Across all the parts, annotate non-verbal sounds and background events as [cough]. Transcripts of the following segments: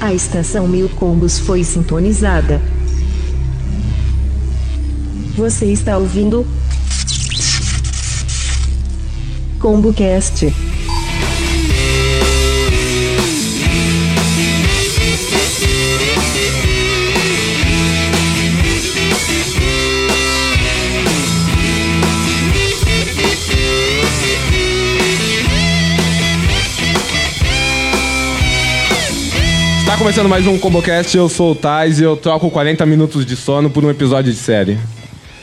A estação Mil Combos foi sintonizada. Você está ouvindo ComboCast. Tá começando mais um ComboCast, eu sou o Tais e eu troco 40 minutos de sono por um episódio de série.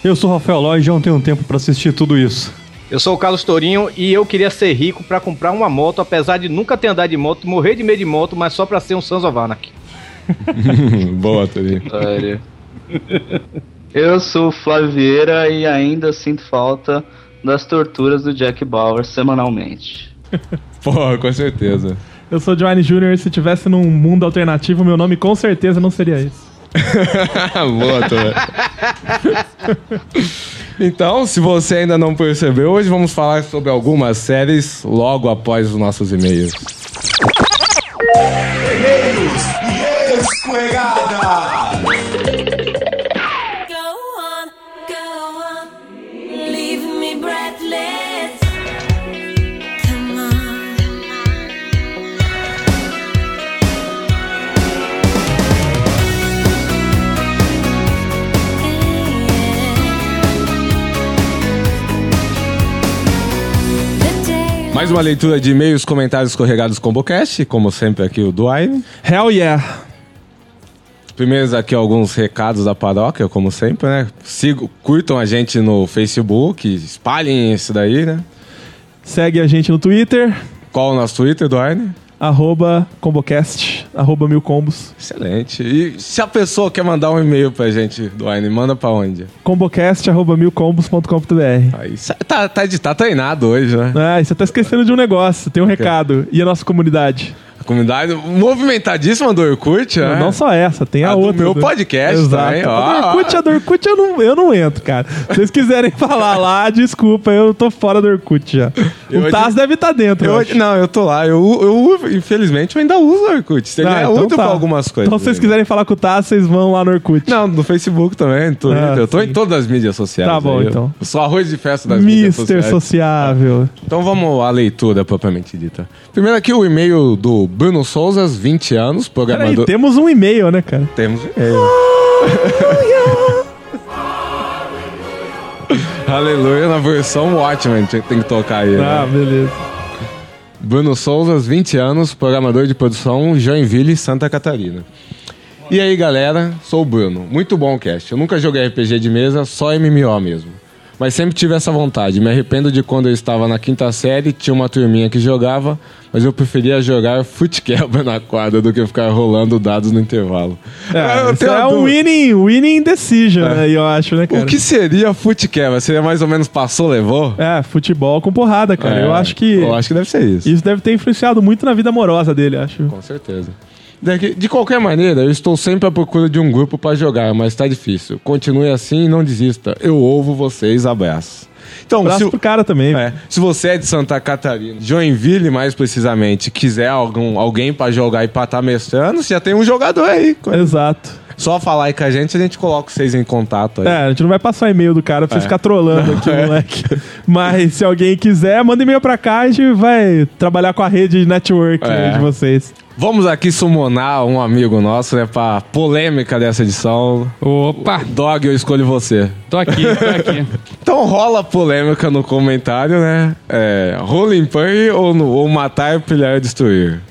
Eu sou o Rafael Lóis e já não tenho tempo pra assistir tudo isso. Eu sou o Carlos Tourinho e eu queria ser rico pra comprar uma moto, apesar de nunca ter andado de moto, morrer de medo de moto, mas só pra ser um Sans Alvanac. Hum, Boa, Turi. Otário. Eu sou o Flávio Vieira e ainda sinto falta das torturas do Jack Bauer semanalmente. Porra, com certeza. Eu sou o Johnny Jr. e se tivesse num mundo alternativo, meu nome com certeza não seria esse. Boa, Turi. [laughs] Então, se você ainda não percebeu, hoje vamos falar sobre algumas séries logo após os nossos e-mails. Go on, go on, leave me breathless. Come on, Mais uma leitura de e-mails, comentários corregados com Bocast, como sempre aqui o Duane. Hell yeah! Primeiros aqui alguns recados da paróquia, como sempre, né? Sigo, curtam a gente no Facebook, espalhem isso daí, né? Segue a gente no Twitter, Qual o nosso Twitter, Duane? arroba combocast, arroba mil combos. Excelente. E se a pessoa quer mandar um e-mail pra gente, Duane, manda pra onde? Combocast, arroba milcombos.com.br. Aí, sa- tá, tá, de- tá treinado hoje, né? Ah, e você tá esquecendo de um negócio, tem um recado. E a nossa comunidade? A comunidade movimentadíssima do Orkut, É. né? Não só essa, tem a, A do outra. né? meu podcast Exato. também, A do ó. Orkut, a do Orkut eu não, eu não entro, cara. Se vocês quiserem [laughs] falar lá, desculpa, eu tô fora do Orkut [laughs] já. Eu o Taz ad- deve estar dentro. eu Eu- acho. não, eu tô lá. Eu, eu, infelizmente, eu ainda uso o Orkut. Você Ah, é então útil tá. pra algumas coisas. Então, se vocês né? quiserem falar com o Taz, vocês vão lá no Orkut. Não, no Facebook também, no Twitter. Ah, eu tô sim. em todas as mídias sociais. Tá bom, aí. então. Eu sou arroz de festa das mídias Mister sociais. Sociável. Então vamos à leitura propriamente dita. Primeiro aqui o e-mail do Bruno Souzas, 20 anos, Peraí, programador. temos um e-mail, né, cara? Temos É. e-mail. [laughs] Aleluia na versão Watchmen, tem tem que tocar aí. né? Ah, beleza. Bruno Souzas, 20 anos, programador de produção Joinville, Santa Catarina. E aí galera, sou o Bruno. Muito bom o cast. Eu nunca joguei RPG de mesa, só MMO mesmo. Mas sempre tive essa vontade. Me arrependo de quando eu estava na quinta série, tinha uma turminha que jogava, mas eu preferia jogar fute-quebra [laughs] na quadra do que ficar rolando dados no intervalo. Ah, É, Eu isso tenho é uma um dúvida. É. winning, winning decision, né, eu acho, né, cara? O que seria fute-quebra? Seria mais ou menos passou, levou? É, futebol com porrada, cara. eu É, acho que Eu acho que deve ser isso. isso deve ter influenciado muito na vida amorosa dele, acho. Com certeza. Daqui- De qualquer maneira, eu estou sempre à procura de um grupo para jogar, mas tá difícil. Continue assim e não desista. Eu ouvo vocês, abraço. Então, Abraço se, pro cara também. é, se você é de Santa Catarina, Joinville mais precisamente, quiser algum, alguém para jogar e para estar mestrando, você já tem um jogador aí. Exato. Só falar aí com a gente, a gente coloca vocês em contato aí. É, a gente não vai passar e-mail do cara É. pra você ficar [laughs] trolando aqui, moleque. Mas se alguém quiser, manda e-mail pra cá, a gente vai trabalhar com a rede de network É. aí de vocês. Vamos aqui summonar um amigo nosso, né, pra polêmica dessa edição. Opa, Dog, eu escolho você. tô aqui, tô aqui. Então rola polêmica no comentário, né? É, rola em pan ou, no- ou matar, pilhar e destruir?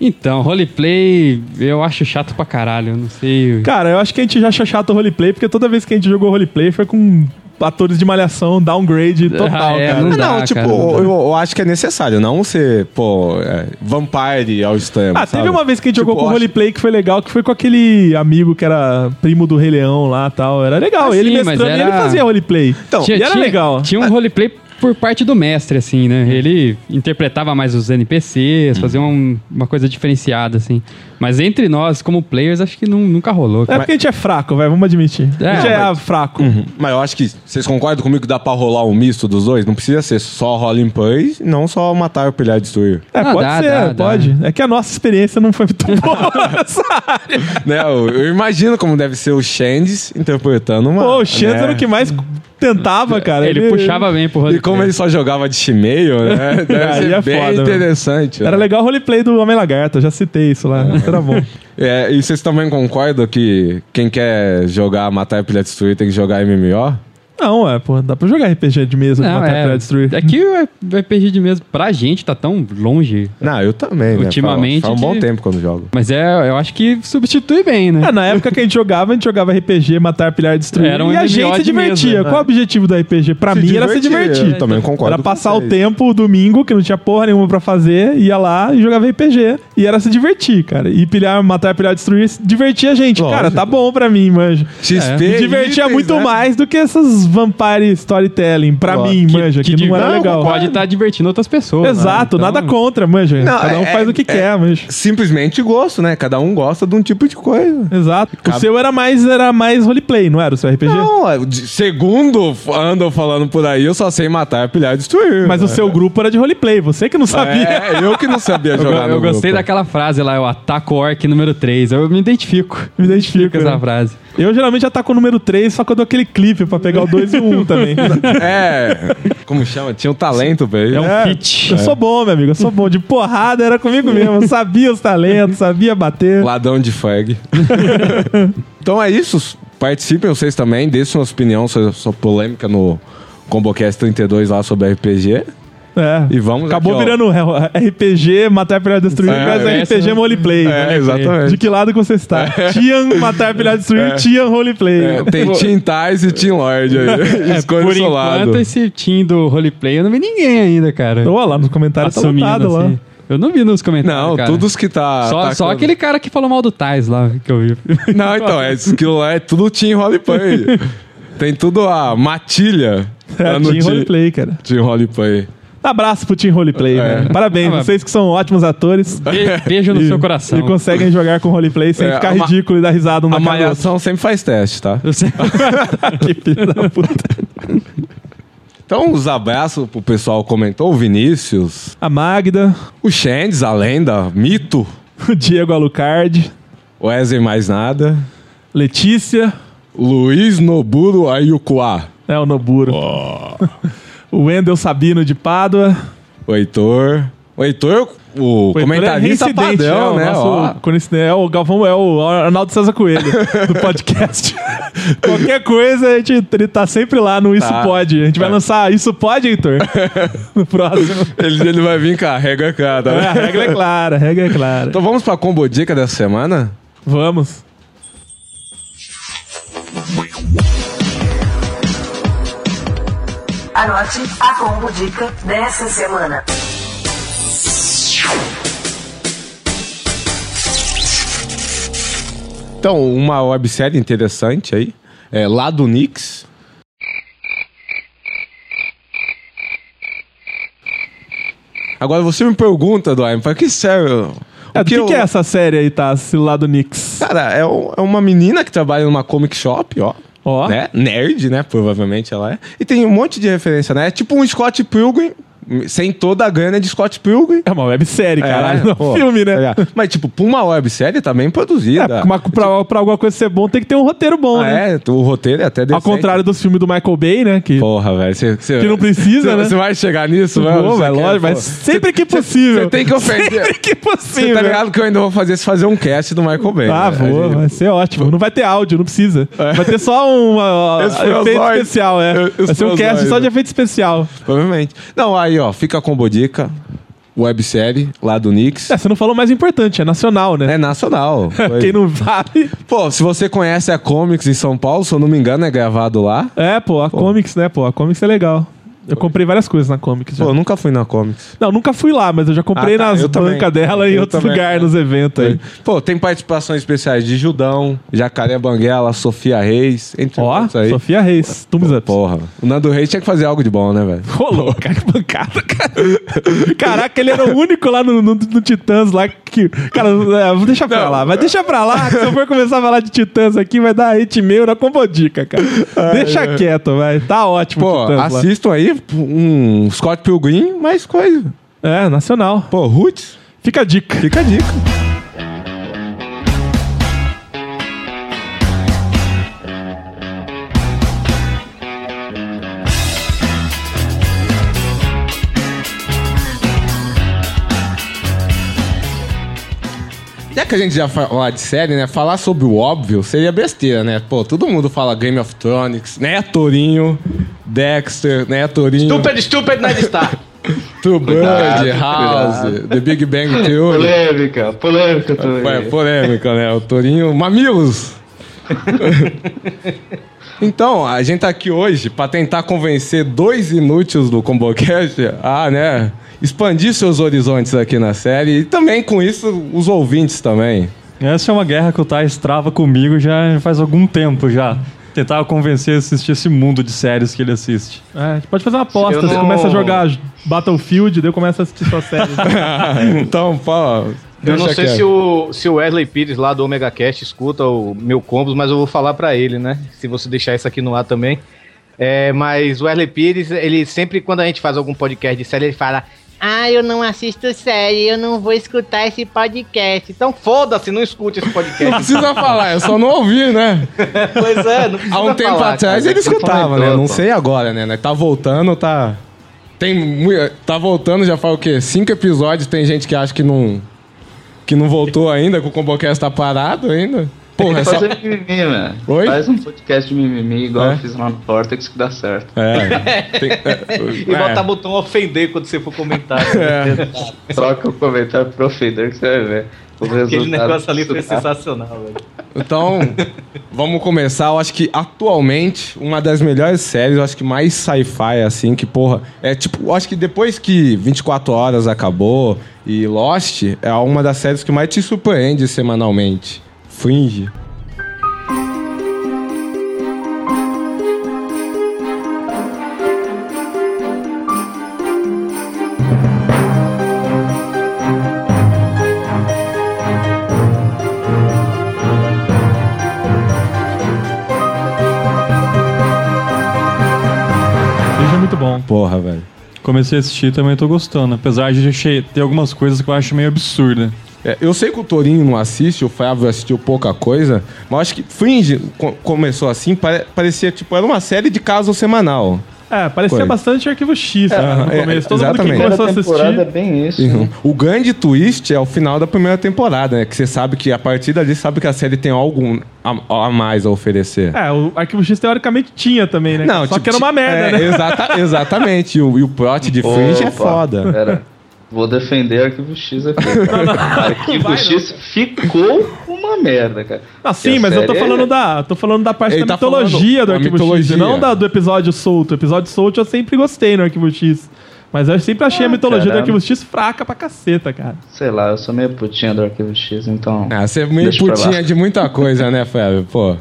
Então, roleplay eu acho chato pra caralho, eu não sei. Cara, eu acho que a gente já achou chato o roleplay, porque toda vez que a gente jogou roleplay foi com atores de malhação, downgrade total, Ah, é, cara. não dá, não, tipo, cara, não dá. eu, eu acho que é necessário, não ser, pô, é, vampire ao extremo. Ah, sabe? teve uma vez que a gente Tipo, jogou com eu o acho- roleplay que foi legal, que foi com aquele amigo que era primo do Rei Leão lá e tal. Era legal. Ah, ele sim, mas mestrando e era- ele fazia roleplay. Então, e era legal. Ah. Uhum. Tinha um roleplay por parte do mestre, assim, né? Ele interpretava mais os NPCs, fazia um- uma coisa diferenciada, assim. Mas entre nós, como players, acho que nun- nunca rolou. É cara. porque a gente é fraco, vai, vamos admitir. É, a gente é mas- Uhum. fraco. Mas eu acho que vocês concordam comigo que dá pra rolar um misto dos dois? Não precisa ser só rola em pães, não só matar o pilhar e destruir. É, Ah, pode dá, ser, dá, dá. pode. É que a nossa experiência não foi muito [laughs] boa nessa área. [laughs] né? eu, eu imagino como deve ser o Shandes interpretando uma. Pô, o Xandos né? era o que mais tentava, cara. ele, puxava bem pro E roleplay. como ele só jogava de chimeio, [laughs] né? Deve Aí ser é bem foda, interessante. Era né? legal o roleplay do Homem Lagarto, eu já citei isso lá. Isso era bom. É, e vocês também concordam que quem quer jogar Matar e Pilhar e Destruir tem que jogar MMO? Não, é, pô, dá pra jogar RPG de mesa com Não, matar pra é, destruir. é que o RPG de mesmo, pra gente, tá tão longe. Não, eu também, né? Ultimamente Faz um bom que- tempo quando jogo. Mas é, eu acho que substitui bem, Ah, né? na época que a gente jogava, a gente jogava RPG, matar, pilhar, destruir. Era um e a MMO gente se de mesa, divertia. né? Qual o objetivo do RPG? Pra Se mim era se divertir, divertir. eu também concordo Era com passar o vocês. tempo, o domingo, que não tinha porra nenhuma pra fazer, ia lá e jogava RPG. E era se divertir, cara. E pilhar, matar, pilhar, destruir, se divertia a gente. Cara, tá bom pra mim, manjo. XP. Me divertia itens, muito né? mais do que essas vampire storytelling. Pra Ó, mim, que- manja, que, não era divertido. legal. Pode estar divertindo outras pessoas. né? tá? Exato, Então- nada contra, manja. Não, Cada um é- faz o que é- quer, manjo. Simplesmente gosto, né? Cada um gosta de um tipo de coisa. Exato. Cabe- O seu era mais, era mais roleplay, não era o seu RPG? Não, é, de- segundo andam falando por aí, eu só sei matar, pilhar e destruir. né? Mas o seu grupo era de roleplay, você que não sabia. [laughs] É, eu que não sabia Eu, jogar eu no gostei grupo. daquela frase lá, eu ataco o orc número 3. Eu me identifico Me identifico. com essa Uhum. né? frase. Eu geralmente ataco o número 3, só que eu dou aquele clipe pra pegar o 2 e [laughs] o 1 também. É. Como chama? Tinha um talento, velho. É, Hit. Eu sou bom, meu amigo. Eu sou bom. De porrada era [laughs] comigo mesmo. Eu sabia os talentos, sabia bater. Ladão [laughs] de fag. então é isso. Participem vocês também, deixem sua opinião sobre sua polêmica no ComboCast 32 lá sobre RPG. É. E vamos Acabou aqui, ó. virando RPG, matar pilhar destruir, É, mas é, essa- RPG é roleplay. É, De exatamente. que lado que você está? Tian, [laughs] matar pilhar destruir, Tian roleplay. É, [laughs] tem Tim Tais e Tim Lord [laughs] aí. Escolha o um É, Por enquanto, seu é lado. esse time do roleplay, eu não vi ninguém ainda, cara. Ô, lá nos comentários tá lotado lá. assim. Eu não vi nos comentários, Não, cara. todos que tá. Só, tá só com- aquele cara que falou mal do Tais lá, que tá eu [laughs] vi. Não, então, é, isso que lá é tudo [laughs] Tim Roleplay. Tem tudo a matilha. É, lá Tá no Team Tim- Roleplay, cara. Tim Roleplay. Abraço pro Team É. Roleplay, velho. Parabéns, Ah, mas- vocês que são ótimos atores. Be- Beijo no E- seu coração. E conseguem jogar com roleplay sem É, ficar a ma- ridículo e dar risada um A na cara do outro. malhação sempre faz teste, tá? Eu sei- Que filho da puta. Então, os abraços pro pessoal que comentou, o Vinícius, A Magda, o Shands, a lenda, mito, o Diego Alucard, o Ezen mais nada, Letícia, Luiz Noburo Ayukuá, é o Noburo. [laughs] O Wendel Sabino de Pádua. o Heitor, o Heitor, o, O Heitor comentarista reincidente, é padrão, o né? nosso Ó, conhecido- é o Galvão, é o Arnaldo César [laughs] Coelho do podcast. Qualquer coisa, a gente, ele tá sempre lá no Isso Tá. Pode. A gente vai Tá. lançar Isso Pode, [laughs] Heitor? no próximo. ele, ele vai vir com a regra cá, tá? É, a regra é clara, a regra é clara. Então vamos pra combo dica dessa semana? Vamos. Anote a combo dica dessa semana. Então, uma websérie interessante aí, é lá do Nix. Agora você me pergunta, Duane, pra que serve? O É, do que, eu- que é essa série aí, tá? Esse lado Nix. Cara, é, um- é uma menina que trabalha numa comic shop, ó. Ó. Né? Nerd, né? Provavelmente ela é. E tem um monte de referência, né? É tipo um Scott Pilgrim, sem toda a grana de Scott Pilgrim. É uma websérie, caralho. não pô. filme, né? É. Mas, tipo, pra uma websérie tá bem produzida. É, mas pra, pra alguma coisa ser bom, tem que ter um roteiro bom, Ah, né? é, o roteiro é até decente. Ao contrário dos filmes do Michael Bay, né? Que, Porra, velho. Cê, cê- que não precisa, cê- né? Você vai chegar nisso, velho? Pô, Cê é quer, lógico, pô. mas sempre que possível. cê tem que ofender. Sempre que Você possível. tá ligado que eu ainda vou fazer se fazer um cast do Michael Bay. Ah, né? vou, A gente- vai ser ótimo. Não vai ter áudio, não precisa. Vai ter só um ó, É. [laughs] Esse foi o efeito Zoid. especial, é. Esse Vai ser foi um o cast Zoid. só de efeito especial. Provavelmente. Não, aí, ó, fica a combo dica. Websérie lá do Nix. É, você não falou o mais importante, é nacional, né? É [laughs] nacional. Foi- [laughs] Quem não vale. Pô, se você conhece a Comics em São Paulo, se eu não me engano, é gravado lá. É, pô, a Comics, né, pô? A Comics é legal. Eu comprei várias coisas na Comics. já. Pô, eu nunca fui na Comics. Não, nunca fui lá, mas eu já comprei Ah, tá, nas eu também. bancas dela e em Eu outros também, lugares, é. nos eventos aí. Pô, tem participações especiais de Judão, Jacaré Banguela, Sofia Reis, entre Ó, outros É. aí. Sofia Reis, Thumbs Up. Porra, o Nando Reis tinha que fazer algo de bom, né, velho? Rolou, cara, que bancada, cara. Caraca, ele era o único lá no, no, no Titãs lá que. Cara, é, vou deixar pra lá, vai deixar pra lá. que Se eu for começar a falar de Titãs aqui, vai dar hit meio na combodica, cara. Deixa quieto, vai. Tá ótimo, Pô, Titãs lá. assistam aí um Scott Pilgrim, mais coisa. É, nacional. Pô, Roots, Fica a dica. fica a dica. Já que a gente já fala de série, né? Falar sobre o óbvio seria besteira, né? Pô, todo mundo fala Game of Thrones, né? Torinho, Dexter, né? Torinho, Stupid, stupid, Ned Star. True Blood, Cuidado, House, cuidado. The Big Bang Theory. Polêmica, polêmica também. Ué, polêmica, né? O Torinho Mamilos. então, a gente tá aqui hoje pra tentar convencer dois inúteis do Combocast a, né, expandir seus horizontes aqui na série e também com isso os ouvintes também. [laughs] Essa é uma guerra que o Thais trava comigo já faz algum tempo já. [laughs] Tentava convencer a assistir esse mundo de séries que ele assiste. É, a gente pode fazer uma aposta. Eu Você não- começa a jogar Battlefield, daí eu começo a assistir sua série. [laughs] então, pô, Eu não [laughs] deixa sei quieto. se o, se o Wesley Pires lá do Omega Cast escuta o meu combos, mas eu vou falar pra ele, né? Se você deixar isso aqui no ar também. É, mas o Wesley Pires, ele sempre, quando a gente faz algum podcast de série, ele fala: Ah, eu não assisto série, eu não vou escutar esse podcast. Então foda-se, não escute esse Não [laughs] podcast. precisa falar, eu só não ouvi, né? pois é, não precisa Há um tempo falar, atrás cara. ele escutava, né? Comentou, Não pô. sei agora, né? né? Tá voltando, tá. Tem. mui- Tá voltando, já faz o quê? Cinco episódios, tem gente que acha que não. Que não voltou ainda, que o Combocast tá parado ainda. Porra, é só. Fazer mimimi, mano. Oi? Faz um podcast de mimimi igual É. eu fiz lá no Vortex que dá certo. É. [laughs] Tem- é, E botar botão ofender quando você for comentar. né? [laughs] É. Troca o comentário pro Fader que você vai ver. O Aquele resultado negócio ali foi disso dá. sensacional, velho. Então, vamos começar. Eu acho que atualmente, uma das melhores séries, eu acho que mais sci-fi, assim, que porra. É tipo, eu acho que depois que 24 Horas acabou e Lost, é uma das séries que mais te surpreende semanalmente. Fringe. Seja é muito bom. Porra, velho. Comecei a assistir e também tô gostando. Apesar de che- ter algumas coisas que eu acho meio absurda. É, eu sei que o Torinho não assiste, o Flávio assistiu pouca coisa, mas eu acho que Fringe co- começou assim, pare- parecia tipo, era uma série de caso semanal. É, parecia Foi. bastante arquivo X né, no é, começo. Todo exatamente. mundo que começou a Primeira temporada é assistir. bem isso. Uhum. O grande twist é o final da primeira temporada, né? Que você sabe que a partir dali sabe que a série tem algum a, a mais a oferecer. É, o arquivo X teoricamente tinha também, né? Só tipo, que era uma ti- merda, é, né? exata- exatamente. E o, e o plot de Fringe é Opa, foda. Pera, vou defender Arquivo X aqui. Cara. Arquivo X ficou uma merda, cara. Ah, sim, E a mas eu tô série falando é- da. Tô falando da parte Ele da tá falando mitologia do da arquivo mitologia. X, não da, do episódio solto. O episódio solto eu sempre gostei no arquivo X. Mas eu sempre achei a Ah, mitologia caramba. do arquivo X fraca pra caceta, cara. Sei lá, eu sou meio putinha do Arquivo X, então. Ah, você é meio Deixa pra lá. putinha de muita coisa, né, Flávio? Pô.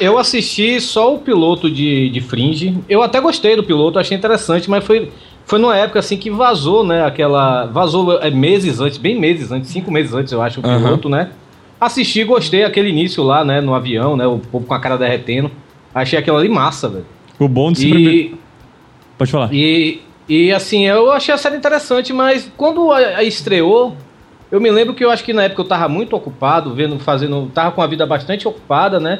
Eu assisti só o piloto de, de Fringe. Eu até gostei do piloto, achei interessante, mas foi, foi numa época assim que vazou, né? Aquela. Vazou é, meses antes, bem meses antes, cinco meses antes, eu acho, o Aham. piloto, né? Assisti, gostei aquele início lá, né? No avião, né? O povo com a cara derretendo. Achei aquilo ali massa, velho. O bom de se prever- E, Pode falar. e, e assim, eu achei a série interessante, mas quando a, a estreou, eu me lembro que eu acho que na época eu tava muito ocupado, vendo, fazendo. tava com a vida bastante ocupada, né?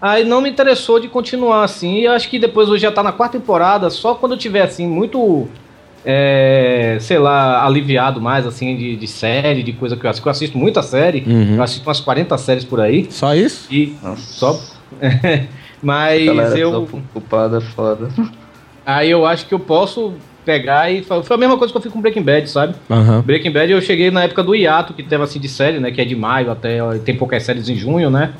Aí não me interessou de continuar assim. E eu acho que depois hoje já tá na quarta temporada, só quando eu tiver assim, muito. é, sei lá, aliviado mais assim de, de série, de coisa que eu assisto. Eu assisto muita série, Uhum. eu assisto umas 40 séries por aí. Só isso? E Nossa, só. Mas galera eu. é ocupada, [laughs] foda. Aí eu acho que eu posso pegar e falar. Foi a mesma coisa que eu fiz com Breaking Bad, sabe? Aham. Breaking Bad eu cheguei na época do hiato, que teve assim de série, né? Que é de maio até. ó, Tem poucas séries em junho, né?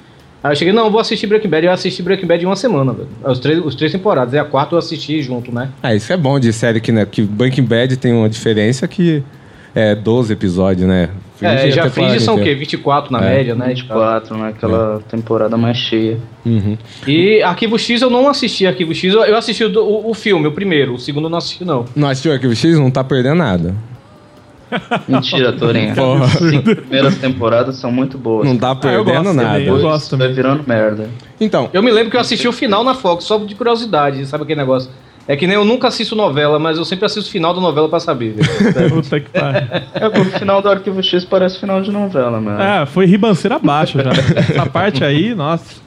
Aí eu cheguei, não, vou assistir Breaking Bad. Eu assisti Breaking Bad em uma semana, velho. Os três, os três temporadas. E a quarta eu assisti junto, né? Ah, isso é bom de série que, né, que Breaking Bad tem uma diferença que é 12 episódios, né? É, já fiz finge são o quê? 24 na média, né? e tal. 24, né? É. Aquela temporada mais cheia. E Arquivo X eu não assisti. Arquivo X, eu- eu assisti o, do- o, o filme, o primeiro. O segundo eu não assisti, não. Não assistiu Arquivo X? Não tá perdendo nada. Mentira, [laughs] Torinha. Porra. As cinco primeiras temporadas são muito boas. Não tá eu perdendo gosto nada. também, eu gosto Vai virando merda. Então, Eu me lembro que eu assisti o final na Fox, só de curiosidade, sabe aquele negócio? É que nem eu nunca assisto novela, mas eu sempre assisto o final da novela pra saber. velho. Puta que pariu. É, o final do Arquivo X parece final de novela, mano. Ah, É, foi ribanceira abaixo [laughs] já. Essa parte aí, nossa.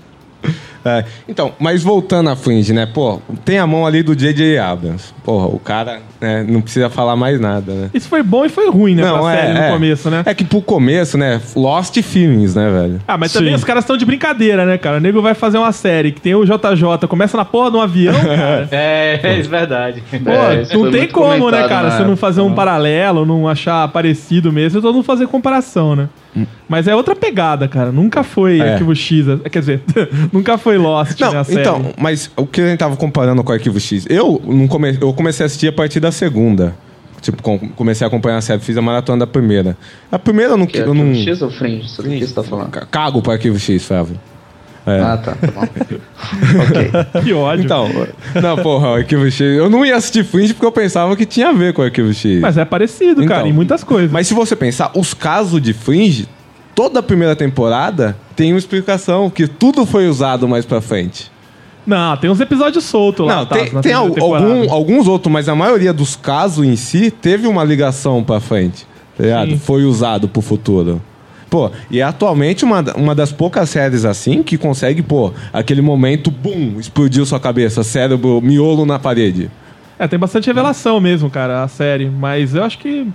É, então, mas voltando à Fringe, né? Pô, tem a mão ali do J.J. Abrams. Porra, o cara né, não precisa falar mais nada, né? Isso foi bom e foi ruim, né? não, pra série no começo, né? É que pro começo, né? Lost Feelings, né, velho? Ah, mas também Sim. os caras estão de brincadeira, né, cara? O nego vai fazer uma série que tem o JJ, começa na porra de um avião, [laughs] cara. [laughs] É, é verdade. Pô, É, isso não foi tem muito como, né, comentado cara? na Você não época, fazer um paralelo, não achar parecido mesmo, é todo mundo fazer comparação, né? Mas é outra pegada, cara. Nunca foi Hum. É. Arquivo X, é, quer dizer, [laughs] nunca foi Lost, Não, né, a série. então, mas o que a gente tava comparando com o Arquivo X? Eu, não come... eu comecei a assistir a partir da segunda. Tipo, com- comecei a acompanhar a série, fiz a maratona da primeira. A primeira eu não. Que é eu Arquivo não... X ou Fringe? Sobre o que você tá falando? Ca- Cago pro Arquivo X, Flávio. É. Ah, tá, [laughs] tá bom. [laughs] ok. Que ódio. Então, não, porra, o Arquivo X. Eu não ia assistir Fringe porque eu pensava que tinha a ver com o Arquivo X. Mas é parecido, cara, Então, em muitas coisas. Mas se você pensar, os casos de Fringe, toda a primeira temporada tem uma explicação, que tudo foi usado mais pra frente. Não, tem uns episódios soltos lá. Não, tá, tem, na tem primeira al- temporada. algum- alguns outros, mas a maioria dos casos em si teve uma ligação pra frente. tá ligado? Foi usado pro futuro. Pô, e é atualmente uma, da- uma das poucas séries assim que consegue, pô, aquele momento, bum, explodiu sua cabeça, cérebro, miolo na parede. É, tem bastante revelação mesmo, cara, a série. Mas eu acho que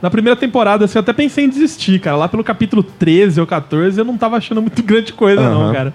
na primeira temporada, assim, eu até pensei em desistir, cara. Lá pelo capítulo 13 ou 14, eu não tava achando muito [laughs] grande coisa, Aham. não, cara.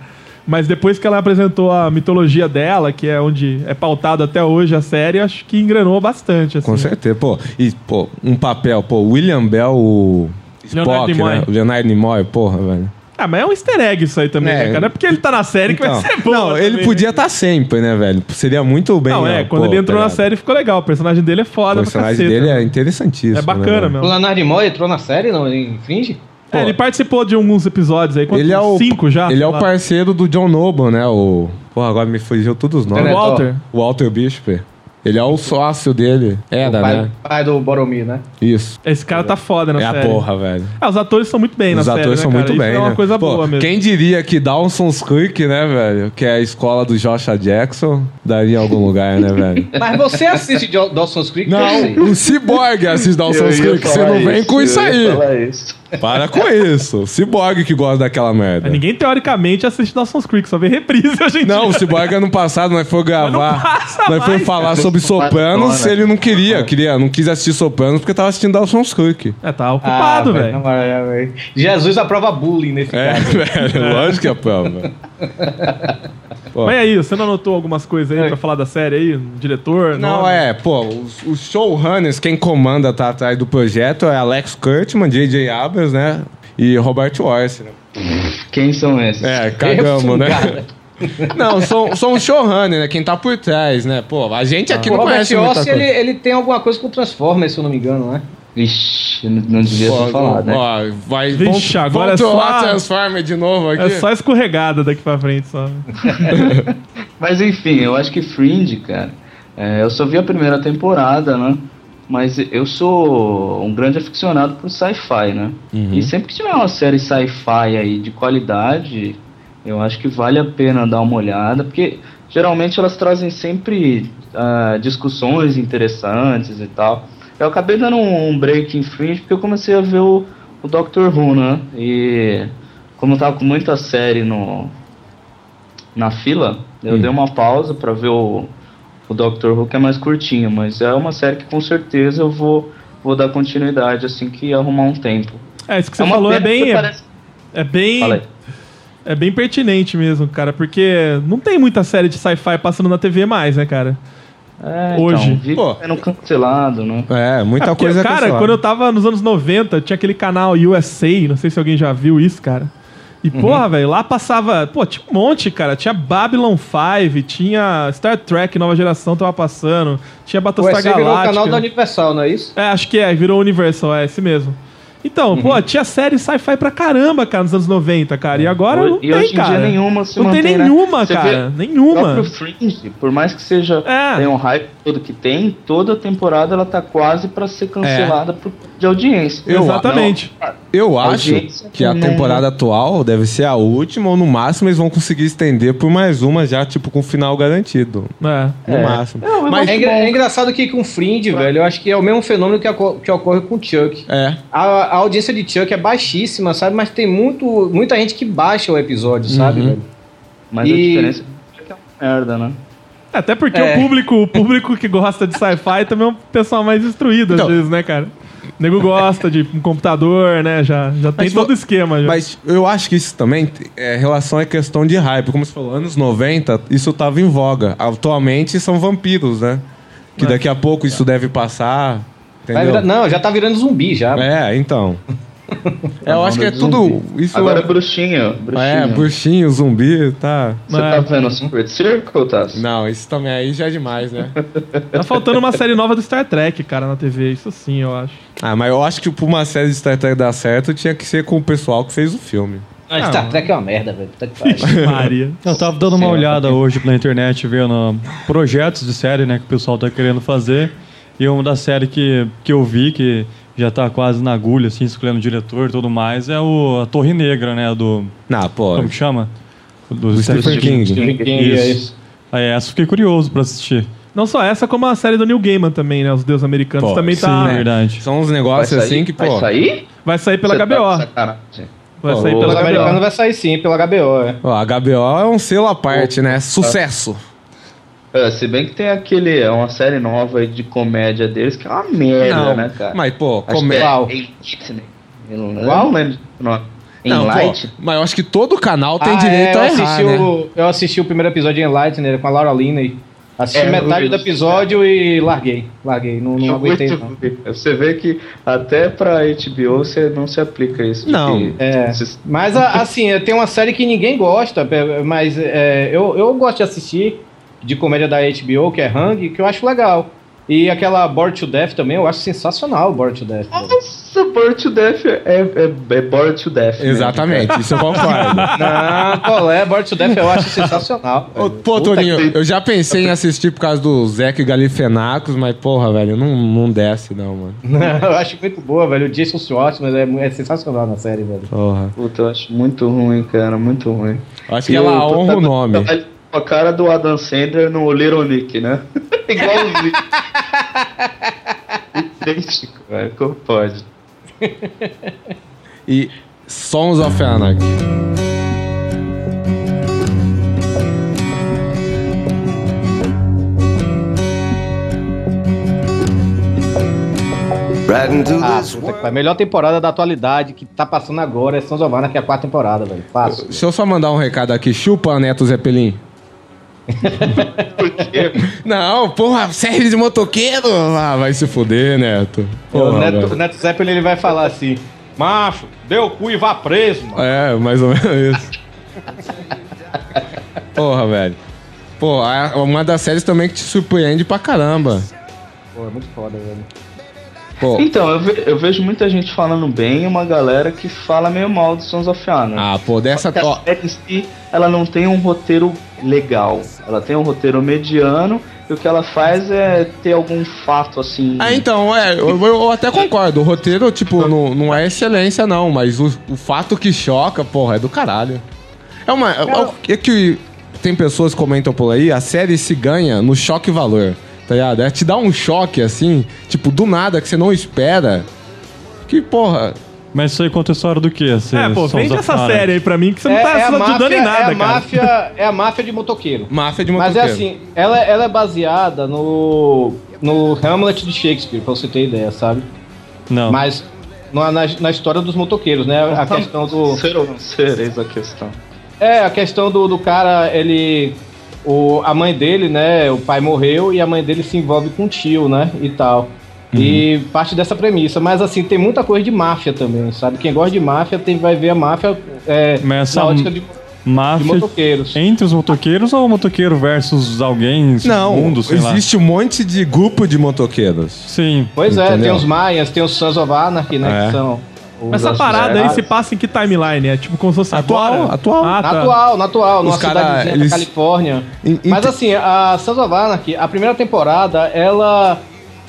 Mas depois que ela apresentou a mitologia dela, que é onde é pautado até hoje a série, eu acho que engrenou bastante, assim. Com certeza, pô. E, pô, um papel, pô, William Bell, o Leonardo Spock, Nimoy. né? O Leonardo Nimoy, porra, velho. Ah, mas é um easter egg isso aí também, É. né, cara? Não é porque ele tá na série que vai Então, ser bom. né, não, ele podia estar sempre, né, velho? Seria muito bem. Não, é, ó, quando pô, ele entrou tá na ligado? série ficou legal. O personagem dele é O foda pra personagem caceta. dele é é, interessantíssimo. bacana, né, meu. O Leonardo Nimoy entrou na série, não? Em Fringe? É, ele participou de alguns episódios aí. velho? Quantos? Ele é o Cinco já? Ele é sei o lá. parceiro do John Noble, né? O Porra, agora me fugiu todos os nomes. Tenet- Walter. O Walter Bishop. Ele é o sócio dele. Era, o pai, né? pai do Boromir, né? Isso. Esse cara tá foda na É a série. porra, velho. Ah, os atores são muito bem na Os série, atores né, são cara? muito Isso bem. é uma né? coisa Pô, boa mesmo. Quem diria que Dawson's Creek, né, velho? Que é a escola do Joshua Jackson, daria em algum lugar, né, [laughs] velho? Mas você assiste Jo- Dawson's Creek? Eu sei. Não, o Cyborg assiste Eu Dawson's ia Creek. Você falar não vem com eu isso ia aí. falar isso. Para com isso. O Cyborg que gosta daquela merda. Mas Ninguém, teoricamente, assiste Dawson's Creek, só vê reprise [laughs] hoje em Não, o dia. Cyborg ano passado nós foi gravar. passa Nós foi mais, falar cara. sobre Sopranos, Maratona. Ah. ele não queria, queria, não quis assistir Sopranos porque tava assistindo Dawson's Creek. É, tá Ah, ocupado, na velho. moral, é, velho. Jesus aprova bullying nesse É, caso. [laughs] velho, lógico que é prova. Pô. Mas aí, você não anotou algumas coisas aí pra falar da série aí? Um Diretor? Não, nome? é, pô, os, os showrunners, quem comanda tá atrás do projeto é Alex Kurtzman, J.J. Abrams, né? E Robert Orsi, né? Quem são esses? É, cagamos, né? Não, são, são os showrunners, né? Quem tá por trás, né? Pô, a gente aqui O não Robert conhece muita Orsi, coisa. ele, ele tem alguma coisa com Transformers, se eu não me engano, né? Ixi, não, não devia Pô, ter falado, né? ó, vai, Vixe, vamos, agora vamos é trollar só- Transformer de novo aqui. É só escorregada daqui pra frente, só. Mas enfim, eu acho que Fringe, cara. é, eu só vi a primeira temporada, né? Mas eu sou um grande aficionado por sci-fi, né? E sempre que tiver uma série sci-fi aí de qualidade, eu acho que vale a pena dar uma olhada, porque geralmente elas trazem sempre ah, discussões interessantes e tal. Eu acabei dando um, um break em Fringe porque eu comecei a ver o, o Doctor Who, né? E como eu tava com muita série no, na fila, eu Hum. dei uma pausa pra ver o, o Doctor Who, que é mais curtinho, mas é uma série que com certeza eu vou, vou dar continuidade assim que arrumar um tempo. É, isso que você é uma falou é pena bem... porque É, parece- é bem... Fala aí. É bem pertinente mesmo, cara, porque não tem muita série de sci-fi passando na TV mais, né, cara? É, Hoje. Então, Pô. Pô. Sendo cancelado, né? É, É, muita porque, coisa Cara, cancelada. quando eu tava nos anos 90, tinha aquele canal USA, não sei se alguém já viu isso, cara. E, Uhum. porra, velho, lá passava. Pô, tinha um monte, cara. Tinha Babylon 5, tinha Star Trek Nova Geração tava passando, tinha Ué, Battlestar você virou o Galáctica. canal da Universal, não é isso? É, acho que é, virou Universal, é esse mesmo. Então, Uhum. pô, tinha série sci-fi pra caramba, cara, nos anos 90, cara. E agora não É. e tem, hoje em cara. dia nenhuma se não mantém, tem né? nenhuma, Você cara. vê O Nenhuma. próprio Fringe, por mais que seja É. tenha um hype todo que tem, toda temporada ela tá quase pra ser cancelada por, de audiência. Eu- É. Exatamente. Eu acho Audiência que a não- temporada atual deve ser a última, ou no máximo eles vão conseguir estender por mais uma já, tipo, com final garantido. É. No máximo. é, engra- é engraçado que com Fringe, velho, eu acho que é o mesmo fenômeno que, aco- que ocorre com Chuck. É. A, a audiência de Chuck é baixíssima, sabe? Mas tem muito, muita gente que baixa o episódio, Uhum. sabe, velho? Mas a E- diferença é que é uma merda, né? Até porque É. o público, o público que gosta de sci-fi também é um pessoal mais instruído, Então. às vezes, né, cara? O nego gosta de um computador, né? Já, já tem Mas todo vo- o esquema. Já. Mas eu acho que isso também t- é relação à questão de hype. Como você falou, anos 90, isso tava em voga. Atualmente são vampiros, né? Que daqui a pouco isso deve passar. Vai Entendeu? virar- não, já tá virando zumbi já. É, então. [laughs] eu acho que é tudo. Isso Agora é bruxinho, é, bruxinho. bruxinho, zumbi, tá. Você tá vendo o Secret Circle, Tass? Não, isso também aí já é demais, [laughs] né? Tá faltando uma série nova do Star Trek, cara, na TV. Isso sim, eu acho. ah, mas eu acho que pra uma série de Star Trek dar certo, tinha que ser com o pessoal que fez o filme. Ah, Star Trek é uma merda, velho. Puta que pariu. [laughs] Maria. [laughs] é, Eu tava dando uma Sei lá, olhada hoje na internet, vendo projetos de série, né, que o pessoal tá querendo fazer. E uma das séries que, que eu vi, que já tá quase na agulha, assim, escolhendo o diretor e tudo mais, é o, a Torre Negra, né, do... Não, pô. Como que chama? Do, Do Stephen King. King, é isso. Aí essa eu fiquei curioso pra assistir. Não só essa, como a série do Neil Gaiman também, né? Os deuses americanos Pô, também tá. sim, verdade. São uns Vai negócios sair? assim que, pô. Vai sair? Vai sair pela Você tá de HBO. sacanagem. vai sair Os pela americanos HBO. vai sair sim, pela HBO, é. Ó, a HBO é um selo à parte, né? Sucesso. É, se bem que tem aquele, é uma série nova aí de comédia deles que é uma merda, né, cara? mas, pô, Acho como que é é. Enlightened. Eu Não lembro o nome. Não, pô, Enlightened? mas eu acho que todo canal tem Ah, direito é, eu a errar, assisti né? o, Eu assisti o primeiro episódio em Lightner com a Laura Linney. Assisti É, eu metade vi do isso, episódio e larguei. Larguei, não, não Eu aguentei muito não. vi. Você vê que até pra HBO você não se aplica isso. Não. porque É. esses- Mas a- assim, tem uma série que ninguém gosta, pe- mas é, eu, eu gosto de assistir de comédia da HBO, que é Hang, que eu acho legal. E aquela Bored to Death também, eu acho sensacional Bored to Death. velho. Nossa, Bored to Death é, é, é Bored to Death. mesmo, Exatamente, isso eu [laughs] concordo. Ah. Não, qual é? Bored to Death eu acho sensacional. Ô, velho. Pô, Toninho, eu já pensei em assistir por causa do Zeca e Galifenacos, mas porra, velho, não, não desce não, mano. [laughs] eu acho muito boa, velho. O Jason Schwartzman é, mu- é sensacional na série, velho. Porra. Puta, eu acho muito ruim, cara, muito ruim. Eu acho que E ela honra né? o nome. protagonista tá Com a cara do Adam Sandler no Little Nick, né? [laughs] Igualzinho. Idêntico, velho, como pode? E Sons of Anarchy. Ah, puta que pariu. Melhor temporada da atualidade que tá passando agora é São Giovanna, que é a quarta temporada, velho. Fácil. Deixa eu só mandar um recado aqui. Chupa, Neto Zeppelin. [laughs] Por quê? Não, porra, serve de motoqueiro. Ah, vai se fuder, Neto. o Porra, Neto, velho. Neto Zeppelin ele vai falar assim: Macho, dê o cu e vá preso, mano. É, mais ou menos isso. Porra, velho. Pô, a- uma das séries também que te surpreende pra caramba. Pô, é muito foda, velho. Pô, Então, eu, ve- eu vejo muita gente falando bem e uma galera que fala meio mal do Sons of Anarchy. né? ah, pô, dessa. Porque a Ó, série em si, ela não tem um roteiro legal. Ela tem um roteiro mediano e o que ela faz é ter algum fato assim. ah, então, é, eu, eu até concordo. O roteiro, tipo, não, não é excelência, não, mas o, o fato que choca, porra, é do caralho. É uma. é- É, que tem pessoas que comentam por aí, a série se ganha no choque valor, tá ligado? É te dar um choque assim, tipo, do nada, que você não espera. Que, porra, Mas isso aí conta a história do quê? Assim, É, pô, Sons vende of essa Anarchy? série aí pra mim que você não tá ajudando em nada, é a cara. máfia, é a máfia de motoqueiro. máfia de Mas é motoqueiro. assim, ela, ela é baseada no no Hamlet de Shakespeare, pra você ter ideia, sabe? Não. Mas na, na, na história dos motoqueiros, né? A Tá. questão então- do Ser ou não ser, eis a questão. É, a questão do, do cara, ele. O, a mãe dele, né? O pai morreu e a mãe dele se envolve com o tio, né? E tal. E Uhum. parte dessa premissa. Mas assim, tem muita coisa de máfia também, sabe? Quem gosta de máfia tem, vai ver a máfia é, Mas na essa- ótica de, de Máfia motoqueiros. entre os motoqueiros ou o motoqueiro versus alguém, Não, mundo, sei lá. existe um monte de grupo de motoqueiros. Sim. Pois é, Entendeu? tem os Maias, tem os Sons of Anarchy, né? É. Que são. os Essa as- parada aí as- se passa em que timeline? É tipo como se fosse Atual, é agora? atual. Ah, Na tá. atual, na atual, numa Os cara, cidadezinha eles- da Califórnia. Em- em- Mas assim, a Sons of Anarchy, a primeira temporada, ela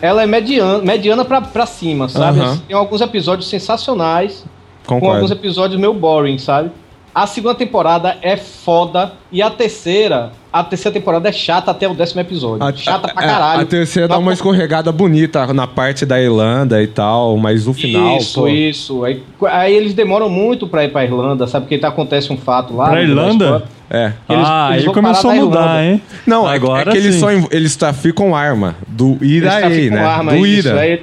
ela é mediana, mediana pra, pra cima, sabe? Aham. Tem alguns episódios sensacionais, com alguns Concordo. episódios meio boring, sabe? A segunda temporada é foda e a terceira, a terceira temporada é chata até o décimo episódio. chata pra é, caralho. A terceira dá uma escorregada bonita na parte da Irlanda e tal, mas o final. Isso, pô, isso. Aí, aí eles demoram muito pra ir pra Irlanda, sabe? Porque tá, acontece um fato lá. no Pra meio da Irlanda? história. É. Eles- ah, eles aí vão começou parar a na mudar, Ah, Irlanda. hein? Não, agora é agora que eles sim. só env- eles traficam arma do Eles Ira aí, traficam né? tá arma, do isso. Ira. Aí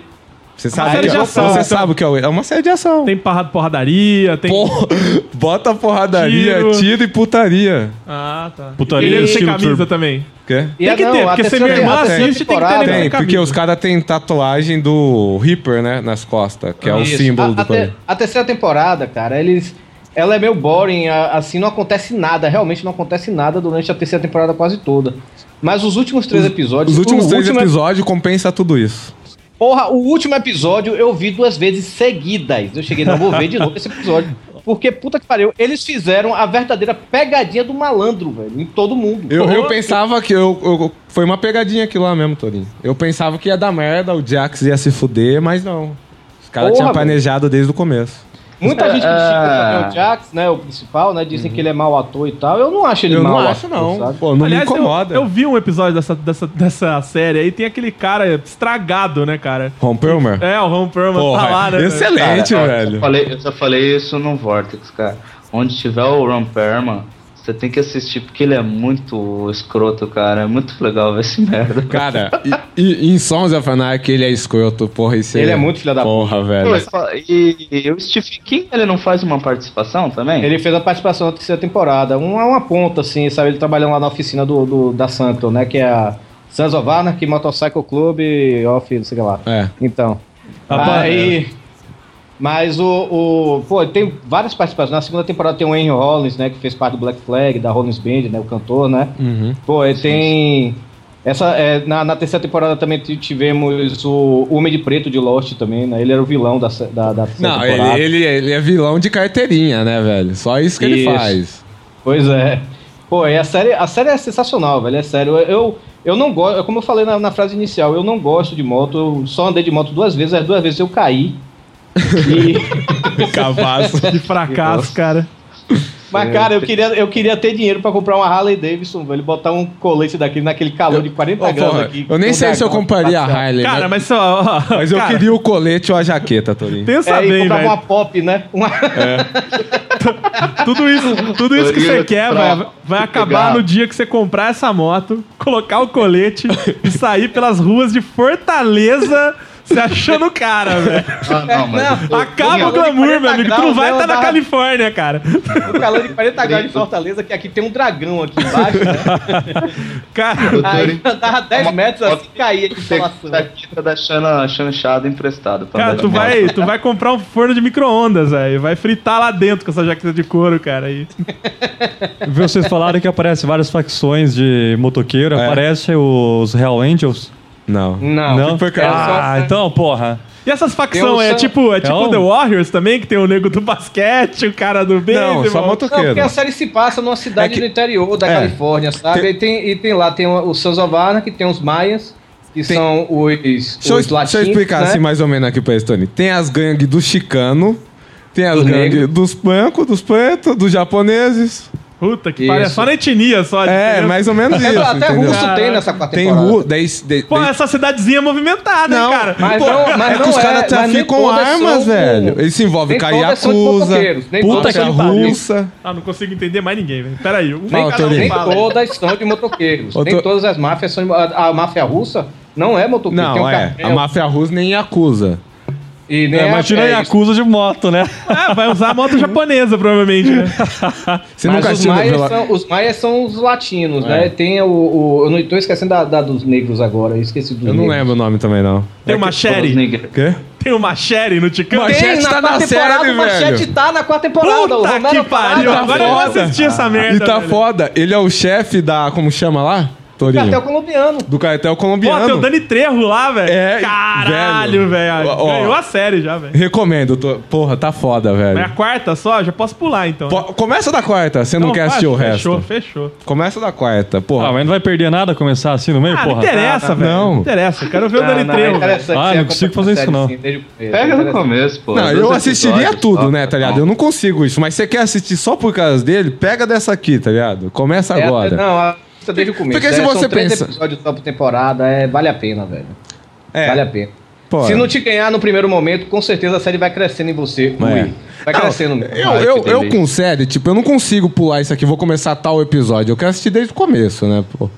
Você série sabe, que, de é- ação, você então. sabe o que é o Ira? É uma série de ação. Tem parra- porradaria, tem. [laughs] Porra, bota porradaria, Tiro. tiro, e putaria. Ah, tá. Putaria, Guerreiro sem estilo camisa turbo. também. Quê? E Tem a- que ter, a porque se terceira minha irmã temporada- assiste, tem que ter temporada- nem- Tem, sem porque camisa. os caras têm tatuagem do Reaper, né? Nas costas, que é o Isso. símbolo a, do a, te- a terceira temporada, cara, eles. Ela é meio boring, a- assim, não acontece nada, realmente não acontece nada durante a terceira temporada quase toda. Mas os últimos três episódios. Os últimos tipo, o três último- é- episódios compensa tudo isso. Porra, o último episódio eu vi duas vezes seguidas. Eu cheguei, não vou ver de novo esse episódio. Porque, puta que pariu, eles fizeram a verdadeira pegadinha do malandro, velho, em todo mundo. Eu, eu pensava que. Eu, eu- foi uma pegadinha aquilo lá mesmo, Torinho. Eu pensava que ia dar merda, o Jax ia se fuder, mas não. Os caras Porra, tinham mano. planejado desde o começo. Muita gente critica Ah. também o Jax, né, o principal, né, dizem que ele é mau ator e tal. Eu não acho ele eu mau não ator, acho, não. sabe? Pô, não Aliás, me incomoda. Eu, eu vi um episódio dessa, dessa, dessa série aí, tem aquele cara estragado, né, cara? Rompeu, mano? É, o Ron Perlman tá lá, Porra, né? excelente, É, Cara, ó, Eu só, velho. falei, eu só falei isso no Vortex, cara. Onde tiver o Ron Perlman, você tem que assistir, porque ele é muito escroto, cara. É muito legal ver esse merda. é, Cara, e, e, em Sons of Anarchy ele é escroto, porra. Esse Ele é muito filho da Porra, velho. Pô, eu fa- E, e o Stephen King, ele não faz uma participação também? Ele fez a participação na terceira temporada. Um é uma ponta, assim, sabe? Ele trabalhando lá na oficina do, do- da Sancton, né? Que é a Sons of Anarchy, Motorcycle Club, off, não sei o que lá. É. Então. Rapaz, aí. Mas o, o. Pô, tem várias participações. Na segunda temporada tem o Henry Rollins, né? Que fez parte do Black Flag, da Rollins Band, né? O cantor, né? Uhum. Pô, ele tem. Essa, é, na, na terceira temporada também t- tivemos o Homem de Preto de Lost também, né? Ele era o vilão da, se- da, da terceira Não, temporada. ele, ele, ele é vilão de carteirinha, né, velho? Só isso que ele Isso. [laughs] faz. Pois é. Pô, e a série, a série é sensacional, velho. É sério. Eu, eu não gosto. Como eu falei na, na frase inicial, eu não gosto de moto. Eu só andei de moto duas vezes, as duas vezes [laughs] eu caí. E- Cavaço. De fracasso, cara. mas, cara, eu queria, eu queria ter dinheiro pra comprar uma Harley Davidson, velho. Botar um colete daquele naquele calor de 40 Ô, graus porra, aqui. eu nem sei se eu compraria a tá Harley. né? Cara, mas, é- mas só. ó, mas eu cara, queria o colete ou a jaqueta, Torinho. Pensa É, e bem, comprar velho. uma pop, né? Uma... É. Tudo isso, tudo isso que Eu você ia quer pra- vai, vai acabar pegar. no dia que você comprar essa moto, colocar o colete e sair pelas ruas de Fortaleza se achando o cara, velho. Ah, não, mas tá eu- Acaba o calor de glamour, 40 meu amigo. Tu não graus, vai né, estar na andar- Califórnia, cara. [laughs] Um calor de 40 graus de Fortaleza, que aqui tem um dragão aqui embaixo. [laughs] Né? Cara, [laughs] Aí andava 10 metros assim caía de Tem insolação. que daqui tá da Xana chanchada emprestado. pra cara dar tu, de volta. vai, tu vai comprar um forno de micro-ondas, velho. Vai fritar lá dentro com essa jaqueta de couro, cara. [laughs] E... Vocês falaram que aparece várias facções de motoqueiro, É. aparece os Hell Angels. Não. Não, Não? foi, cara? Ah, Só- então, porra. E essas facções, Tem um é Sam- tipo, é É tipo um- The Warriors também, que tem o nego do basquete, o cara do beisebol. Não, só Não, motoqueiro. porque a série se passa numa cidade É que- do interior da é. Califórnia, sabe? Tem- E, tem, e tem lá, tem o- os Sons of Anarchy, tem os Maias, que são os, Deixa eu, os latinos, deixa eu explicar né? assim mais ou menos aqui pra Estônia. Tem as gangues do chicano, tem as Do gangues negro. dos pancos, dos pretos, dos japoneses. Puta que Isso. pariu. é Só na etnia, só. É, entendeu? mais ou menos Até, isso, até entendeu? russo tem nessa quarta Tem temporada. ru... Daí, daí, Pô, daí- essa cidadezinha é movimentada, Não, hein, cara? Mas Pô, não, mas é que não os é, caras mas nem traficam todas armas, são- velho. Eles se envolvem nem com a todas são de Yakuza, motoqueiros, nem puta todas que são de motoqueiros. russa. Ah, não consigo entender mais ninguém, velho. Peraí. Um Nem, Fala, cada- Torinho. nem todas são de motoqueiros. Ô, Nem Tor- todas as máfias são de, a, a máfia russa não é motoqueiro. tem Não, um é. cartel. A máfia russa nem Yakuza. E nem É, imagina a é isso. Yakuza de moto, né? Ah, vai usar a moto japonesa, provavelmente. [laughs] né? Você Mas nunca os assistiu maias, Vela- são, os maias são os latinos, né? Tem o, o- Eu não tô esquecendo da, da dos negros agora, eu esqueci dos Eu não negros. lembro o nome também, não. Tem É uma Os né? Sherry. negros. Quê? Tem uma Sherry no Ticão. Mas- Tem, Manchete na tá na quarta temporada, série, o Manchete velho. tá na quarta temporada. o Puta Romero tá que pariu. Prado, Agora eu vou tá foda. assistir Ah, essa E merda. tá velho. foda. Ele é o chefe da. Como chama lá? Torinho? Cartel colombiano. Do cartel Pô, tem o colombiano. Dani Trejo lá, velho. É, velho. Caralho, velho. Ó, ó. Ganhou a série já, velho. Recomendo. tô- Porra, tá foda, Mas é a velho. quarta só? Já posso pular, então. Po- Começa da quarta, você não, quer assistir o resto. Fechou, fechou. Começa da quarta, Ah, porra. mas não vai perder nada começar assim no meio, Ah, não porra? interessa, velho. não. Não interessa. Eu Quero ver o Não, Dani não, é Trejo. velho. interessante Ah, você não consigo acompanhar fazer a isso, série, não. sim, desde o começo, é Pega no interessante. começo, pô. não, Dois eu assistiria episódios, tudo, tal, né, tá Ah. ligado? Eu não consigo isso, mas você quer assistir só por causa dele? Pega dessa aqui, tá ligado? Começa É, agora. não, a- desde o começo. Porque se é, você são três pensa- episódios só por temporada, é, vale a pena, velho. É. Vale a pena. Pô, Se é. não te ganhar no primeiro momento, com certeza a série vai crescendo em você. Ui, Vai Não, crescendo mesmo. Eu, Ai, eu, que eu delícia. com série, tipo, eu não consigo pular isso aqui, vou começar tal episódio. Eu quero assistir desde o começo, né, pô?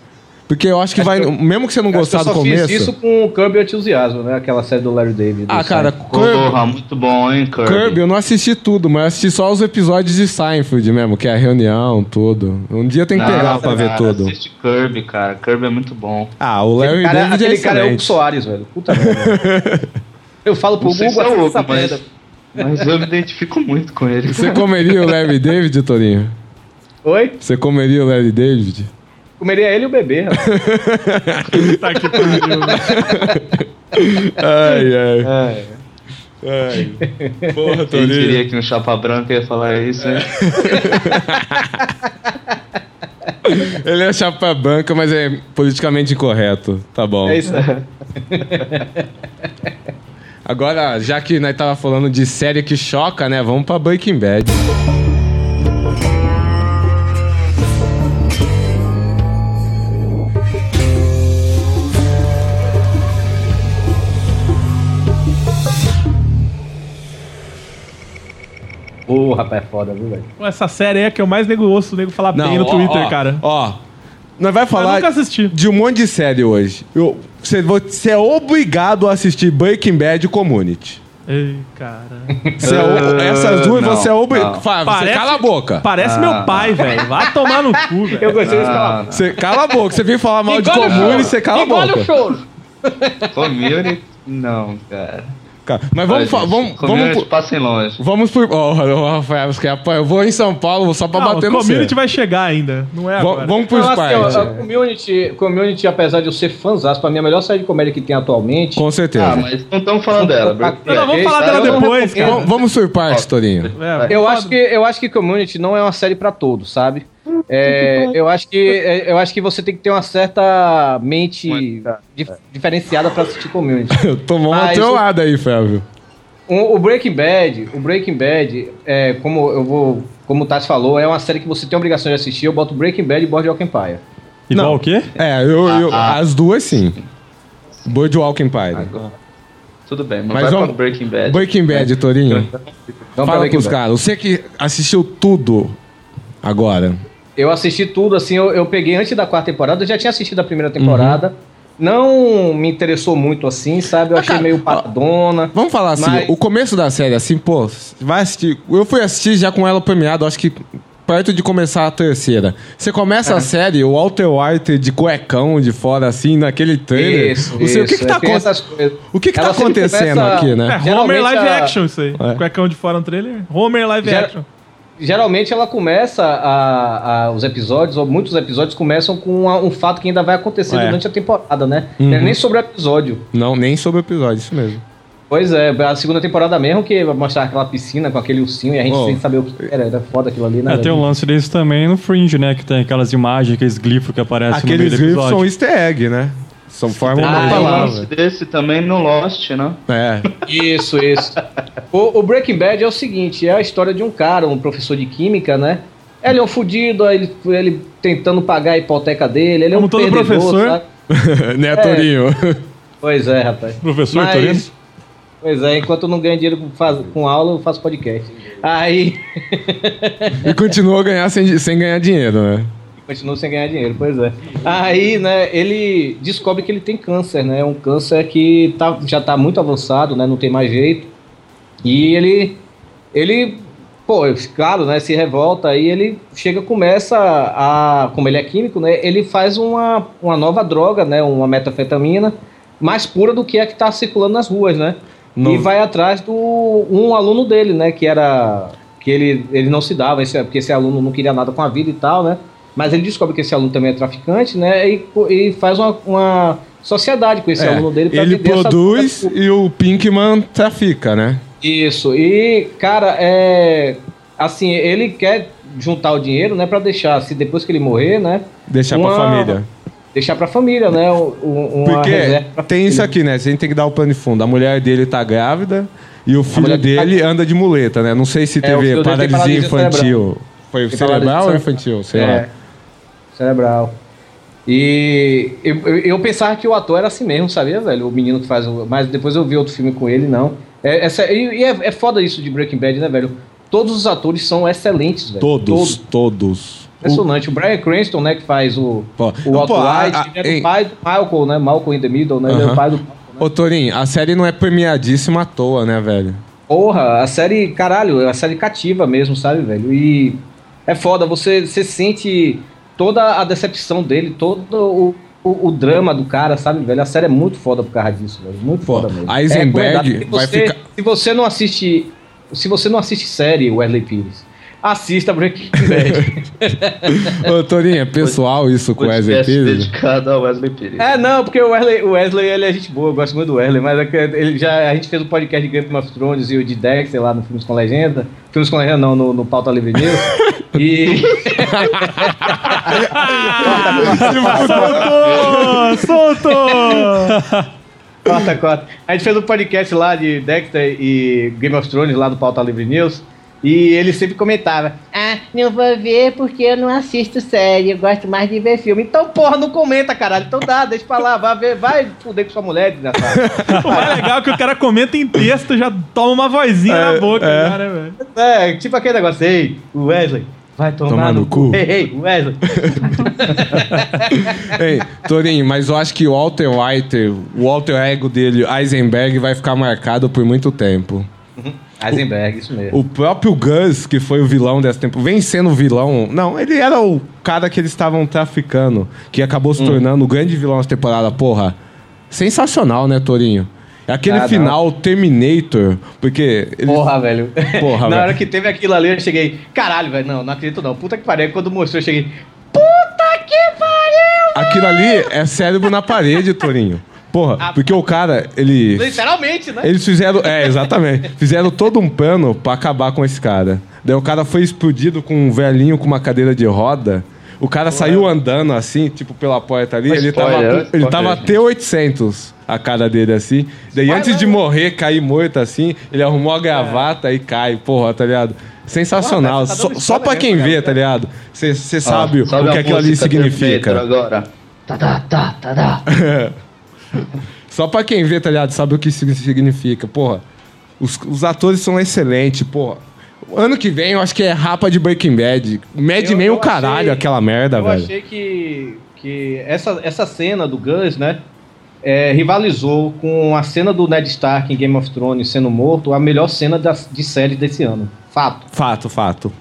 Porque eu acho que vai. mesmo que você não Eu acho que gostar eu do só começo. fiz isso com o Curb Entusiasmo, né? Aquela série do Larry David. Ah, cara, Curb, Porra, muito bom, hein, Kirby? Curb, eu não assisti tudo, mas eu assisti só os episódios de Seinfeld mesmo, que é a reunião, tudo. Um dia tem que pegar pra ver tudo. Assiste Kirby, cara. Curb é muito bom. Ah, o Larry Aquele cara, David é aquele cara é o Hugo excelente. Soares, velho. Puta merda. [laughs] Eu falo pro Não Hugo sei se é assiste o essa Hugo, mas, merda. mas eu me identifico muito com ele. [laughs] Você é comeria o Larry [laughs] David, Torinho? Oi? Você comeria o Larry David? Comeria ele e o bebê, rapaz. Tá que pariu. Ai, ai. É. Ai. Porra, Quem Torinho. diria que um chapa branca ia falar isso, hein? É. Ele é chapa banca, mas é politicamente incorreto. Tá bom. É isso. Agora, já que nós tava falando de série que choca, né? Vamos pra Breaking Bad. Ô, rapaz, é foda, viu, velho? Pô, essa série aí é que eu mais nego ouço o nego falar bem no ó, Twitter, ó, cara. Ó, nós vai Mas falar nunca assisti. de um monte de série hoje. Eu- Você você é obrigado a assistir Breaking Bad e Community. Ei, cara. Você é o- Ah, essas duas não, você é obrigado. não. Fábio, você cala a boca. Ah. Parece meu pai, velho. Vai tomar no cu, Eu velho. gostei desse Ah, calado. Você cala a boca. Você vem falar mal de Engole o Community, choro. você cala a Engole o boca. choro. Ah, Community? Não, cara. Cara, Mas vamos, fa- vamos, vamos, Community, por- passem longe. vamos por. Ó, o Rafael, você quer apoio? eu vou em São Paulo só pra Não, bater no community seu. vai chegar ainda. Não é agora. Vamos, vamos por Não, assim, partes. ó, a community, community, apesar de eu ser fãzão, pra mim é a melhor série de comédia que tem atualmente. Com certeza. Então, Ah, mas não estamos falando dela. Não, não, vamos Ei, falar cara, dela eu não depois, recomendo. cara. É Vamos- Vamos por partes, Torinho. É, Eu acho que eu acho que Community não é uma série pra todos, sabe? É, eu acho que é, eu acho que você tem que ter uma certa mente dif- diferenciada pra assistir Community. Tomou uma Ah, Mas o- trollada aí, Fábio. O, o Breaking Bad, o Breaking Bad, é, como eu vou, como o Tassi falou, é uma série que você tem a obrigação de assistir. Eu boto Breaking Bad e Boardwalk Empire. Igual Não. o quê? É, eu, eu- Ah, as duas sim. Boardwalk Empire. Tudo bem, mas, Mas vai vamos- pra Breaking Bad. Breaking Bad, Torinho. É. Então, Fala Breaking pros Bad. caras. Você que assistiu tudo agora. Eu assisti tudo, assim, eu, eu peguei antes da quarta temporada, eu já tinha assistido a primeira temporada. Não me interessou muito assim, sabe? Eu achei Uhum. Ah, cara, meio patadona. Vamos falar assim, Mas- o começo da série, assim, pô, vai assistir. Eu fui assistir já com ela premiada, acho que perto de começar a terceira. Você começa É. a série, o Walter White de cuecão de fora, assim, naquele trailer. não sei, o que, que tá é, tem acontecendo? essas coisas. O que que tá Ela sempre acontecendo começa- aqui, né? É, Homer geralmente live a- action isso aí. É. Cuecão de fora no trailer. Homer live Ger- action. Geralmente ela começa a, a- os episódios, ou muitos episódios começam com uma- um fato que ainda vai acontecer É. Uhum. durante a temporada, né? Não é nem sobre o episódio. Não, nem sobre o episódio, isso mesmo. Pois é, a segunda temporada mesmo que vai mostrar aquela piscina com aquele ursinho e a gente Oh. sem saber o que era, era foda aquilo ali, né? É, tem um lance desse também no Fringe, né? Que tem aquelas imagens, aqueles glifos que aparecem Aqueles no meio do riffs são episódio. easter egg, né? São forma Ah, uma tem um palavra. lance desse também no Lost, né? É. [laughs] Isso, isso. O, o Breaking Bad é o seguinte: é a história de um cara, um professor de química, né? Ele é um fudido, aí ele, ele tentando pagar a hipoteca dele, ele é Como um todo perdedor, professor. sabe? né, Torinho? Pois é, rapaz. Professor É. Mas- Torino? Pois é, enquanto eu não ganho dinheiro com, faz- com aula, eu faço podcast. Aí [laughs] E continuou a ganhar sem, sem ganhar dinheiro, né? continuo sem ganhar dinheiro, pois é. Aí, né, ele descobre que ele tem câncer, né? Um câncer que tá, já tá muito avançado, né? Não tem mais jeito. E ele, ele, pô, claro, né, se revolta e ele chega, começa a, como ele é químico, né, ele faz uma, uma nova droga, né, uma metafetamina mais pura do que a que está circulando nas ruas, né? Não- E vai atrás do um aluno dele, né, que era que ele, ele não se dava, esse, porque esse aluno não queria nada com a vida e tal, né? Mas ele descobre que esse aluno também é traficante, né? E, co- e faz uma, uma sociedade com esse É, aluno dele pra ele vender essa droga produz e o Pinkman trafica, né? isso, e cara, é. Assim, ele quer juntar o dinheiro, né, pra deixar, se depois que ele morrer, né? Deixar Uma- pra família. Deixar pra família, né? Um, um- uma Porque reserva pra tem família. isso aqui, né? A gente tem que dar o plano de fundo. A mulher dele tá grávida e o filho mulher tá É, dele anda de muleta, né? Não sei se o filho teve dele tem paralisia paralisia infantil. Foi Tem cerebral paralisia ou infantil? Sei lá. É, cerebral. E eu, eu, eu pensava que o ator era assim mesmo, sabia, velho? O menino que faz. o- Mas depois eu vi outro filme com ele, não. É, essa, e e é, é foda isso de Breaking Bad, né, velho? Todos os atores são excelentes, velho. Todos, todos. Impressionante. O Brian Cranston, né, que faz o, Pô, o Walter pô, a- White, a- ele é hein. do pai do Malcolm, né? Malcolm in the Middle, né? Ele é Aham. o pai do Ô, Torinho, a série não é premiadíssima à toa, né, velho? Porra, a série, caralho, a série cativa mesmo, sabe, velho? E é foda, você, você sente toda a decepção dele, todo o, o, o drama do cara, sabe, velho? A série é muito foda por causa disso, velho. Muito Pô, foda mesmo. Heisenberg É recomendado. vai se você, ficar- Se você não assiste. Se você não assiste série, Wesley Pires, assista Breaking Bad. Ô, Torinho, é pessoal isso com o Wesley podcast Pires? dedicado ao Wesley Pires. é, não, porque o Wesley, o Wesley ele é gente boa, eu gosto muito do Wesley, mas é que ele já, a gente fez o podcast de Game of Thrones e o de Dex, sei lá, no Filmes com Legenda. Filmes com Legenda não, no, no Pauta Livre News. [laughs] e. [laughs] Soltou! Corta, corta. A gente fez um podcast lá de Dexter e Game of Thrones lá do Pauta Livre News. E ele sempre comentava: Ah, não vou ver porque eu não assisto série, eu gosto mais de ver filme. Então, porra, não comenta, caralho. Então dá, deixa pra lá, vai ver, vai fuder com sua mulher, desgraçado. [laughs] O mais legal é que o cara comenta em texto, já toma uma vozinha É, na boca, já, né, velho? É, tipo aquele negócio, ei, o Wesley, vai tomar, Tomar no, no cu." cu. Ei, ei, Wesley. Ei, Torinho, mas eu acho que o Walter White, o Walter Ego dele, Heisenberg, vai ficar marcado por muito tempo. Heisenberg, isso mesmo. O próprio Gus, que foi o vilão dessa tempo, vem sendo o vilão. Não, ele era o cara que eles estavam traficando, que acabou se tornando o grande vilão dessa temporada, porra. Sensacional, né, Torinho? Aquele Ah, não. final Terminator, porque. eles- Porra, velho. Porra, [laughs] Na velho. hora que teve aquilo ali, eu cheguei, caralho, velho, não, não acredito não. Puta que pariu. Quando mostrou, eu cheguei, puta que pariu! Aquilo ali é cérebro na parede, Torinho. Porra, porque o cara, ele. Literalmente, né? Eles fizeram. É, exatamente. Fizeram todo um plano pra acabar com esse cara. Daí o cara foi explodido com um velhinho com uma cadeira de roda. O cara saiu andando assim, tipo, pela porta ali. Ele spoiler, tava, ele spoiler, tava gente. T800 a cara dele assim. Daí antes de morrer, cair morto assim, ele arrumou a gravata e cai, porra, tá ligado? Sensacional. Não, tá- tá só, dando só spoiler pra quem mesmo, vê, tá ligado? Você Ó, sabe o sobe que a aquilo ali música Terminator significa. Agora. Tá, tá, tá, tá, tá. Só pra quem vê, tá ligado? Sabe o que isso significa, porra. Os, os atores são excelentes, porra. Ano que vem eu acho que é Rapa de Breaking Bad. Mad Eu- Men eu o caralho, achei- aquela merda, Eu velho. achei que, que essa, essa cena do Guns, né? é, rivalizou com a cena do Ned Stark em Game of Thrones sendo morto, a melhor cena da, de série desse ano. Fato, Fato, fato.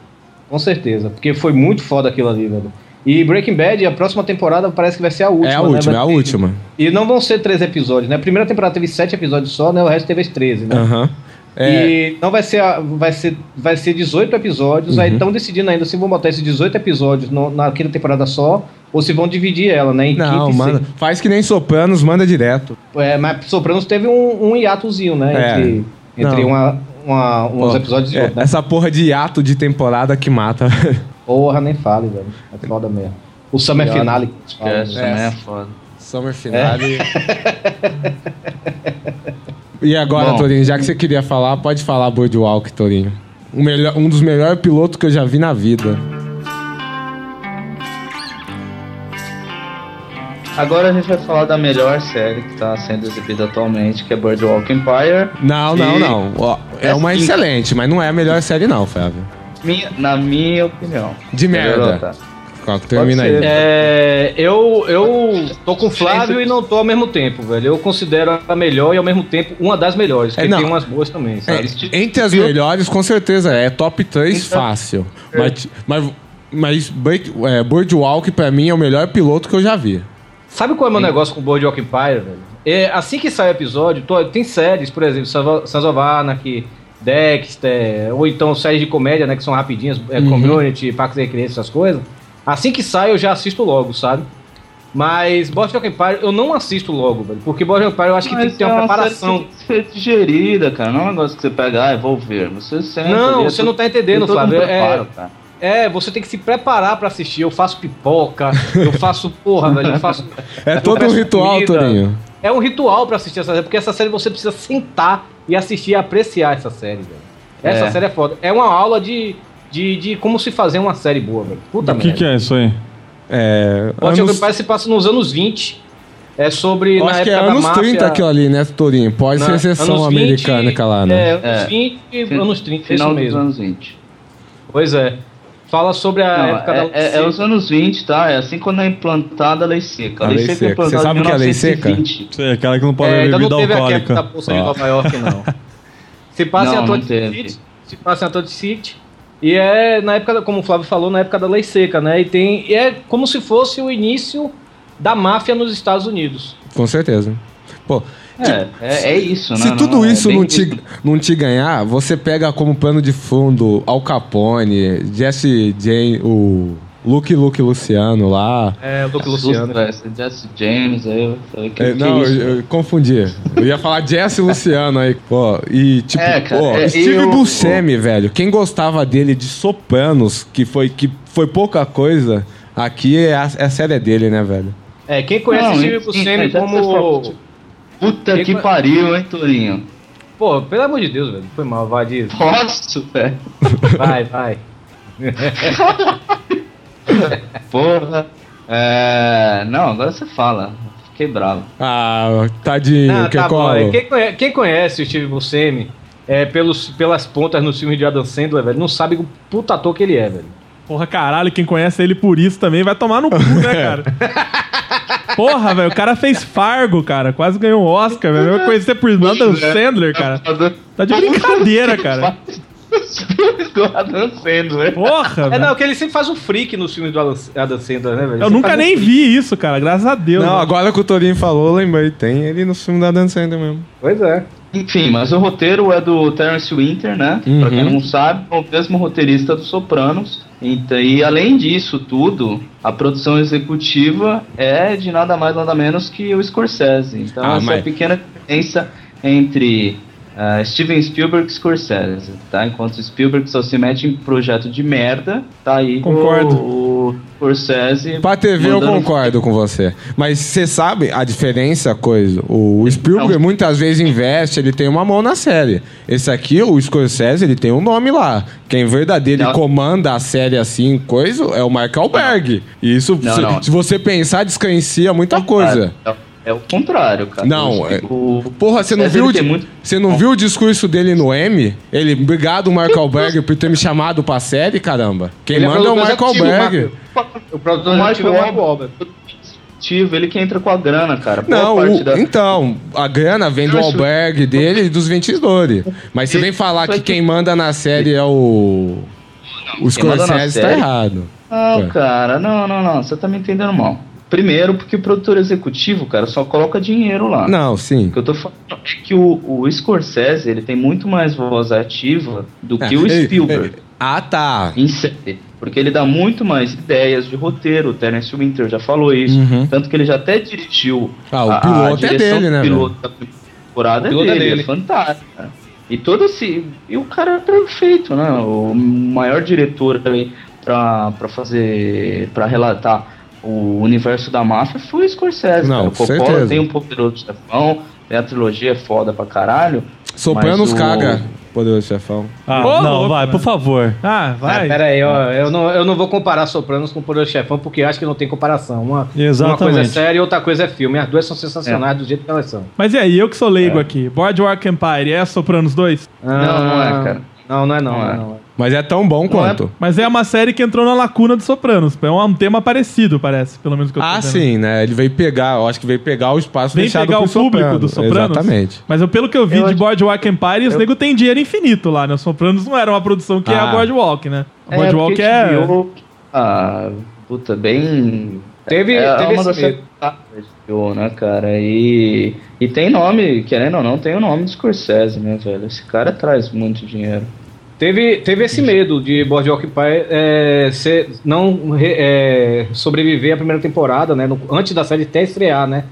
com certeza. Porque foi muito foda aquilo ali, velho. E Breaking Bad, a próxima temporada parece que vai ser a última. é a né? última, é a Vai ter- última. E não vão ser três episódios, né? A primeira temporada teve sete episódios só, né? O resto teve as 13, né? Aham. É, E não vai ser, a- vai ser, vai ser 18 episódios. Aí Uhum. estão decidindo ainda se vão botar esses 18 episódios no, na quinta temporada só ou se vão dividir ela, né? Em não, quinta e mano. sexta. Faz que nem Sopranos, manda direto. É, mas Sopranos teve um, um hiatozinho, né? É. Entre, entre Não. uma, uma- uns Pô, episódios e é, outros, né? Essa porra de hiato de temporada que mata. [laughs] Porra, nem fale, velho. É foda mesmo. O Summer Obrigado. Finale. que eles falam, É, né? isso também é foda. Summer Finale. [laughs] e agora, Bom. Torinho, já que você queria falar, pode falar Boardwalk, Torinho. O melhor, um dos melhores pilotos que eu já vi na vida. Agora a gente vai falar da melhor série que tá sendo exibida atualmente, que é Boardwalk Empire. Não, não, E- não. Ó, é uma Assim- excelente, mas não é a melhor série, não, Fábio. Minha- na minha opinião. De merda. Garota. Calma, termina tá. ser. aí. É, eu, eu tô com o Flávio e não tô ao mesmo tempo, velho. Eu considero a melhor e ao mesmo tempo uma das melhores, porque É, não. tem umas boas também, É, sabe? entre as melhores, com certeza é. Top 3, fácil. Mas, mas, mas Break- é, Boardwalk, pra mim, é o melhor piloto que eu já vi. Sabe qual é o meu negócio com o Boardwalk Empire, velho? É, assim que sai o episódio, tô- tem séries, por exemplo, Sanzo- Sons of Anarchy, Dexter, ou então séries de comédia, né, que são rapidinhas, é, Uhum. Community, Parks e Recreation, essas coisas. Assim que sai, eu já assisto logo, sabe? Mas Boardwalk Empire eu não assisto logo, velho, porque Boardwalk Empire eu acho que tem que ter é uma preparação. Você digerida, cara. Não é um negócio que você pega, ah, eu vou ver. Você senta. Não, ali, é você tudo- não tá entendendo, tem todo um Flávio. preparo, É, cara. é, você tem que se preparar pra assistir. Eu faço pipoca, eu faço porra, velho, eu faço [laughs] É eu todo um peço ritual, comida. Torinho. É um ritual pra assistir essa série, porque essa série você precisa sentar e assistir e apreciar essa série, velho. Essa É. série é foda. É uma aula de, de, de como se fazer uma série boa, velho. Puta O que, que merda. é isso aí? É. O Bojack anos- Empire se passa nos anos 20. É sobre. eu na acho que é época da anos máfia, 30 aquilo ali, né, Torinho? Pode ser na- exceção anos 20, americana lá, né? É, anos É. 20 e Fin- anos 30, Final isso dos mesmo. anos 20. Pois é. Fala sobre a Não, época é, da. é- é os anos 20, tá? É assim quando é implantada a lei seca. A lei seca. Você sabe o que é a lei seca? Isso aí, cara que não pode É, beber ainda não bebida teve a alcoólica. quebra da bolsa de Nova York, [laughs] não. Se passa em Não, não Atlantic teve. City, se passa em Atlantic City, e é na época, da- como o Flávio falou, na época da lei seca, né? E tem, e é como se fosse o início da máfia nos Estados Unidos. Com certeza. Pô, É, é, é isso, né? se tudo é isso bem não te, não te ganhar, você pega como pano de fundo Al Capone, Jesse Jane, o Luke Luke Luciano lá. É, o Luke Luciano. Assusta, esse Jesse James aí, eu falei, que, É, que não, é isso? eu, eu confundi. Eu ia falar Jesse Luciano aí, pô. E tipo, É, cara, pô, é, Steve eu- Buscemi, velho. Quem gostava dele de Sopranos, que foi, que foi pouca coisa, aqui é a, é a série dele, né, velho? É, quem conhece Não, Steve sim, Buscemi é, já que você como... falou. Puta que Ele- pariu, hein, Torinho? Pô, pelo amor de Deus, velho. Foi mal, vai, diz. Posso, velho? Vai, [laughs] vai. Porra. É, Não, agora você fala. Fiquei bravo. Ah, tadinho, Ah, que tá bom. colo. é, Quem conhece, quem conhece o Steve Buscemi é, pelos, pelas pontas nos filmes de Adam Sandler, velho, não sabe o puta ator que ele é, velho. Porra, caralho, quem conhece ele por isso também vai tomar no cu, né, [laughs] cara? Porra, velho, o cara fez Fargo, cara. Quase ganhou um Oscar, velho. Vai conhecer por Adam é. Sandler, cara. Tá de brincadeira, cara. Do Adam Sandler. Porra, É, não, velho. que ele sempre faz um freak nos filmes do Alan- Adam Sandler, né, velho? Eu Sempre nunca faz um nem freak. vi isso, cara. Graças a Deus. Ah, Não, velho. agora que o Torinho falou, eu lembrei. Tem ele no filme da Dan Sandler mesmo. Pois é. Enfim, mas o roteiro é do Terence Winter, né? Pra Uhum. quem não sabe, é o mesmo roteirista do Sopranos. Então, e além disso tudo, a produção executiva é de nada mais nada menos que o Scorsese. Então Ah, essa mas- pequena diferença entre ah, Steven Spielberg e Scorsese, tá? Enquanto Spielberg só se mete em projeto de merda, tá aí Concordo. o, o Scorsese. Pra TV eu mandando- concordo com você. Mas você sabe a diferença, coisa? O Spielberg Não. muitas vezes investe, ele tem uma mão na série. Esse aqui, o Scorsese, ele tem um nome lá. Quem verdadeiro Não. comanda a série assim, coisa, é o Mark Alberg. E isso, Não, se, não. se você pensar, descansia muita coisa. É, é o contrário, cara. Não, O- é- o- Porra, você não, Mas viu, ele o di- tem muito- você não viu o discurso dele no M? Ele, obrigado, [laughs] Mark Alberg, por ter me chamado pra série, caramba. Quem Ele manda é o produtor Mark executivo, Alberg. Marco. O produtor Marco executivo é o Marco Albert. Tivo, um ele que entra com a grana, cara. Boa Não, parte o- da- então, a grana vem do Eu acho- albergue dele e dos vendedores. Mas se vem falar que quem manda na série é o. O quem manda na Scorsese tá série- errado. Não, Ué. cara, não, não, não. Você tá me entendendo mal. Primeiro, porque o produtor executivo, cara, só coloca dinheiro lá. Não, sim. O que eu tô falando é que o, o Scorsese, ele tem muito mais voz ativa do que [laughs] o É, Spielberg é, Ah, tá. em série. Porque ele dá muito mais ideias de roteiro. O Terence Winter já falou isso. Uhum. Tanto que ele já até dirigiu Ah, o piloto é direção dele, do né, piloto da primeira temporada O piloto é é dele, dele. é fantástico. cara. E todo esse. E o cara é perfeito, né? O maior diretor aí pra, pra fazer. pra relatar o universo da máfia foi o Scorsese. Não, cara. O Coppola certeza. tem um poderoso chefão, tem né? a trilogia é foda pra caralho. Sopranos mas o- caga. Poderoso chefão. Ah, Ô, não, louco, né? vai, mano. por favor. Ah, Ah, vai. pera aí, ó, eu não, eu não vou comparar Sopranos com o Poderoso Chefão, porque acho que não tem comparação. Uma, uma Exatamente. coisa é série e outra coisa é filme. As duas são sensacionais do jeito que elas são. Mas e aí, eu que sou leigo aqui. Boardwalk Empire é Sopranos 2? não é, Ah. cara. Não, não é não. Não não, é. não é. Mas é tão bom quanto. Mas é uma série que entrou na lacuna dos Sopranos. É um tema parecido, parece, pelo menos que eu tô Ah, vendo. sim, né? Ele veio pegar, eu acho que veio pegar o espaço Vem deixado pegar o pro público Soprano. dos Sopranos. Exatamente. Mas eu, pelo que eu vi Eu de acho- Boardwalk Empire, os nego tem dinheiro infinito lá, né? Os Sopranos não era uma produção que é a Ah. Boardwalk, né? A É, Boardwalk porque é... HBO, ah, puta, bem. Teve- é, teve uma esse das medo. séries da HBO, né, cara? E, e tem nome, querendo ou não, tem o nome do Scorsese, né, velho? Esse cara traz muito dinheiro. Teve, teve esse medo de Boardwalk Empire é, ser, não re- é, sobreviver à primeira temporada, né? no- antes da série até estrear, né?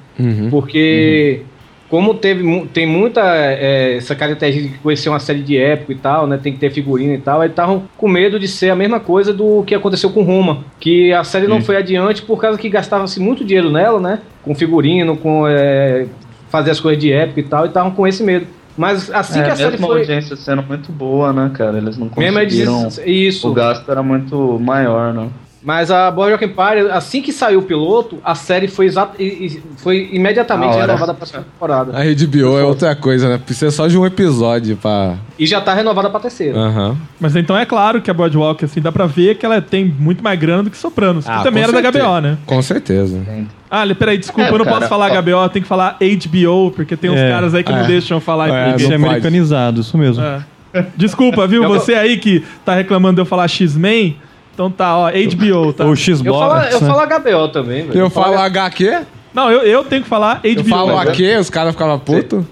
Porque como teve, mu- tem muita é, essa característica de conhecer uma série de época e tal, né? Tem que ter figurina e tal, aí estavam com medo de ser a mesma coisa do que aconteceu com Roma. Que a série não foi adiante por causa que gastava-se muito dinheiro nela, né? Com figurino, com é, fazer as coisas de época e tal, e estavam com esse medo. Mas assim é, que a série mesmo a foi. audiência sendo muito boa, né, cara? Eles não Mesmo é conseguiram. de, isso. O gasto era muito maior, né? Mas a Boardwalk Empire, assim que saiu o piloto, a série foi, exa- e- e- foi imediatamente Na hora. renovada para segunda temporada. A Rede Bio é outra coisa, né? Precisa só de um episódio pra. E já tá renovada para terceira. Aham. Mas então é claro que a Boardwalk, assim, dá pra ver que ela tem muito mais grana do que Sopranos. Ah, que também com era certeza. da HBO, né? Com certeza. Ah, ali, peraí, desculpa, É, eu não cara, posso falar ó. HBO, tem que falar HBO, porque tem uns É, caras aí que não é. deixam eu falar É, em Isso é não pode. americanizado, isso mesmo. É. Desculpa, viu? Você aí que tá reclamando de eu falar X-Men, então tá, ó, HBO, tá? Ou x Eu falo, eu box né? falo HBO também, velho. Eu falo HQ? Não, eu, eu tenho que falar HBO. Eu falo velho. HQ, os caras ficavam putos.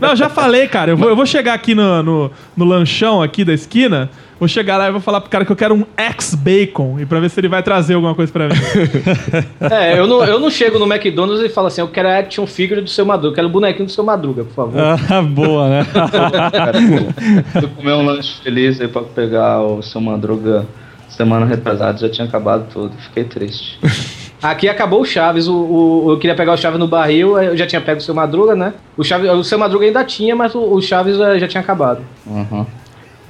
Não, eu já falei, cara. Eu vou, eu vou chegar aqui no, no, no lanchão aqui da esquina, vou chegar lá e vou falar pro cara que eu quero um X-Bacon, e pra ver se ele vai trazer alguma coisa pra mim. É, eu não, eu não chego no McDonald's e falo assim, eu quero a action figure do seu Madruga, eu quero o bonequinho do seu Madruga, por favor. É. Ah, [laughs] boa, né? Cara, fui comer um lanche feliz aí pra pegar o seu Madruga semana retrasada, já tinha acabado tudo. Fiquei triste. Aqui acabou o Chaves, o, o- eu queria pegar o Chaves no barril, eu já tinha pego o seu Madruga, né? O, Chaves, o seu Madruga ainda tinha, mas o, o Chaves eh, já tinha acabado. Uhum.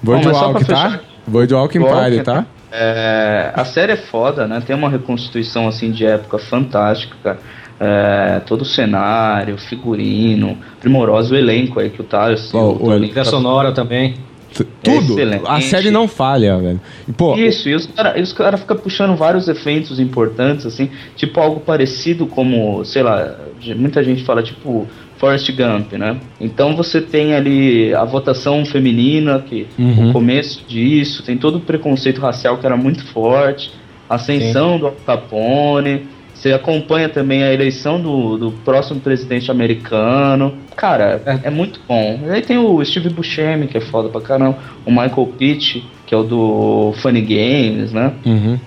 Bom, mas só Boardwalk, pra tá? Boardwalk Empire, tá? É, a série é foda, né? Tem uma reconstituição assim de época fantástica, cara. É, todo o cenário, figurino, primoroso o elenco aí que o Thales. Ó, o elenco. Trilha sonora também. T- Tudo. Excelente. A série não falha, velho. E, pô, Isso, e os caras cara ficam puxando vários efeitos importantes, assim, tipo algo parecido como, sei lá, de- muita gente fala tipo Forrest Gump, né? Então você tem ali a votação feminina, que Uhum. o começo disso, tem todo o preconceito racial que era muito forte, a ascensão do Al Capone, você acompanha também a eleição do, do próximo presidente americano. Cara, é, muito bom. E aí tem o Steve Buscemi, que é foda pra caramba, o Michael Pitt, que é o do Funny Games, né?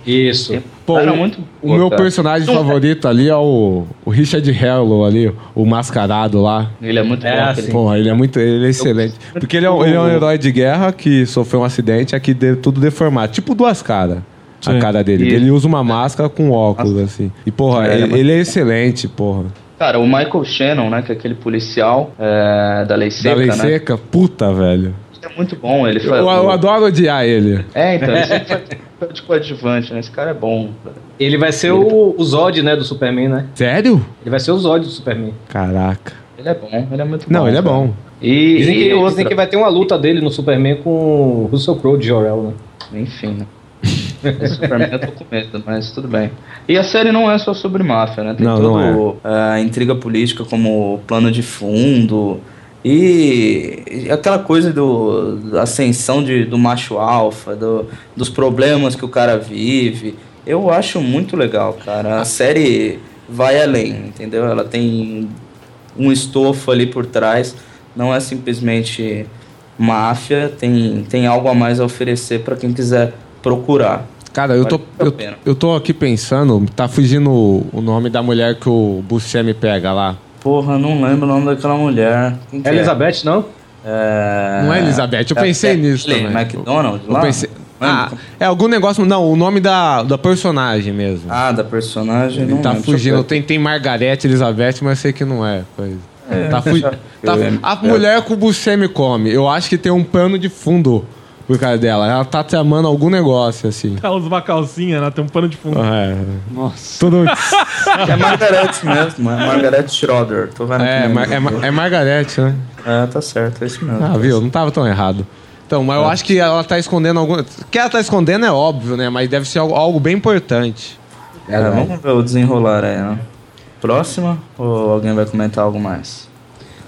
Isso. Uhum. pô, Era o- muito o boa, meu cara. personagem Não, favorito ali é o, o Richard Harlow ali, o mascarado lá. Ele é muito É, bom. assim. aquele- Porra, ele é muito. Ele é excelente. Porque ele é, um, ele é um herói de guerra que sofreu um acidente aqui deu tudo deformado. Tipo duas caras. A Sim. cara dele. Isso. Ele usa uma máscara com óculos, assim. E, porra, É, ele, mas- ele é excelente, porra. Cara, o Michael Shannon, né? Que é aquele policial é, da Lei Seca, da lei né? seca, puta, velho. Ele é muito bom. Ele Eu, faz, eu adoro odiar ele. É, então, ele sempre faz papel de coadjuvante, né? Esse cara é bom. Ele vai ser o, o Zod, né, do Superman, né? Sério? Ele vai ser o Zod do Superman. Caraca. Ele é bom, ele é muito bom. Não, ele é cara. bom. E, Dizem e que, outra, dizem que vai ter uma luta dele no Superman com o Russell Crowe de Jorel, né? Enfim, né? Esse Superman eu tô com medo, mas tudo bem. E a série não é só sobre máfia, né? Tem Não, toda não é. a intriga política como plano de fundo e e aquela coisa do da ascensão de, do macho alfa, do- dos problemas que o cara vive. Eu acho muito legal, cara. A série vai além, entendeu? Ela tem um estofo ali por trás. Não é simplesmente máfia, tem, tem algo a mais a oferecer para quem quiser procurar. Cara, eu tô, Vale a eu, pena. eu tô aqui pensando, tá fugindo o, o nome da mulher que o Buscemi pega lá. Porra, não lembro o nome daquela mulher. Quem que é? Elizabeth, não? É... Não é Elizabeth? Eu é- pensei é nisso aquele também. McDonald's Eu lá? pensei- Não Ah, lembro. é algum negócio. Não, o nome da, da personagem mesmo. Ah, da personagem. Ele não tá lembro. fugindo. Tem, tem Margarete Elizabeth, mas sei que não é. coisa. Tá fu- tá- lembro. a mulher que o Buscemi come, eu acho que tem um pano de fundo por causa dela. Ela tá tramando algum negócio, assim. Ela usa [laughs] uma calcinha, ela tem um pano de fundo. É, Nossa. tudo... É Margaret mesmo, é Margaret Schroeder. Tô vendo é, aqui ma- mesmo. é, ma- é Margarete, né? É, tá certo, é isso mesmo. Ah, viu? Não tava tão errado. Então, mas eu acho que ela tá escondendo alguma. O que ela tá escondendo é óbvio, né? Mas deve ser algo, algo bem importante. Cara, É, vamos ver o desenrolar aí, né? Próxima ou alguém vai comentar algo mais?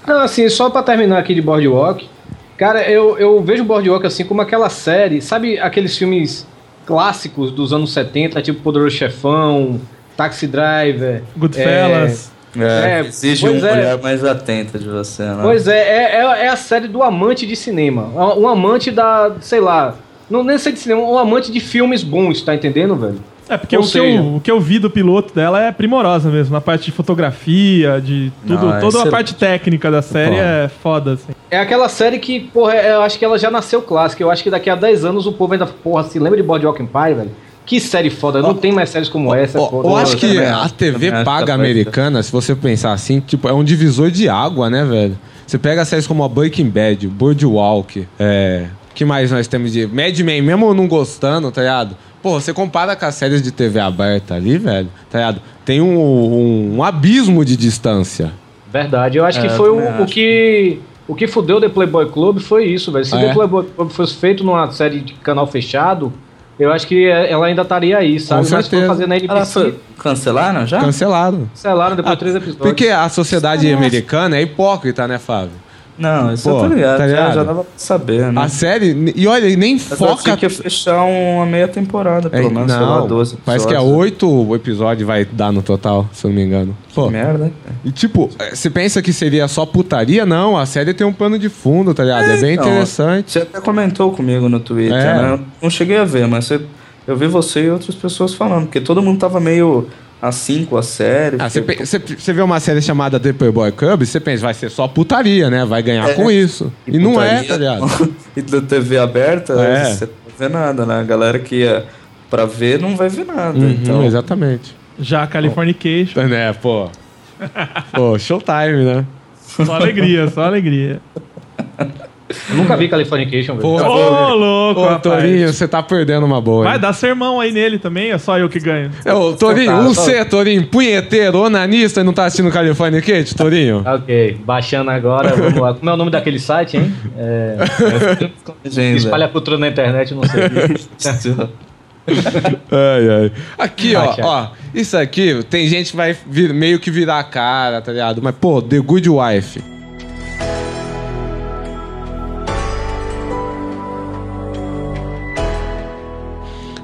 Não, assim, só pra terminar aqui de Boardwalk. Cara, eu, eu vejo Boardwalk assim como aquela série, sabe aqueles filmes clássicos dos anos 70, tipo Poderoso Chefão, Taxi Driver. Goodfellas. É, exige pois um é. olhar mais atento de você, né? Pois é, é, é- é a série do amante de cinema. Um- Um amante da, sei lá, não nem sei de cinema, um amante de filmes bons, tá entendendo, velho? É, porque Ou o, que seja- eu, o que eu vi do piloto dela é primorosa mesmo. Na parte de fotografia, de tudo. Não, é toda a excelente. parte técnica da série é foda, assim. É aquela série que, porra, é- eu acho que ela já nasceu clássica. Eu acho que daqui a 10 anos o povo ainda, porra, se lembra de Boardwalk Empire, velho? Que série foda, não tem mais séries como essa. Ó, foda. eu acho que também a acho, TV também acho que paga tá americana, se você pensar assim, tipo, é um divisor de água, né, velho? Você pega séries como a Breaking Bad, Boardwalk, é... que mais nós temos de... Mad Men, mesmo não gostando, tá ligado? Pô, você compara com as séries de TV aberta ali, velho, tá ligado? Tem um, um- um abismo de distância. Verdade, eu acho que É, eu foi também o, o acho. que. O que fudeu The Playboy Club foi isso, velho. Se Ah, The é? Playboy Club fosse feito numa série de canal fechado, eu acho que é- ela ainda estaria aí, sabe? Mas foi certeza. fazer na Ela NBC, foi- cancelaram Ah. já? Cancelado. cancelaram depois Ah, de três episódios. Porque a sociedade americana é hipócrita, né, Fábio? Não, isso Pô, eu tô ligado, tá já- ligado? Já, dava pra saber, Uhum. né? A série, e olha, nem Mas eu foca achei que ia fechar uma meia temporada, É, pelo menos, sei lá, 12 Parece que é episódios. oito episódios vai dar no total, se eu não me engano. Pô, Merda, hein, cara? e tipo, eh, você pensa que seria só putaria? Não, a série tem um pano de fundo, tá ligado? É, bem então, interessante. Você até comentou comigo no Twitter, É. né? Eu não cheguei a ver, mas você- eu vi você e outras pessoas falando, porque todo mundo tava meio assim com a série. Ah, Você porque- pe- você- você vê uma série chamada The Playboy Club, você pensa, vai ser só putaria, né? Vai ganhar com isso. E, não é, tá putaria. ligado? [laughs] e da TV aberta, É. você não vê nada, né? A galera que ia pra ver não vai ver nada. Uhum, então, Exatamente. Já a Californication. Né, pô. Pô, showtime, né? Só alegria, só alegria. Eu nunca vi Californication, velho. Pô, Ô, louco, Ô, rapaz. Torinho, você tá perdendo uma boa. hein? Vai dar sermão aí nele também, é só eu que ganho. É, Ô, Torinho, um C, Torinho, punheteiro, onanista e não tá assistindo California Kate, Torinho? Ok, baixando agora, vamos lá. Como é o nome daquele site, hein? É, gente, [laughs] espalha cultura na internet, não sei. o quê. velho. Ai, ai. Aqui, ó, Vai, Thiago. ó. Isso aqui, tem gente que vai vir- meio que virar a cara, tá ligado? Mas, pô, The Good Wife.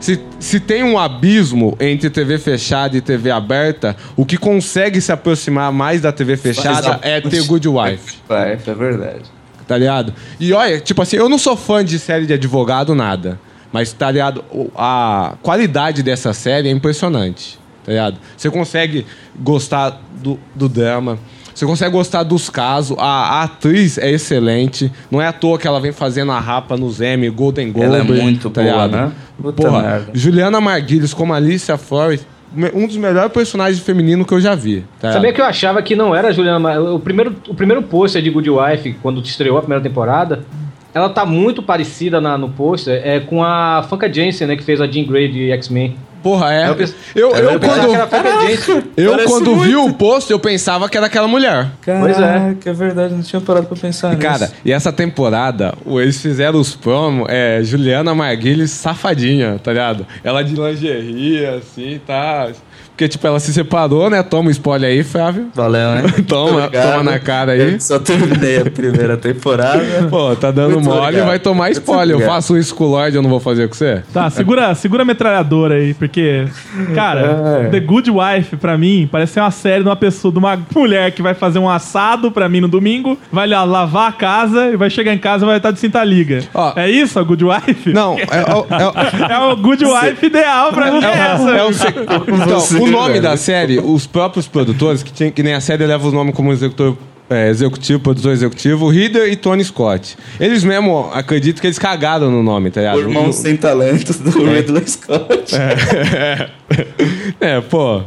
Se, se tem um abismo entre TV fechada e TV aberta, o que consegue se aproximar mais da TV fechada é The Good Wife Vai, é verdade. tá ligado? E olha, tipo assim, eu não sou fã de série de advogado, nada. Mas, tá ligado? O- A qualidade dessa série é impressionante, tá ligado? Você consegue gostar do, do drama, você consegue gostar dos casos, a, a atriz é excelente, não é à toa que ela vem fazendo a rapa nos Emmy, Golden Globe. Ela é muito tá boa, ligado? né? Puta Porra, merda. Juliana Marguilhos como Alicia Flores, me- um dos melhores personagens femininos que eu já vi. É. tá ligado? Sabia que eu achava que não era a Juliana Mar... o primeiro O primeiro pôster de Good Wife, quando estreou a primeira temporada, ela tá muito parecida na- no pôster é, com a Funka Jensen, né? Que fez a Jean Grey de X-Men. Porra, é. Eu pens- Eu, eu, Eu é pensava quando, que era a Funka Jensen. Eu, Parece quando muito. vi o post, eu pensava que era aquela mulher. Pois é. Caraca, é. verdade, não tinha parado pra pensar Cara, nisso. e essa temporada, o- eles fizeram os promos, é, Juliana Marguilhos safadinha, tá ligado? Ela de lingerie, assim, tá... Porque, tipo, ela se separou, né? Toma um spoiler aí, Flávio. Valeu, hein? [laughs] Toma, toma na cara aí. Eu só terminei a primeira temporada. [laughs] Pô, tá dando Muito mole, obrigado. vai tomar Muito spoiler. Eu obrigado. faço isso com o Lorde, eu não vou fazer com você? Tá, segura, segura a metralhadora aí, porque, cara, The Good Wife, pra mim, parece ser uma série de uma pessoa, de uma mulher que vai fazer um assado pra mim no domingo, vai lá lavar a casa e vai chegar em casa e vai estar de cinta liga. Ó. é isso, a Good Wife? Não, é, é, é, [laughs] É o Good Wife ideal pra mim, é essa. É um sec- [laughs] Então, Você, o nome velho. da série, os próprios produtores, que, tinha, que nem a série leva os nomes como executor, é, executivo, produtor executivo, Reader e Tony Scott. Eles mesmo acredito que eles cagaram no nome, tá O ligado? irmão O- sem talentos do Ridley Scott. É, pô.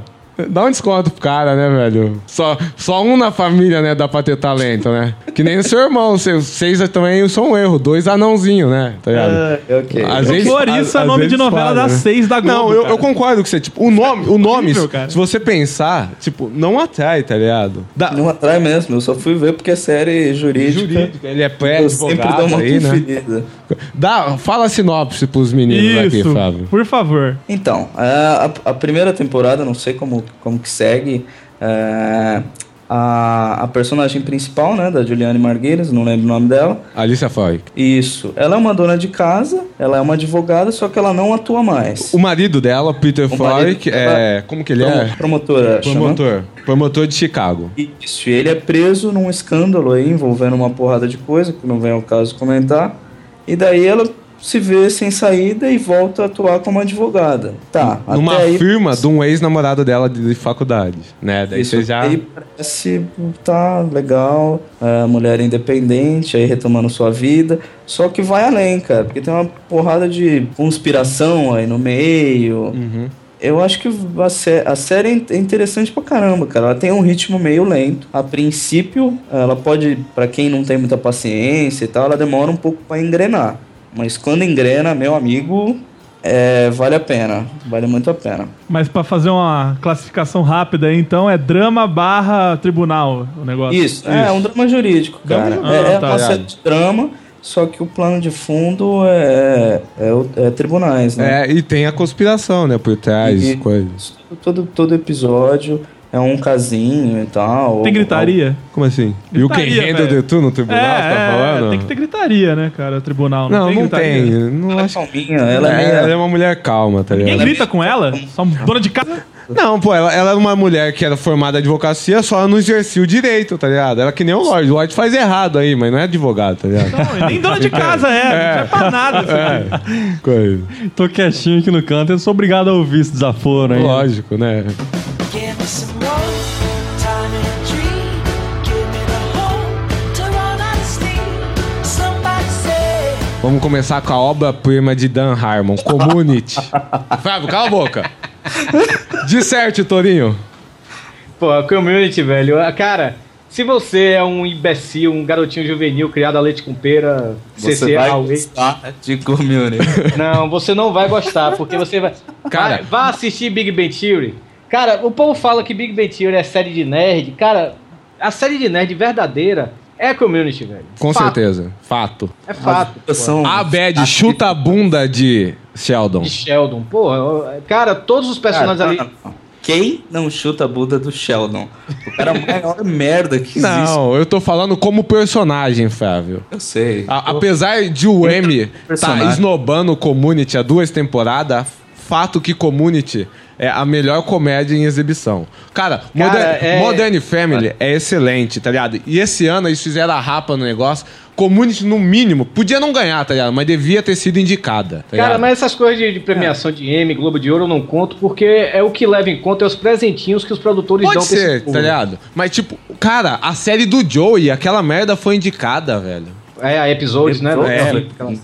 Dá um desconto pro cara, né, velho? Só, só um na família, né, dá pra ter talento, né? Que nem o seu irmão, seu- seis também são um erro, dois anãozinho, né? Tá ligado? Ah, ok. Às vezes- Floriça é às- nome às vezes de novela falha, das né? seis da Globo, Não, eu, cara. eu concordo com você. Tipo, o nome, o nome horrível, se- cara. se você pensar, tipo, não atrai, tá ligado? Da, Não atrai mesmo, eu só fui ver porque é série jurídica. jurídica, ele é eu sempre pré-advogado dou uma aí, né? conferida. Dá, fala a sinopse pros meninos Isso, aqui, Fábio. por favor. Então, a, a- a primeira temporada, não sei como, como que segue. é, a, a personagem principal, né, da Juliane Margueiras, não lembro o nome dela. Alicia Foy. Isso. Ela é uma dona de casa, ela é uma advogada, só que ela não atua mais. O marido dela, Peter O Foy, marido que dela- é. Como que ele é? Promo- Promotora. chama? Promotor. Promotor de Chicago. Isso, e ele é preso num escândalo aí envolvendo uma porrada de coisa, que não vem ao caso comentar. E daí ela se vê sem saída e volta a atuar como advogada. Tá, Numa até aí. firma de um ex-namorado dela de, de faculdade. Né? Daí Isso você já. aí parece tá legal, a mulher independente, aí retomando sua vida. Só que vai além, cara, porque tem uma porrada de conspiração aí no meio. Uhum. Eu acho que a, sé- a série é in- é interessante pra caramba, cara. Ela tem um ritmo meio lento. A princípio, ela pode, pra quem não tem muita paciência e tal, ela demora um pouco pra engrenar. Mas quando engrena, meu amigo, é, vale a pena. Vale muito a pena. Mas pra fazer uma classificação rápida aí, então, é drama barra tribunal o negócio. Isso, é um drama jurídico, cara. Drama é jurídico. é Ah, tá, uma série de drama, só que o plano de fundo é, é, o- é tribunais, né? É, e tem a conspiração, né? Por trás, E- coisas. Todo, todo episódio é um casinho e tal. Tem gritaria? Como assim? E o quem Gritaria, renda velho. É, de tu no tribunal, você tá falando? tem que ter gritaria, né, cara? Tribunal. Não, Não, tem não gritaria. tem. Não Ela é acho... calminha, ela é, é, meio- ela é uma mulher calma, tá Ninguém ligado? grita com ela? Só um dona de casa? Não, pô, ela, ela era uma mulher que era formada em advocacia, só ela não exercia o direito, tá ligado? Ela que nem o Lorde. O Lorde faz errado aí, mas não é advogado, tá ligado? [laughs] Não, nem dona de casa é. Não é pra nada. filho. Coisa. Tô quietinho aqui no canto, eu sou obrigado a ouvir esse desaforo aí. Lógico, né? Give me some rose, time and a dream. Give me the hope to run out of steam. Somebody say, Vamos começar com a obra-prima de Dan Harmon, Community. Fábio, cala a boca. Disserte, Torinho. Pô, a community, velho. Ah, Cara, se você é um imbecil, um garotinho juvenil criado a leite com pera, Você CC, vai Huawei, gostar de community. não, você não vai gostar, porque você vai. Cara- Cara, vá assistir Big Bang Theory. Cara, o povo fala que Big Bang Theory é série de nerd. Cara, a série de nerd verdadeira é a community, velho. Com Fato, certeza. Fato. É fato. Elas são- Abed, chuta a bunda de Sheldon. De Sheldon, porra. ó, Cara, todos os personagens Cara, tá ali. não, não, não. Quem não chuta a Buda do Sheldon? O cara é a maior [laughs] merda que existe. Não, eu tô falando como personagem, Fábio. Eu sei. A- apesar de o M tá personagem. esnobando o Community há duas temporadas, fato que Community é a melhor comédia em exibição. Cara, Modern, é- Modern Family é excelente, tá ligado? E esse ano eles fizeram a rapa no negócio. Community, no mínimo, podia não ganhar, tá ligado? Mas devia ter sido indicada. tá Cara, ligado? mas essas coisas de, de premiação de M, Globo de Ouro, eu não conto, porque é o que leva em conta é os presentinhos que os produtores Pode dão pra ser, esse povo. tá ligado? Mas, tipo, cara, a série do Joey, aquela merda foi indicada, velho. É, a episódios, né? É, Enfim, aquelas-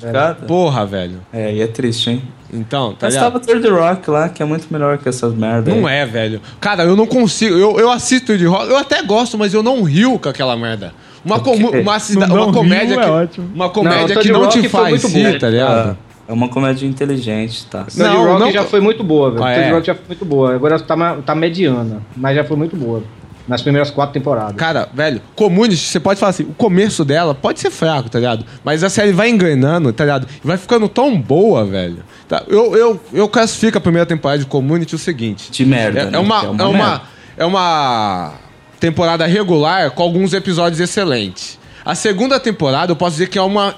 Porra, velho. é, e é triste, hein? Então, tá Mas ligado? tava Third Rock lá, que é muito melhor que essas merdas. Não é, velho. Cara, eu não consigo. Eu, eu assisto de rock, eu até gosto, mas eu não rio com aquela merda. Uma, comu- uma, cida- Não, não uma comédia rio é que, ótimo. Uma comédia Não, que Third não te Rock foi faz muito bom. Ah. rir, tá ligado? É uma comédia inteligente, tá? Third Não, Rock não- já foi muito boa, velho. Ah, Third é. Rock já foi muito boa. Agora tá, ma- tá mediana, mas já foi muito boa. Nas primeiras quatro temporadas. Cara, velho, Community, você pode falar assim, o começo dela pode ser fraco, tá ligado? Mas a série vai enganando, tá ligado? E vai ficando tão boa, velho. Tá, eu, eu, eu classifico a primeira temporada de Community o seguinte. De merda. É, né? é uma, Que é, uma, é, merda. uma, temporada regular com alguns episódios excelentes. A segunda temporada, eu posso dizer que é uma,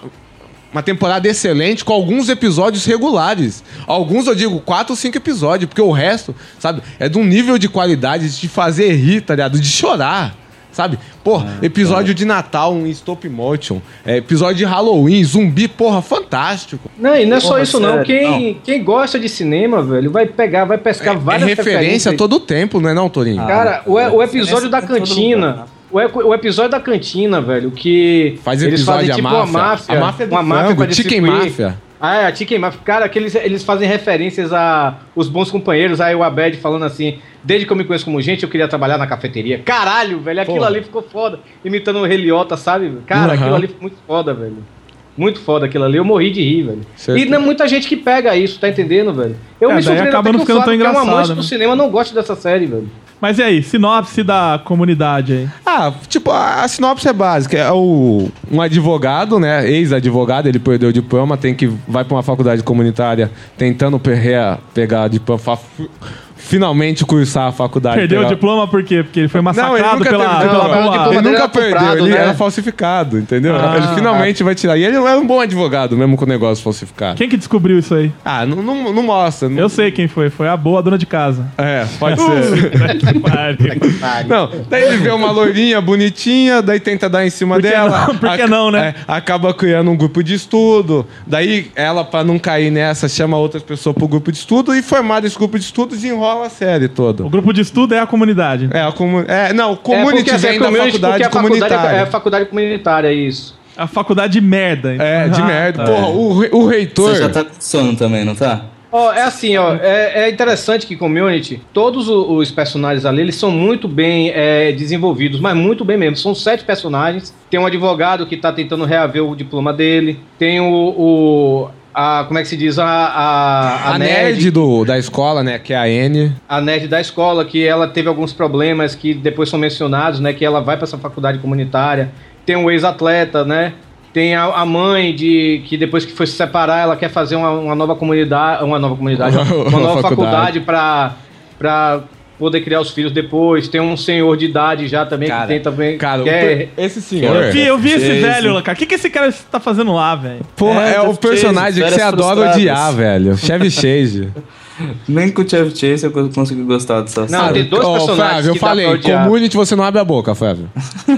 uma temporada excelente com alguns episódios regulares. Alguns, eu digo, quatro, cinco episódios, porque o resto, sabe, é de um nível de qualidade de te fazer rir, tá ligado? De chorar. Sabe? Pô, Ah, tá. episódio de Natal em stop motion, é, episódio de Halloween, zumbi, porra, fantástico. Não, e não é só Porra, isso, não. sério, Quem, quem gosta de cinema, velho, vai pegar, vai pescar várias é referência referências. todo tempo, não é não, Torinho? né? Cara, o, Ah, o referência episódio da tem todo cantina. lugar. O, e- o episódio da cantina, velho, que. tipo Faz episódio da uma máfia. máfia. A máfia é do uma máfia frango, pra chicken distribuir. máfia. Ah, é, a Chicken Mafia. Cara, que eles, eles fazem referências a os bons companheiros. Aí o Abed falando assim: desde que eu me conheço como gente, eu queria trabalhar na cafeteria. Caralho, velho, aquilo Porra. ali ficou foda. Imitando o Heliota, sabe? Cara, Aham. aquilo ali foi muito foda, velho. Muito foda aquilo ali. Eu morri de rir, velho. Certo. E não é muita gente que pega isso, tá entendendo, velho? Eu É, me daí surpreendo acaba até não que o ficando tão Flávio, que é um engraçado, amante né? do cinema, não gosta dessa série, velho. Mas e aí, sinopse da comunidade aí? Ah, tipo, a, a sinopse é básica. É o, um advogado, né? Ex-advogado, ele perdeu o diploma, tem que vai para uma faculdade comunitária tentando perrear, pegar diploma, fa- finalmente cursar a faculdade. Perdeu o pegar- diploma por quê? Porque ele foi massacrado pela, teve pela é um diploma. boa- Ele nunca perdeu, ele era né? falsificado, entendeu? Ah. ele finalmente vai tirar. E ele não era um bom advogado mesmo com o negócio falsificado. Quem que descobriu isso aí? Ah, não, não, não mostra. Eu sei quem foi. Foi a boa dona de [laughs] casa. É, [laughs] pode ser. Não, daí ele vê uma loirinha bonitinha, daí tenta dar em cima Por que dela. não? Por que ac- não, né? é, acaba criando um grupo de estudo. Daí ela, pra não cair nessa, chama outras pessoas pro grupo de estudo e formado esse grupo de estudo desenrola a série toda. O grupo de estudo é a comunidade. É, a comu é não, o É, community porque, assim, vem da community, faculdade porque a faculdade é- comunitária. É, a faculdade comunitária, é isso. A faculdade de merda. Ah, É, de merda. Porra, o, re- o reitor. Você já tá com sono também, não tá? Ó, é assim, ó, é, é interessante que Community, todos o- os personagens ali, eles são muito bem é, desenvolvidos, mas muito bem mesmo. São sete personagens. Tem um advogado que tá tentando reaver o diploma dele. Tem o... o- a, como é que se diz? A, a, A nerd do, da escola, né? Que é a N. a nerd da escola, que ela teve alguns problemas que depois são mencionados, né? Que ela vai para essa faculdade comunitária. Tem um ex-atleta, né? Tem a, a mãe de que depois que foi se separar, ela quer fazer uma, uma nova comunidade, uma nova [laughs] comunidade, uma Uma nova faculdade. faculdade para para poder criar os filhos depois. Tem um senhor de idade já também que tem também Cara, que é- esse senhor. Eu vi, eu vi esse Jason. velho, cara. O que, que esse cara tá fazendo lá, velho? Porra, é, É, o Jeff Chase, personagem que férias você adora frustradas. odiar, velho. Chevy Chase. Nem com o Chevy Chase eu consegui gostar dessa Não, série. tem dois Ó, personagens Flávio, eu que dá falei, pra odiar. community você não abre a boca, [laughs] Flávio.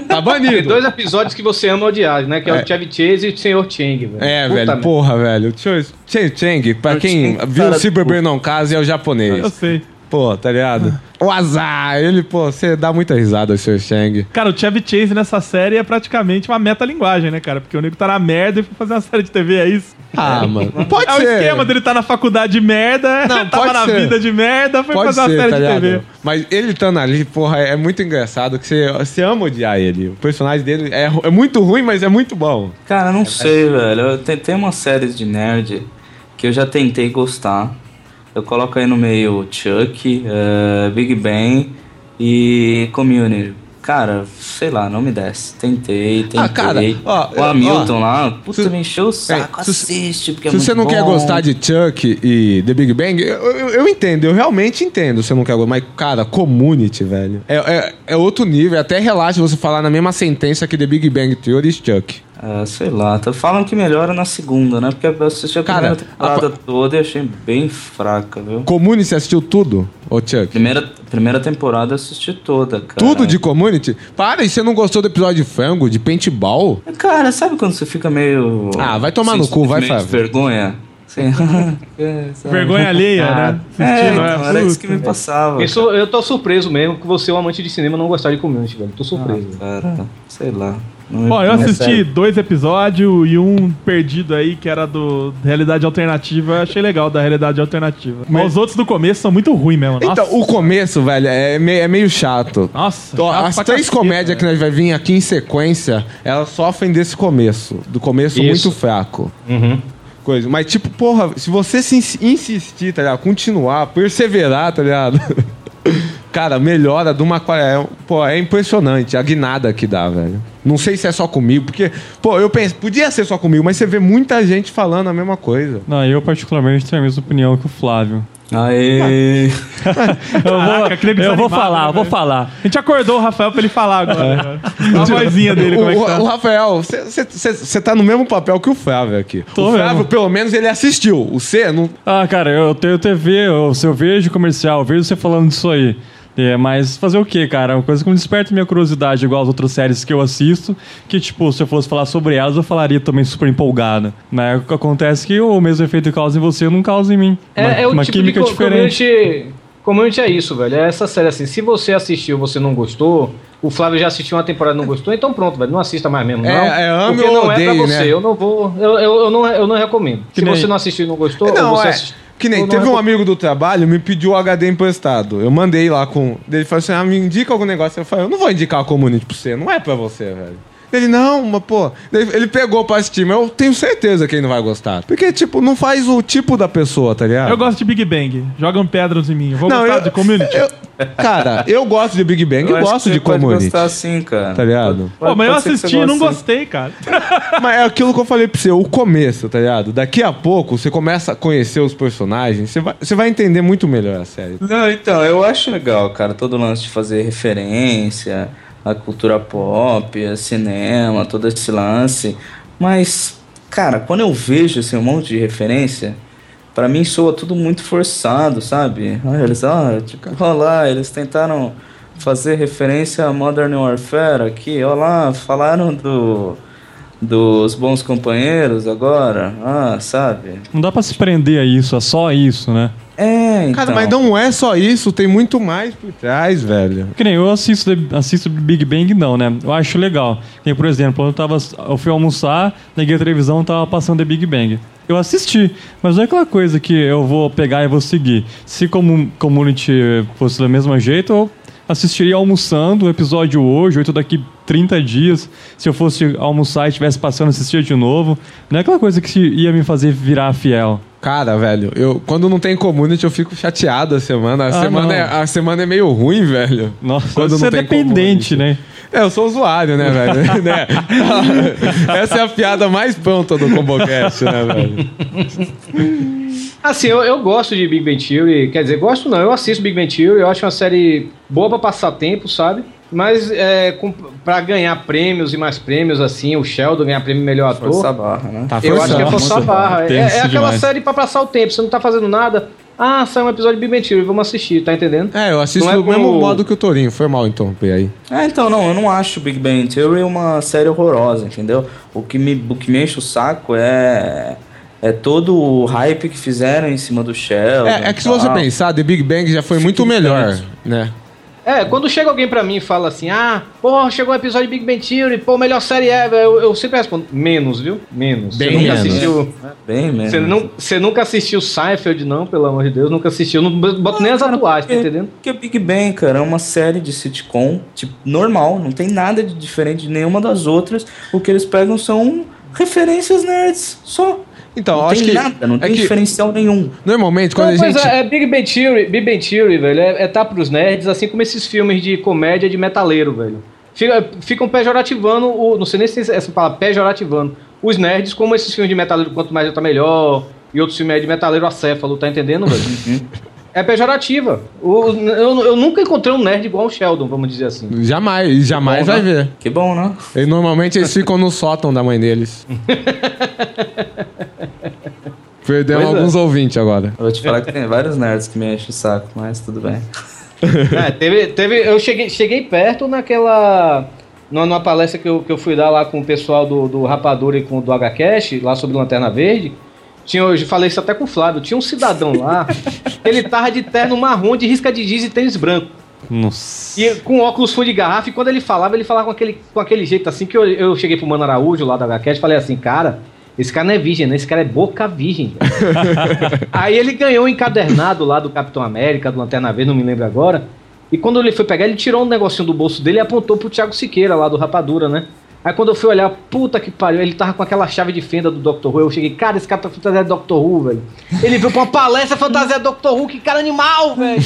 Tá Tem banido. dois episódios que você ama odiar, né? Que é, o Chevy Chase e o Senhor Chang, velho. É, velho, Puta merda. porra, velho. Deixa eu- Chang Chang, pra Eu quem tinha- viu cara, Se Beber Não Case, é o Eu japonês. sei. Pô, tá ligado? O azar, ele, pô, você dá muita risada ao seu Chang. Cara, o Chevy Chase nessa série é praticamente uma metalinguagem, né, cara? Porque o nego tá na merda e foi fazer uma série de TV, é isso? Ah, mano. Pode é ser. o esquema dele tá na faculdade de merda, Não, [laughs] tava pode na ser. vida de merda, foi Pode fazer uma ser, série tá de ligado? TV. Mas ele estando ali, porra, é muito engraçado que você, você ama odiar ele. O personagem dele é, ru- é muito ruim, mas é muito bom. Cara, eu não sei, velho. Eu tentei uma série de nerd que eu já tentei gostar. Eu coloco aí no meio Chuck, eh, Big Bang e Community. Cara, sei lá, não me desce. Tentei, tentei. Ah, cara, ó, o ó, Hamilton lá, puta, se- me encheu o saco. é, se- assiste, porque é Se muito você não quer bom. gostar de Chuck e The Big Bang, eu, eu- eu entendo, eu realmente entendo. se Você não quer gostar, mas, cara, community, velho. É, é- é outro nível, até relaxa você falar na mesma sentença que The Big Bang Theory e Chuck. Ah, sei lá, tá- falam que melhora na segunda, né? Porque eu assisti a Cara, primeira temporada toda e achei bem fraca, viu? Community, você assistiu tudo, ô Chuck? Primeira, primeira temporada eu assisti toda, cara. Tudo de community? Para, e você não gostou do episódio de frango, de paintball? Cara, sabe quando você fica meio. Ah, vai tomar no cu, vai, meio de Fábio. Vergonha? Sim. é, sabe? Vergonha alheia, né? [laughs] É, Assistindo, então, era isso que me Puta. passava. Isso, eu tô surpreso mesmo que você, um amante de cinema, não gostar de community, velho. Tô Ah. surpreso. Cara, sei lá. Não- Bom, eu não é assisti sério. dois episódios e um perdido aí, que era do Realidade Alternativa. Eu achei legal da Realidade Alternativa. Mas, os outros do começo são muito ruins mesmo. Nossa, Então, o começo, velho, é meio, é meio chato. nossa. Ó, chato Então, as pra três cacete, né? comédias velho. que nós vai vir aqui em sequência, elas sofrem desse começo. Do começo Isso. muito fraco. Uhum. Coisa. Mas, tipo, porra, se você se ins- insistir, tá ligado? Continuar, perseverar, tá ligado? [laughs] Cara, melhora de uma. qua- É, pô, é impressionante a guinada que dá, velho. Não sei se é só comigo, porque, pô, eu penso, podia ser só comigo, mas você vê muita gente falando a mesma coisa. Não, eu particularmente tenho a mesma opinião que o Flávio. Aê! Eu Caraca, que nego eu desanimado, vou falar, né, eu vou velho? falar. É. A gente acordou o Rafael pra ele falar agora. né? A vozinha dele, o, como é que o- tá? o Rafael, você tá no mesmo papel que o Flávio aqui. Tô o Flávio, mesmo. pelo menos, ele assistiu. O C, não. Ah, cara, eu tenho TV, eu, se eu vejo comercial, eu vejo você falando disso aí. É, mas fazer o que, cara? É Uma coisa que me desperta minha curiosidade, igual as outras séries que eu assisto, que, tipo, se eu fosse falar sobre elas, eu falaria também super empolgado. Né? Acontece que o mesmo efeito que causa em você não causa em mim. É, uma, é o uma tipo de química co- diferente. community. Community é isso, velho. É essa série assim. Se você assistiu você não gostou, o Flávio já assistiu uma temporada e não gostou, então pronto, velho. Não assista mais mesmo, não. É, é ame porque ou não é odeie, pra você. né? Eu não vou. Eu, eu, eu não, eu não recomendo. Que Se nem- você não assistiu e não gostou, ou Não, você é. assistiu. Que nem eu não teve um recomendo. amigo do trabalho me pediu o HD emprestado. Eu mandei lá com. Ele falou assim: ah, me indica algum negócio. Eu falei: eu não vou indicar a community pra você, não é pra você, velho. Ele, não, mas pô. Daí Ele pegou pra assistir, mas eu tenho certeza que ele não vai gostar. Porque, tipo, não faz o tipo da pessoa, tá ligado? Eu gosto de Big Bang. Jogam pedras em mim. Eu Vou Não, gostar eu- de community. Cara, eu gosto de Big Bang, [laughs] eu, Eu acho gosto que de você pode community. gostar sim, cara. Tá ligado? Pô, mas eu assisti e não gostei, cara. Mas é aquilo que eu falei pra você, o começo, tá ligado? Daqui a pouco você começa a conhecer os personagens, você vai, você vai entender muito melhor a série. Não, então, eu acho legal, cara, todo o lance de fazer referência à cultura pop, a cinema, todo esse lance. Mas, cara, quando eu vejo assim, um monte de referência, pra mim soa tudo muito forçado, sabe? Ah, eles, ah, tipo, ó lá, eles tentaram fazer referência a Modern Warfare aqui, ó lá, falaram do. Dos bons companheiros agora, ah, sabe? Não dá pra se prender a isso, a só isso, né? É, Cara, mas não é só isso, tem muito mais por trás, velho. Que nem eu assisto, assisto Big Bang, não, né? Eu acho legal. Tem, por exemplo, eu, tava, eu fui almoçar, liguei a televisão tava passando The Big Bang. Eu assisti, mas não é aquela coisa que eu vou pegar e vou seguir. Se como um community fosse do mesmo jeito, eu assistiria almoçando o episódio hoje, ou então daqui 30 dias. Se eu fosse almoçar e estivesse passando, assistia de novo. Não é aquela coisa que ia me fazer virar fiel. Cara, velho, eu quando não tem community eu fico chateado a semana. A, Ah, semana, não. é, a semana é meio ruim, velho. Nossa, Quando você não é tem dependente, né? É, eu sou usuário, né, [laughs] velho? Né? Essa é a piada mais pronta do Combocast, né, velho? Assim, eu, eu gosto de Big Bang Theory, quer dizer, gosto não, eu assisto Big Bang Theory, eu acho uma série boa pra passar tempo, sabe? Mas é, com- pra ganhar prêmios e mais prêmios, assim, o Sheldon ganhar prêmio melhor ator. Força a barra, né? Tá eu acho que é forçar a forçando. barra. É, Tenso é aquela demais. série pra passar o tempo, você não tá fazendo nada. Ah, sai um episódio de Big Bang Theory, vamos assistir, tá entendendo? É, eu assisto Não é do mesmo como- modo que o Torinho. Foi mal interromper aí. Ah, então, não, eu não acho Big Bang Theory uma série horrorosa, entendeu? O que me, o que me enche o saco é, é todo o hype que fizeram em cima do Tá Shell. É, é que se Ah. você pensar, The Big Bang já foi muito melhor, né? É, quando chega alguém pra mim e fala assim, ah, porra, chegou um episódio de Big Bang Theory, pô, melhor série ever, eu, eu sempre respondo, menos, viu? Menos. Bem você nunca menos. assistiu. Bem menos. Você, nu- você nunca assistiu Seinfeld, não, pelo amor de Deus, nunca assistiu. Não boto nem as atuais, tá entendendo? Porque Big Bang, cara, é uma série de sitcom, tipo, normal, não tem nada de diferente de nenhuma das outras. O que eles pegam são referências nerds, só. Então, não acho tem que- nada, não é tem que- diferencial nenhum. Normalmente, quando Não, a mas gente. é, é Big Bang Theory, Big Bang Theory, velho, é, é tá pros nerds, assim como esses filmes de comédia de metaleiro, velho. Fica- Ficam pejorativando, o, não sei nem se é essa palavra, pejorativando, os nerds, como esses filmes de metaleiro, quanto mais eu tá melhor, e outros filmes aí de metaleiro acéfalo, tá entendendo, velho? é pejorativa. O- eu, eu nunca encontrei um nerd igual o Sheldon, vamos dizer assim. Jamais, jamais Bom, vai né? ver. Que bom, né? E normalmente eles ficam no sótão da mãe [laughs] deles. Perdemos Pois é. alguns ouvintes agora. Eu vou te falar que tem vários nerds que me enchem o saco, mas tudo bem. É, teve, teve, eu cheguei, cheguei perto naquela. Numa, numa palestra que eu, que eu fui dar lá com o pessoal do, do Rapadura e com o do HCast, lá sobre Lanterna Verde. Tinha, eu falei isso até com o Flávio. Tinha um cidadão lá, ele tava de terno marrom, de risca de giz e tênis branco. Nossa. E com óculos fundo de garrafa, e quando ele falava, ele falava com aquele, com aquele jeito assim que eu, eu cheguei pro Mano Araújo lá da HCast e falei assim, cara, esse cara não é virgem, né? Esse cara é boca virgem. velho." Aí ele ganhou um encadernado lá do Capitão América, do Lanterna Verde, não me lembro agora. E quando ele foi pegar, ele tirou um negocinho do bolso dele e apontou pro Thiago Siqueira lá do Rapadura, né? Aí quando eu fui olhar, puta que pariu, ele tava com aquela chave de fenda do Dr. Who. Eu cheguei, cara, esse cara tá fantasia do Dr. Who, velho. Ele veio pra uma palestra fantasia do Dr. Who, que cara animal, velho.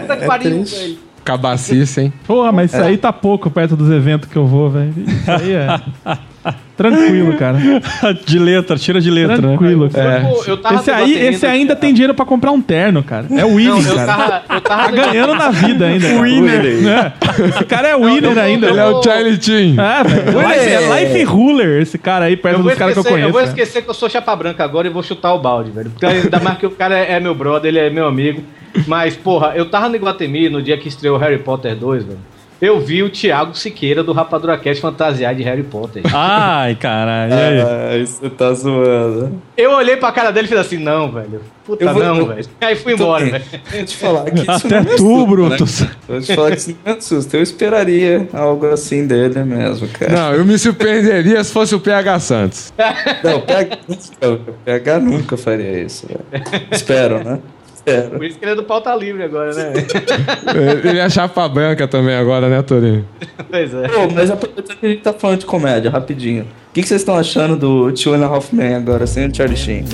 Puta que é pariu, triste. velho. Cabacice, hein? Porra, mas isso aí tá pouco perto dos eventos que eu vou, [laughs] velho. Isso aí é. [laughs] Tranquilo, cara. de letra, tira de letra. Tranquilo, né? cara. Pô, eu tava É. esse aí, debatendo- esse ainda tem dinheiro pra comprar um terno, cara. É o Não, Willis, eu cara. tava, eu tava Tá ganhando na vida ainda. cara. Winner. [laughs] Né? Esse cara é winner eu vou- Então ainda. eu Ele é o vou- Charlie Team. Ah. É, velho. É life ruler esse cara aí, perto Eu vou, dos caras que eu esquecer, eu, conheço. vou né? esquecer que eu sou chapa branca agora e vou chutar o balde, velho. Porque ainda mais que o cara é, é meu brother, ele é meu amigo. Mas, porra, eu tava no Iguatemi no dia que estreou Harry Potter 2, velho. Eu vi o Thiago Siqueira do Rapadura Cast fantasiar de Harry Potter. Ai, caralho. e aí? [laughs] Ah, você tá zoando. Eu olhei pra cara dele e fiz assim, não, velho. Puta Eu vou- não, eu- velho. Aí né? fui embora, velho. Vou te falar que isso Até não me tu, assusta, Brutus. Né? Vou te falar que isso não me assusta. Eu esperaria algo assim dele mesmo, cara. Não, eu me surpreenderia se fosse o PH Santos. [laughs] Não, o PH, nunca- o PH nunca faria isso. velho. Espero, né? espero. Por isso que ele é do pauta livre agora, né? [laughs] Ele é chapa branca também agora, né, Torinho? pois é. Pô, mas aproveitando que a gente tá falando de comédia, rapidinho. O que, que vocês estão achando do Two and a Half Men agora, sem o Charlie Sheen?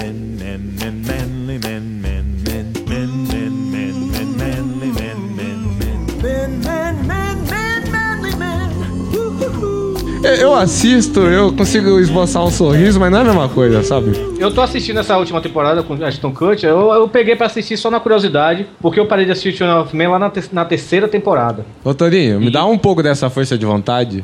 Eu- Eu assisto, eu consigo esboçar um sorriso, mas não é a mesma coisa, sabe? Eu tô assistindo essa última temporada com Ashton Kutcher. Eu, eu peguei pra assistir só na curiosidade, porque eu parei de assistir Children of Men lá na, te- na terceira temporada. Ô, Torinho, me dá um pouco dessa força de vontade.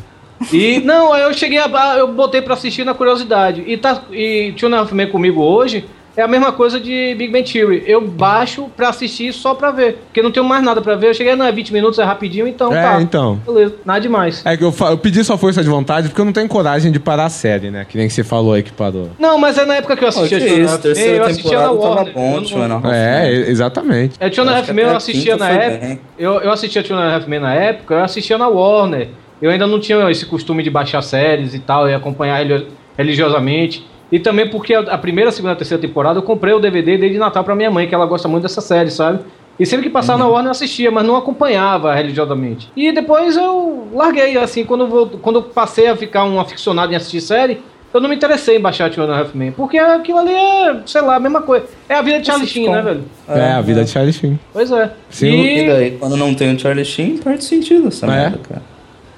E não, aí eu cheguei a, eu botei pra assistir na curiosidade. E tá e Children of Men comigo hoje é a mesma coisa de Big Bang Theory. Eu baixo pra assistir só pra ver, porque não tenho mais nada pra ver. Eu cheguei não, é 20 minutos, é rapidinho, então É, tá. então. Beleza, nada demais. É que eu, fa- eu pedi sua força de vontade porque eu não tenho coragem de parar a série, né? Que nem você falou aí que parou. Não, mas é na época que eu assistia Pô, que Children isso, of Men, terceira eu assistia na temporada tava Warner. bom, eu não- Two and a Half É, e- exatamente. É, Two and a Acho Half que Men até eu a assistia quinta na foi época. bem. Eu, eu assistia Two and a Half Men na época, eu assistia na Warner. Eu ainda não tinha esse costume de baixar séries e tal, e acompanhar relio- religiosamente. E também porque a a primeira, segunda, terceira temporada eu comprei o DVD desde Natal pra minha mãe, que ela gosta muito dessa série, sabe? E sempre que passava Uhum. na Warner eu assistia, mas não acompanhava religiosamente. E depois eu larguei, assim, quando eu, vou- quando eu passei a ficar um aficionado em assistir série, eu não me interessei em baixar Two and a Half Men, porque aquilo ali é, sei lá, a mesma coisa. É a vida de Charlie Sheen, né, velho? É, a vida de Charlie Sheen. Pois é. Sim, E e... daí, quando não tem o Charlie Sheen, perde sentido essa É. merda, cara.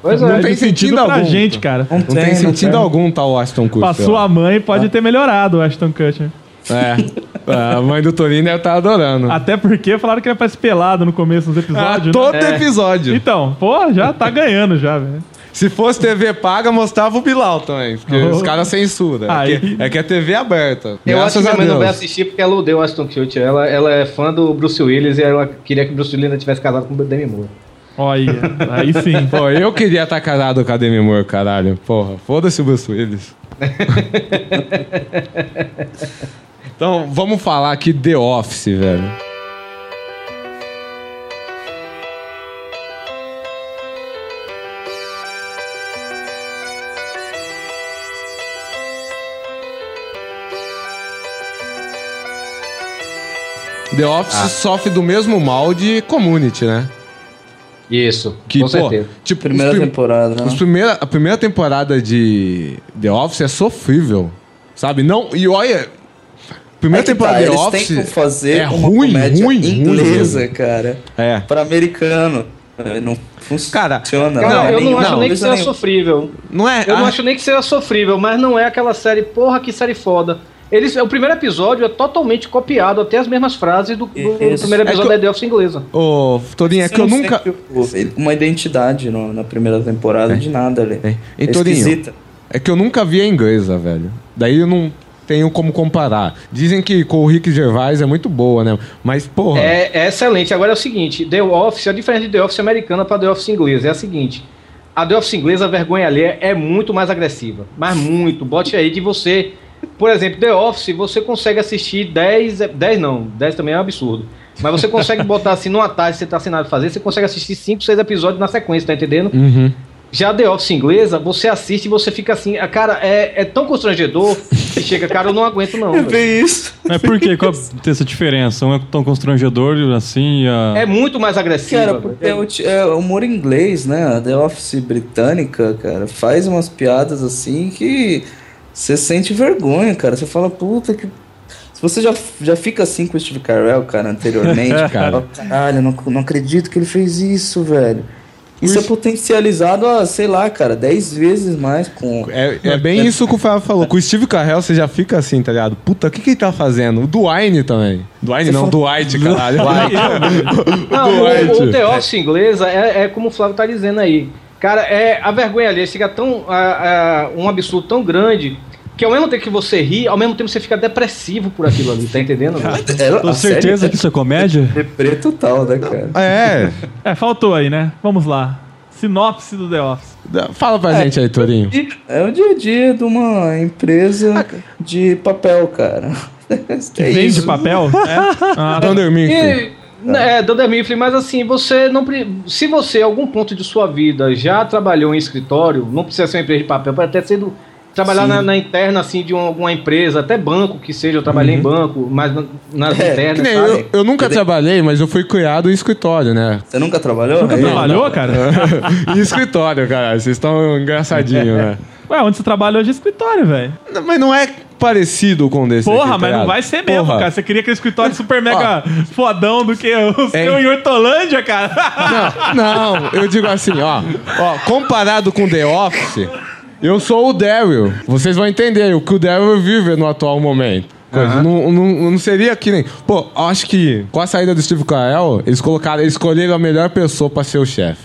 Pois Não é. tem sentido pra algum. gente, cara. Não, Não tem sentido algum tal Aston Kutcher. Passou a mãe, pode Ah. ter melhorado o Ashton Kutcher. É. A mãe do Torinho deve estar adorando. Até porque falaram que ele aparece pelado no começo dos Ah, episódios, todo né? episódio. Então, pô, já tá ganhando já, velho. Se fosse TV paga, mostrava o Bilal também. Porque Oh. os caras censura. É Aí. que, é que é TV aberta. Eu acho Graças que minha a mãe não vai Deus. assistir porque ela odeia o Aston Kutcher. Ela, ela é fã do Bruce Willis e ela queria que o Bruce Willis ainda tivesse casado com o Demi Moore. Olha, aí [laughs] sim. Pô, eu queria estar casado com a Demi Moore, caralho. Porra, foda-se o Bruce [laughs] Willis. então, vamos falar aqui The Office, velho. The Office Ah. sofre do mesmo mal de Community, né? Isso, Que, com pô, certeza. Tipo, Primeira os prim- temporada, né? os primeira, a primeira temporada de The Office é sofrível. Sabe? Não, e olha. Primeira É que temporada tá, de The eles Office. tentam fazer é uma ruim, comédia ruim, ruim inglesa, mesmo. cara, É. para americano. É, Não funciona. é Cara, Não, Não, eu nem- não acho nem que coisa seja nenhuma. sofrível. Não é? Eu não Ah, acho nem que seja sofrível, mas não é aquela série, porra, que série foda. Eles, o primeiro episódio é totalmente copiado, até as mesmas frases do, do- do Isso. primeiro É que episódio eu- da The Office inglesa. Ô, Torinho, é Você que eu não nunca. sente o- uma identidade no- na primeira temporada de nada ali. É. E, É Torinho, esquisita. É que eu nunca vi a inglesa, velho. Daí eu não tenho como comparar. Dizem que com o Rick Gervais é muito boa, né? Mas, porra. É, é excelente. Agora é o seguinte: The Office, a diferença de The Office americana para The Office inglesa é a seguinte. A The Office inglesa, a vergonha alheia, é muito mais agressiva. Mas muito. Bote aí de você. Por exemplo, The Office, você consegue assistir 10. ep- 10 não, 10 também é um absurdo. Mas você consegue botar assim numa tarde, você tá sem nada a fazer, você consegue assistir 5, 6 episódios na sequência, tá entendendo? Uhum. Já The Office inglesa, você assiste e você fica assim, ah, cara, é, é tão constrangedor que chega, cara, eu não aguento não. velho. Vê isso. Mas por que? Qual tem essa diferença? Um é tão constrangedor assim e a... É muito mais agressivo. Cara, porque é velho. o ti- é o humor inglês, né? A The Office britânica, cara, faz umas piadas assim que você sente vergonha, cara. Você fala, puta que. Se você já, já fica assim com o Steve Carell, cara, anteriormente, Cara. cara, caralho, não, ac- não acredito que ele fez isso, velho. Isso é potencializado a, sei lá, cara, 10 vezes mais com. É, é bem isso que o Fábio falou. Com o Steve Carell, você já fica assim, tá ligado? Puta, o que, que ele tá fazendo? O Dwayne também. Dwayne não, Dwight, caralho. [laughs] Não, Dwight. o, o The Office inglesa é, é como o Flávio tá dizendo aí. Cara, é a vergonha ali chega tão a- a- um absurdo tão grande que ao mesmo tempo que você ri, ao mesmo tempo você fica depressivo por aquilo ali, tá entendendo? Ela- Tô a série certeza que isso é comédia? É preto total, né, cara? É. É, faltou aí, né? Vamos lá. Sinopse do The Office. Dá- Fala pra gente aí, Torinho. É o dia a dia de uma empresa de papel, cara. [laughs] É Vende isso. [laughs] papel? É. Ah, Então dormir, filho. E, Tá. é, Dunder Mifflin, mas assim, você não. pre- Se você, em algum ponto de sua vida, já trabalhou em escritório, não precisa ser uma empresa de papel, pode até ser do- Trabalhar Sim. na, na interna, assim, de um- alguma empresa, até banco que seja, eu trabalhei em banco, mas na- nas internas, Uhum. É, Que nem sabe? eu, eu nunca trabalhei, mas eu fui criado em escritório, né? [laughs] Você nunca trabalhou? Nunca Aí, trabalhou, cara? em escritório, cara. Vocês estão engraçadinhos, né? Ué, onde você trabalha hoje é escritório, velho. Não, Mas não é parecido com o desse Porra, aqui, tá mas não ligado? vai ser mesmo, Porra. cara. Você queria aquele [laughs] escritório super mega fodão do que o É, seu em Hortolândia, [laughs] cara. Não, não, eu digo assim, ó. ó comparado com The Office, eu sou o Daryl. Vocês vão entender o que o Daryl vive no atual momento. Coisa, não, não, não seria que nem. Pô, acho que com a saída do Steve Carell, eles colocaram, eles escolheram a melhor pessoa pra ser o chefe.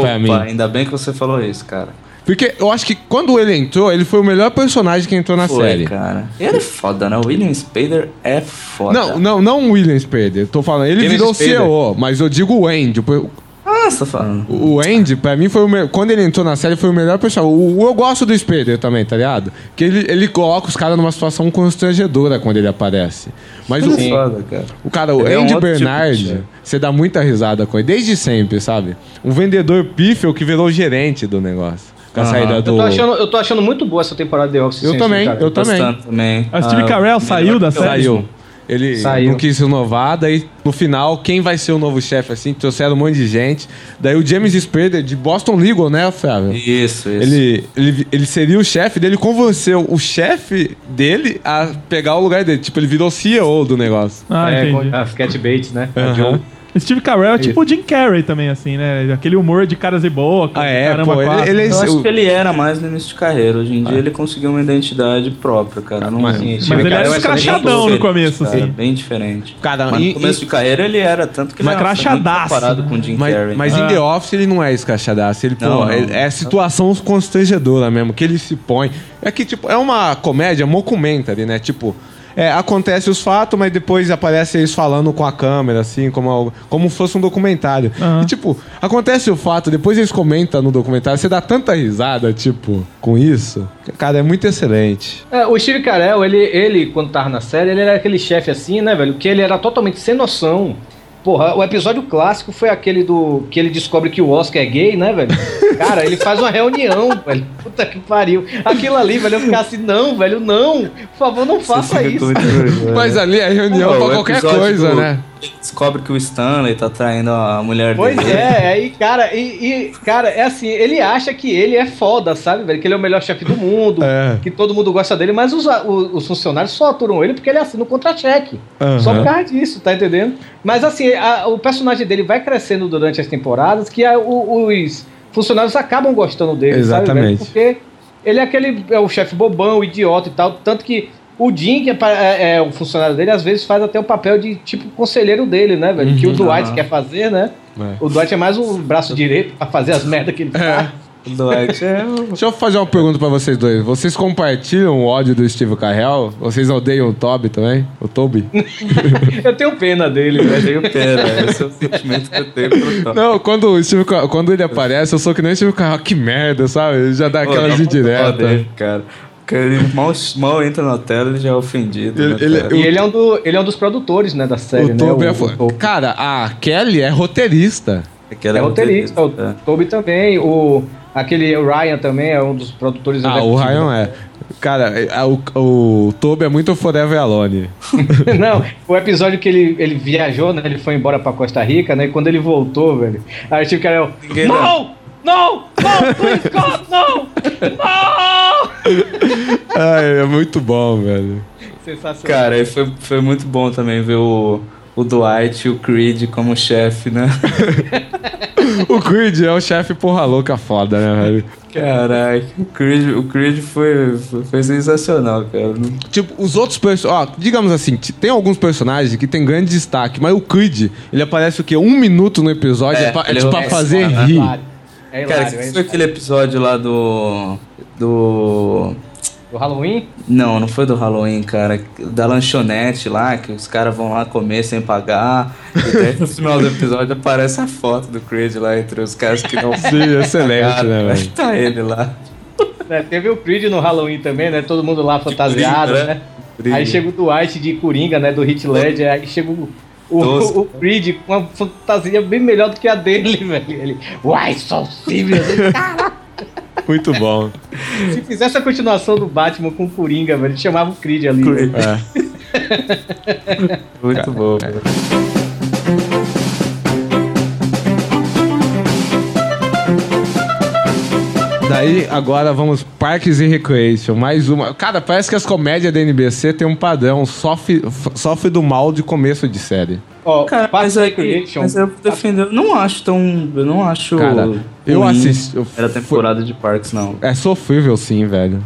Pra mim. Opa, ainda bem que você falou isso, cara. Porque eu acho que quando ele entrou, ele foi o melhor personagem que entrou na Foi, série. cara. Ele é foda, né? O William Spader é foda. Não, não, não o William Spader. Tô falando, ele James virou Spader. CEO, mas eu digo o Andy. o- Ah, você tá falando. O Andy, pra mim, foi o me... quando ele entrou na série, foi o melhor personagem. O, eu gosto do Spader também, tá ligado? Que ele, ele coloca os caras numa situação constrangedora quando ele aparece. Mas Ele é o, foda, cara. o cara, o Ele é um Andy outro tipo de Bernard, chefe. você dá muita risada com ele, desde sempre, sabe? Um vendedor pífio que virou gerente do negócio. Com a Aham. saída do. Eu tô, achando, eu tô achando muito boa essa temporada de The Office. Eu sim, também, cara. eu também. Gostando também. A Steve Ah, Carell saiu da série? Saiu. Ele Saiu. não quis renovar, daí no final, quem vai ser o novo chefe assim? Trouxeram um monte de gente. Daí o James Spader de Boston Legal, né, Flávio? Isso, isso. Ele, ele, ele seria o chefe dele, convenceu o chefe dele a pegar o lugar dele. Tipo, ele virou CEO do negócio. Ah, é, entendi. com- a Sketch Bates, né? A Aham. Joe. Steve Carell é tipo o Jim Carrey também, assim, né? Aquele humor de caras e boca. Ah, é, caramba, pô, ele- quatro. ele é Eu esse- acho o- que ele era mais no início de carreira. Hoje em dia ele conseguiu uma identidade própria, cara. Não, Mas- Sim, Ah. Mas ele era Cara, eu acho que ele é escrachadão no diferente, começo, cara, assim. Bem diferente. Cara, Mas e- no começo e- de carreira ele era, tanto que ele Mas era foi muito crachadaço, comparado né? com o Jim Mas, Carrey. mas em Ah. The Office ele não é escrachadaço. Ele, pô, Não, não. é- é situação constrangedora mesmo, que ele se põe. É que, tipo, é uma comédia mockumentary, né? Tipo, é, acontece os fatos, mas depois aparece eles falando com a câmera, assim, como, algo- como fosse um documentário. Aham. E, tipo, acontece o fato, depois eles comentam no documentário, você dá tanta risada, tipo, com isso. Cara, é muito excelente. É, o Steve Carell, ele, ele, quando tava na série, ele era aquele chefe assim, né, velho? Que ele era totalmente sem noção. Porra, o episódio clássico foi aquele do. que ele descobre que o Oscar é gay, né, [laughs] velho? Cara, ele faz uma reunião, velho. Puta que pariu. Aquilo ali, velho, eu ficava assim, não, velho, não. Por favor, não faça isso. [laughs] Mas ali é reunião pra qualquer coisa, né? Descobre que o Stanley tá traindo a mulher Pois né? dele. é, aí, cara, e, e, cara, é assim, ele acha que ele é foda, sabe, velho? Que ele é o melhor chefe do mundo, É. que todo mundo gosta dele, mas os, a- o- os funcionários só aturam ele porque ele assina o contra-cheque. Só por causa disso, tá entendendo? Mas assim, a- o personagem dele vai crescendo durante as temporadas que a- o- os funcionários acabam gostando dele, Exatamente. sabe, velho? Porque ele é aquele, é o chefe bobão, idiota e tal, tanto que o Jim, que é, pa- é- é o funcionário dele, às vezes faz até o papel de, tipo, conselheiro dele, né, velho? Uhum, Que o Dwight Aham. quer fazer, né? O Dwight é mais o braço direito pra fazer as merdas É. que ele faz. [laughs] O Dwight é o- Deixa eu fazer uma pergunta pra vocês dois. Vocês compartilham o ódio do Steve Carell? Vocês odeiam o Toby também? O Toby? Eu tenho pena dele, Eu velho. tenho pena, esse é o sentimento que eu tenho pelo Tom. Não, quando, o Steve Carell- quando ele aparece, eu sou que nem o Steve Carell. Que merda, sabe? Ele já dá Pô, aquelas dá dó indiretas. dele, cara. Porque ele mal, mal entra na tela ele já é ofendido. Ele- né, ele- cara? E ele é, um do, ele é um dos produtores, né, da série, O né? Toby é... o- fo- o- Cara, a Kelly é roteirista. que era É roteirista, o é. Toby também, o aquele Ryan também é um dos produtores né? Ah, o executivos. Ryan é. Cara, é- a- o, o Toby é muito Forever Alone. é. [laughs] Não, o episódio que ele, ele viajou, né, ele foi embora pra Costa Rica, né, e quando ele voltou, velho, aí tipo, o Steve Carell, Ninguém não, não, não, please God, não, não! Ai, é muito bom, velho. Sensacional. Cara, e foi, foi muito bom também ver o, o Dwight e o Creed como chefe, né? [laughs] O Creed é o chefe porra louca foda, né, velho? Caraca, o Creed, o Creed foi, foi, foi sensacional, cara. Não- Tipo, os outros personagens. Ó, digamos assim, t- tem alguns personagens que tem grande destaque, mas o Creed, ele aparece o quê? Um minuto no episódio É, é, pra, ele é pra é fazer foda, né? rir. Hilário. É Cara, hilário, que é foi aquele episódio lá do. Do. O Halloween? Não, não foi do Halloween, cara. Da lanchonete lá, que os caras vão lá comer sem pagar. E daí no final do episódio aparece a foto do Creed lá entre os caras que [laughs] não Sim, É excelente, né, pagaram. velho? Tá ele lá. Né, teve o Creed no Halloween também, né? Todo mundo lá fantasiado, Coringa, né? Creed. Aí chega o Dwight de Coringa, né? Do Hit Ledger. Aí chega o, o, Tosco. o Creed com uma [laughs] fantasia bem melhor do que a dele, velho. Ele, uai, só Muito bom. Se fizesse a continuação do Batman com o Coringa, velho, ele chamava o Creed ali. velho. Muito bom. Daí agora vamos Parques e Recreation, mais uma. Cara, parece que as comédias da NBC tem um padrão, sofre, f- sofre do mal de começo de série. Ó, Cara, mas, aí, mas é eu defendo. Eu não acho tão. Eu não acho. Cara, eu ruim assisti- eu Era temporada de Parks, não. É sofrível sim, velho.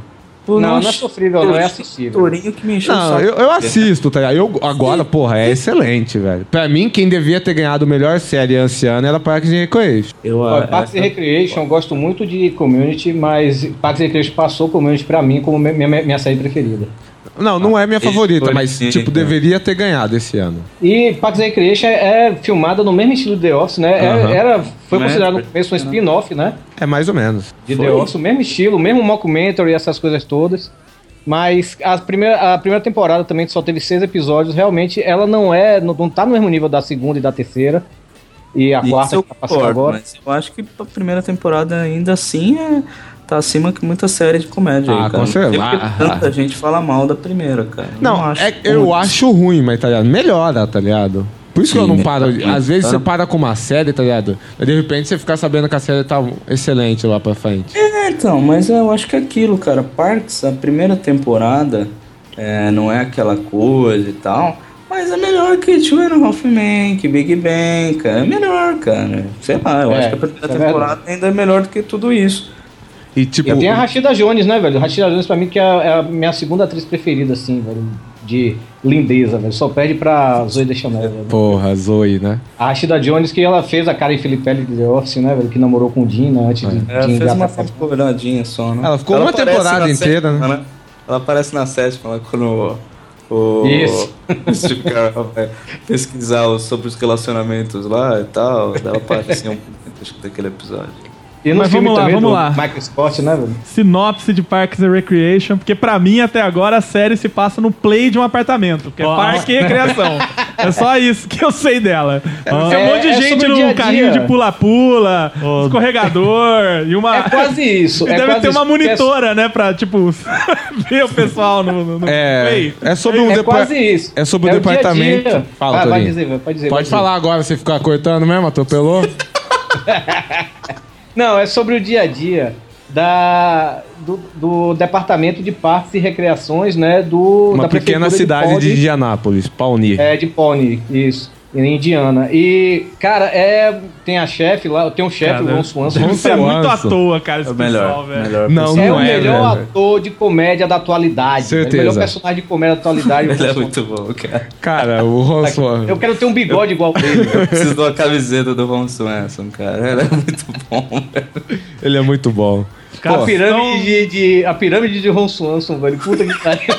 Não, Pô, não é acho- sofrível, não é assistível. Torinho que me encheu o Não, saco. eu, eu assisto, tá ligado? Eu, agora, porra, é excelente, velho. Pra mim, quem devia ter ganhado a melhor série anciana era Parques e Recreation. Eu, Ó, ah, Parks and Recreation, eu gosto muito de Community, mas Parks and Recreation passou Community pra mim como minha, minha, minha série preferida. Não, não é minha favorita, foi mas, sim, tipo, cara. deveria ter ganhado esse ano. E Parks and Recreation é, é filmada no mesmo estilo de The Office, né? É- Aham. Era, foi Mas- considerado no começo um spin-off, né? É mais ou menos. De The Office, o mesmo estilo, o mesmo mockumentary, essas coisas todas. Mas a primeira, a primeira temporada também, que só teve seis episódios, realmente ela não é, não, não tá no mesmo nível da segunda e da terceira. E a Isso quarta eu que tá passando concordo, agora. Mas eu acho que a primeira temporada ainda assim é, tá acima que muita série de comédia. Ah, aí, com cara. certeza. Não tem porque Ah. Tanta gente fala mal da primeira, cara. Eu Não, é- eu acho ruim, mas tá ligado? Melhora, tá ligado? Por isso que eu Sim, não né? paro. Sim, Às vezes claro. você para com uma série, tá ligado? Aí de repente você fica sabendo que a série tá excelente lá pra frente. É, então, mas eu acho que é aquilo, cara. Parks, a primeira temporada é, não é aquela coisa e tal. Mas é melhor que Two and a Half Men, que Big Bang, cara. É melhor, cara. Sei lá, eu É, acho que a isso primeira é temporada ainda é melhor do que tudo isso. E tipo. Eu tenho a Rashida Jones, né, velho? Rashida Jones pra mim que é a, é a minha segunda atriz preferida, assim, velho. De lindeza, velho. Só perde pra Zoe Deschanel, velho. Porra, Zoe, né? A Rashida Jones que ela fez a Karen Filippelli de The Office, né, velho? Que namorou com o Dina antes de, É, Ela de É, fez uma engatar. temporadinha só, né? Ela ficou uma aparece temporada na inteira, né? sétima, né? Ela aparece na sétima, lá quando o, o [laughs] Isso. o Steve Carell vai pesquisar o- sobre os relacionamentos lá e tal. Ela aparece em um acho que daquele episódio. E no Mas filme vamos lá, também vamos do lá. Michael Scott, né, velho? Sinopse de Parks and Recreation, porque pra mim até agora a série se passa no play de um apartamento, porque é parque e [laughs] recreação. é só isso que eu sei dela. Tem um monte de é gente sobre o no dia a carrinho dia. de pula-pula, escorregador e uma. [laughs] É quase isso. E é deve quase ter uma isso, porque é- monitora, né? Pra, tipo, [laughs] ver o pessoal no, no- no É. play. É sobre um É depa- quase isso. É sobre É o o dia a departamento. dia. Fala, Ah, vai Torinho. dizer, vai- pode dizer, Pode vai falar agora, você ficar cortando mesmo, atropelou? Não, é sobre o dia a dia da, do, do Departamento de Parques e Recreações, né? Do, Uma da pequena Prefeitura de cidade Paulde. de Indianápolis, Pawnee. É, de Pony, isso. Em Indiana. E, cara, é. Tem a chefe lá, tem um chefe, o Ron Swanson. Ron Isso é muito à Swanson. toa, cara, esse É o pessoal, melhor. velho. melhor Não, É não o é, melhor velho. ator de comédia da atualidade. velho. Certeza. O melhor personagem de comédia da [laughs] atualidade. Ele é Ron Swanson. muito bom, cara. Cara, o Ron Swanson. Eu quero ter um [laughs] bigode igual dele. Eu preciso de uma camiseta do Ron Swanson, cara. Ele é muito bom, velho. Ele é muito bom. a, pirâmide de, de- a pirâmide de Ron Swanson, velho. Puta que pariu.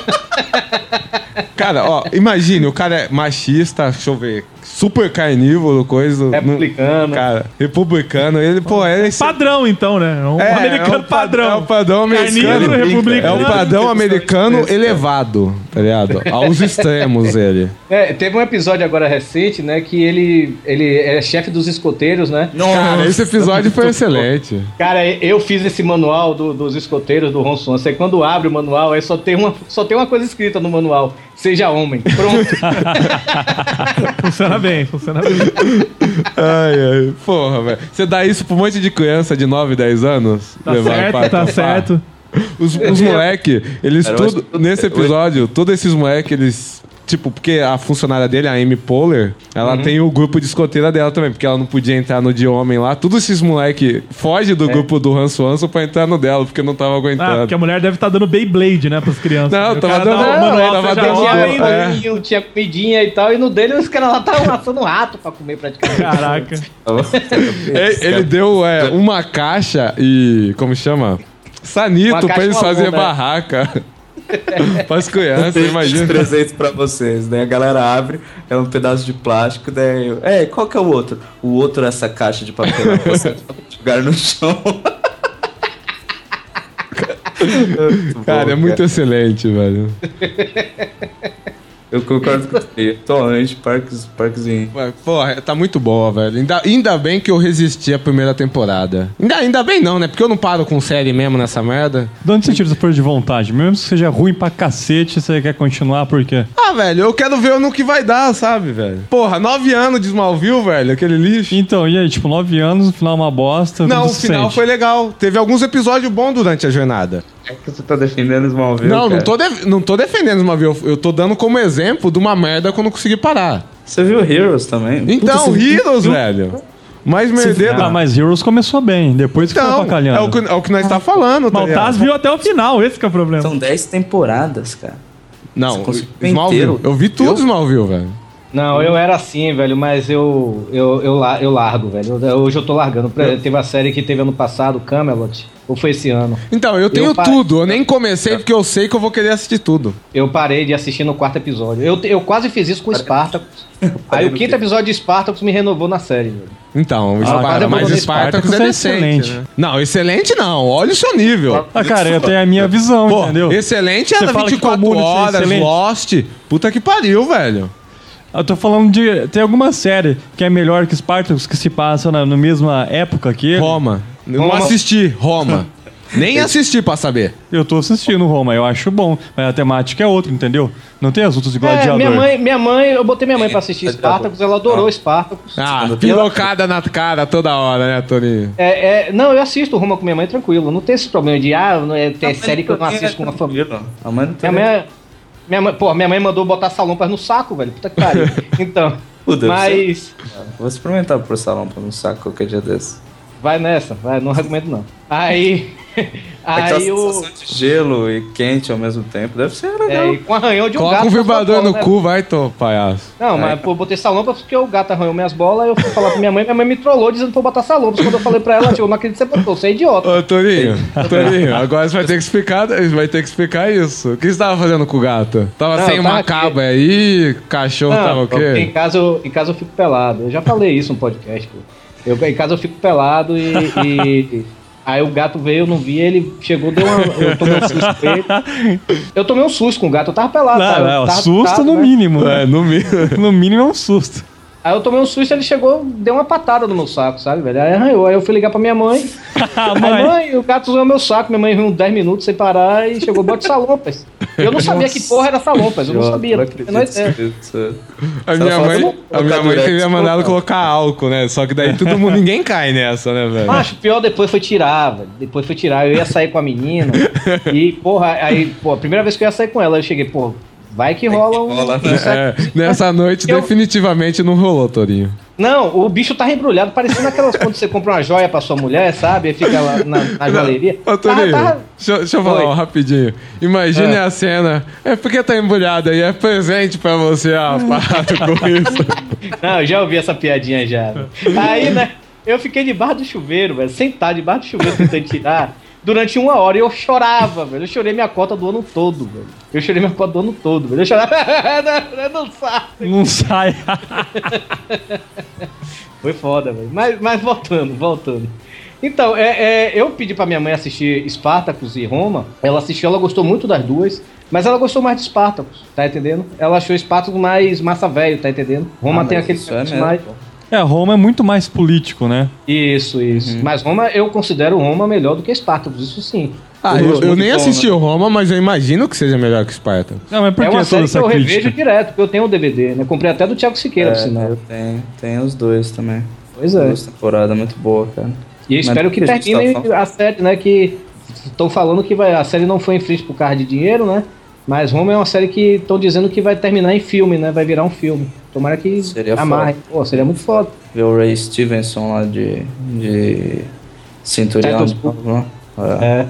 Cara, ó, imagine, o cara é machista, deixa eu ver, super carnívoro, coisa. [laughs] não- É Republicano. Cara, republicano, ele, pô, é esse. Padrão, então, né? Um é, americano é o pad- padrão. É o padrão Carnívoro, americano. É republicano. o padrão americano elevado, tá ligado? Aos extremos ele. É, teve um episódio agora recente, né? Que ele, ele é chefe dos escoteiros, né? Cara, esse episódio foi excelente. Cara, eu fiz esse manual do- dos escoteiros do Ron Swanson. Aí quando abre o manual, aí só tem, uma, só tem uma coisa escrita no manual: seja [laughs] homem. Pronto. Funciona bem, funciona bem. Ai, ai, porra, velho. Você dá isso pra um monte de criança de 9, 10 anos? Tá Levar pra certo, tá acampar? certo. Os, [laughs] os moleque, eles um Cara, eu tudo. acho que- Nesse é, episódio, todos esses moleque, eles. Tipo, porque a funcionária dele, a Amy Poehler, ela Uhum. tem o grupo de escoteira dela também, porque ela não podia entrar no de homem lá. Todos esses moleque foge É. do grupo do Hans Swanson pra entrar no dela, porque não tava Ah, porque aguentando. a mulher deve estar dando Beyblade, né, pras crianças. Tá. Não, O tava cara dá dando- um não, Ah, manual, tava seja dando- homem. tinha é. bolinho, tinha comidinha e tal. E no dele, os caras lá estavam matando rato pra comer praticamente. Caraca. ele, ele deu é, uma caixa e. como chama? Uma Sanito caixa pra eles e uma fazerem bunda, né? [laughs] barraca. Pras crianças, Tem uns imagina. presentes pra vocês, né? A galera abre, é um pedaço de plástico, daí... eu, É, qual que é o outro? O outro é essa caixa de papel que você [laughs] jogar no chão. é Cara, é muito excelente, velho. Eu concordo com você. Atualmente, Parques, Parquezinho. Ué, Porra, tá muito boa, velho. Ainda, ainda bem que eu resisti à primeira temporada. Ainda, ainda bem não, né? Porque eu não paro com série mesmo nessa merda. De onde você tira essa força de vontade? Mesmo que seja ruim pra cacete, você quer continuar por quê? Ah, velho, eu quero ver no que vai dar, sabe, velho? Porra, nove anos de Smallville, velho, aquele lixo. Então, e aí, tipo, nove anos, o final é uma bosta. Não, como o você final sente? foi legal. Teve alguns episódios bons durante a jornada. É que você tá defendendo Smallville, não, não cara. tô, def- não tô defendendo Smallville. Eu- Eu tô dando como exemplo de uma merda quando eu consegui parar. Você viu Heroes também? Então, Puta, você- Heroes, velho. Mais merdeiro. Ah, mas Heroes começou bem, depois ficou Então, avacalhando. é né? o, que, é o que nós tá falando, tá Maltaz ligado? viu até o final, esse que é o problema. São 10 temporadas, cara. Não, conseguiu Smallville. inteiro. Eu vi tudo Smallville, velho. Não, eu era assim, velho, mas eu eu, eu, la- eu largo, velho. Eu- Hoje eu tô largando. Pra- Teve a série que teve ano passado, Camelot, ou foi esse ano. Então, eu tenho pa- tudo. Eu nem comecei porque eu sei que eu vou querer assistir tudo. Eu parei de assistir no quarto episódio. Eu, eu quase fiz isso com o Spartacus. Aí o quinto episódio de Spartacus me renovou na série, velho. Então, mas Sparta, eu mas vou no Spartacus é Spartacus é decente. excelente. né? Não, excelente não. Olha o seu nível. Ah, cara, eu tenho a minha visão, Pô, entendeu? excelente Você era fala que 24 Community é horas, excelente? Lost. Puta que pariu, velho. Eu tô falando de. Tem alguma série que é melhor que Spartacus que se passa na, na mesma época que ele? Roma. Não Roma. assisti, Roma. Nem assisti pra saber. Eu tô assistindo Roma, eu acho bom, mas a temática é outra, entendeu? Não tem assuntos de É, gladiador. minha mãe, minha mãe, eu botei minha mãe pra assistir Spartacus, ela adorou Spartacus. Ah, pirocada na cara toda hora, né, Tony? É, é, não, eu assisto Roma com minha mãe tranquilo. Não tem esse problema de, ah, não é, tem Ah, mas série que eu não também assisto é com uma família. tranquilo. A mãe não Minha tem mãe, é- minha mãe, pô, minha mãe mandou botar salompas no saco, velho. Puta que [laughs] pariu. Então, Meu Deus do mas Vou experimentar pro salão pra não saco qualquer dia desse. vai nessa, vai, não recomendo não. [laughs] Aí, Aquela aí o É sensação de gelo e quente ao mesmo tempo. Deve ser legal. é, e com arranhão de um Coloca gato. um nas vibrador bolas, no né? cu, É. vai, tô, palhaço. Não, mas pô, eu botei salompas porque o gato arranhou minhas bolas. Eu fui falar pra minha mãe, minha mãe me trollou dizendo pra eu botar salompas. Quando eu falei pra ela, tipo, eu não acredito que você botou, você é idiota. Ô, Toninho, Toninho, agora você vai ter que explicar, vai ter que explicar isso. O que você tava fazendo com o gato? Tava Não, sem eu uma tava aqui. caba aí, cachorro Então, tava o porque em quê? casa, eu, em casa eu fico pelado. Eu já falei isso no podcast, pô. Eu, em casa eu fico pelado e. [laughs] e- Aí o gato veio, eu não vi, ele chegou, deu uma. Eu tomei um susto com ele. Eu tomei um susto com o gato, eu tava pelado. tá? Não, Eu não, tava susto deitado, no né? mínimo. É, no mínimo. no mínimo é um susto. Aí eu tomei um susto, ele chegou, deu uma patada no meu saco, sabe, velho? Aí arranhou. Aí eu fui ligar pra minha [laughs] mãe. Ah, Aí, mãe. mãe, o gato usou meu saco. Minha mãe viu uns 10 minutos sem parar e chegou, bote salompas. Eu [laughs] não sabia que porra era salompas, eu não Idiota, sabia. Não não é, tinha a menor acredito ideia. nisso. A minha Ela fala, mãe, "Vamos a minha colocar mãe durex, teria mandado colocar." colocar álcool, né? Só que daí todo mundo, ninguém cai nessa, né, velho? Macho, pior depois foi tirar, velho. Depois foi tirar. Eu ia sair com a menina. e, porra, aí, pô, a primeira vez que eu ia sair com ela, eu cheguei, pô, vai que rola um. rola, né? isso aqui. É, nessa noite Eu- definitivamente não rolou, Torinho. Não, o bicho tava embrulhado, parecendo aquelas quando você compra uma joia pra sua mulher, sabe? E fica lá na, na joalheria. Ô, Torinho, deixa, eu- deixa eu falar Tá, Oi. Ah. um rapidinho. Imagine a cena. É porque tá embrulhada e é presente pra [laughs] você, ah, parado com isso. Não, eu já ouvi essa piadinha já. velho. Aí, né, eu fiquei debaixo do chuveiro, velho, sentado debaixo do chuveiro tentando tirar. Durante uma hora e eu chorava, velho. Eu chorei minha cota do ano todo, velho. Eu chorei minha cota do ano todo, velho. Eu chorava. não, não sabe. Não sai. Foi foda, velho. Mas, mas voltando, voltando. Então, é, é, eu pedi pra minha mãe assistir Spartacus e Roma. Ela assistiu, ela gostou muito das duas. Mas ela gostou mais de Spartacus, tá entendendo? Ela achou Spartacus mais massa velho, tá entendendo? Roma Ah, tem mas aquele isso é negócio mesmo, mais... pô. É, Roma é muito mais político, né? Isso, isso. Uhum. Mas Roma, eu considero Roma melhor do que Spartacus, isso sim. Ah, eu, eu nem né? assisti o Roma, mas eu imagino que seja melhor que Esparta. Não, mas por é que uma toda série que essa eu crítica? revejo direto, porque eu tenho o DVD, né? Comprei até do Thiago Siqueira, por sinal. É, eu tenho, tenho os dois também. Pois é. Duas temporadas muito boa, cara. E eu Mas espero por que a gente termine tá falando? a série, né? Que estão falando que vai, a série não foi em frente por causa de dinheiro, né? Mas Roma é uma série que estão dizendo que vai terminar em filme, né? Vai virar um filme. Tomara que Seria amarre. Pô, seria muito foda. Ver o Ray Stevenson lá de. de. Centurião. Titus Cook. né? É.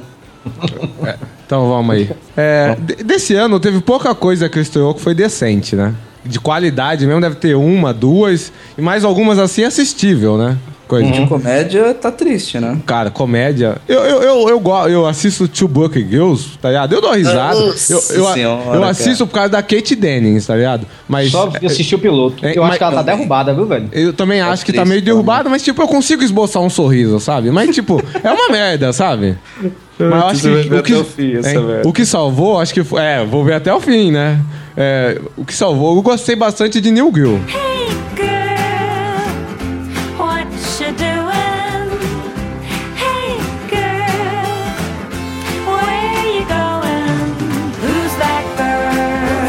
Então vamos aí. É, de- desse ano teve pouca coisa que estreou que foi decente, né? De qualidade mesmo, deve ter uma, duas, e mais algumas assim assistível, né? Coisa É. tipo. Comédia tá triste, né? Cara, comédia. Eu, eu, eu, eu, go- eu assisto Two Buck Girls, tá ligado? Eu dou risada. Nossa Eu, eu, senhora, eu assisto por causa da Kate Dennings, tá ligado? Mas. Só assistir o piloto. é, eu mas- acho que ela tá derrubada, viu, velho? Eu também acho que tá triste, meio derrubado, mas tipo, eu consigo esboçar um sorriso, sabe? Mas tipo, é uma merda, sabe? Mas eu acho Você vai que, ver o, que, até o fim essa hein? merda. o que salvou, acho que foi. É, vou ver até o fim, né? É, o que salvou, eu gostei bastante de New Girl. What you doing? Hey girl, where you going? Who's that girl?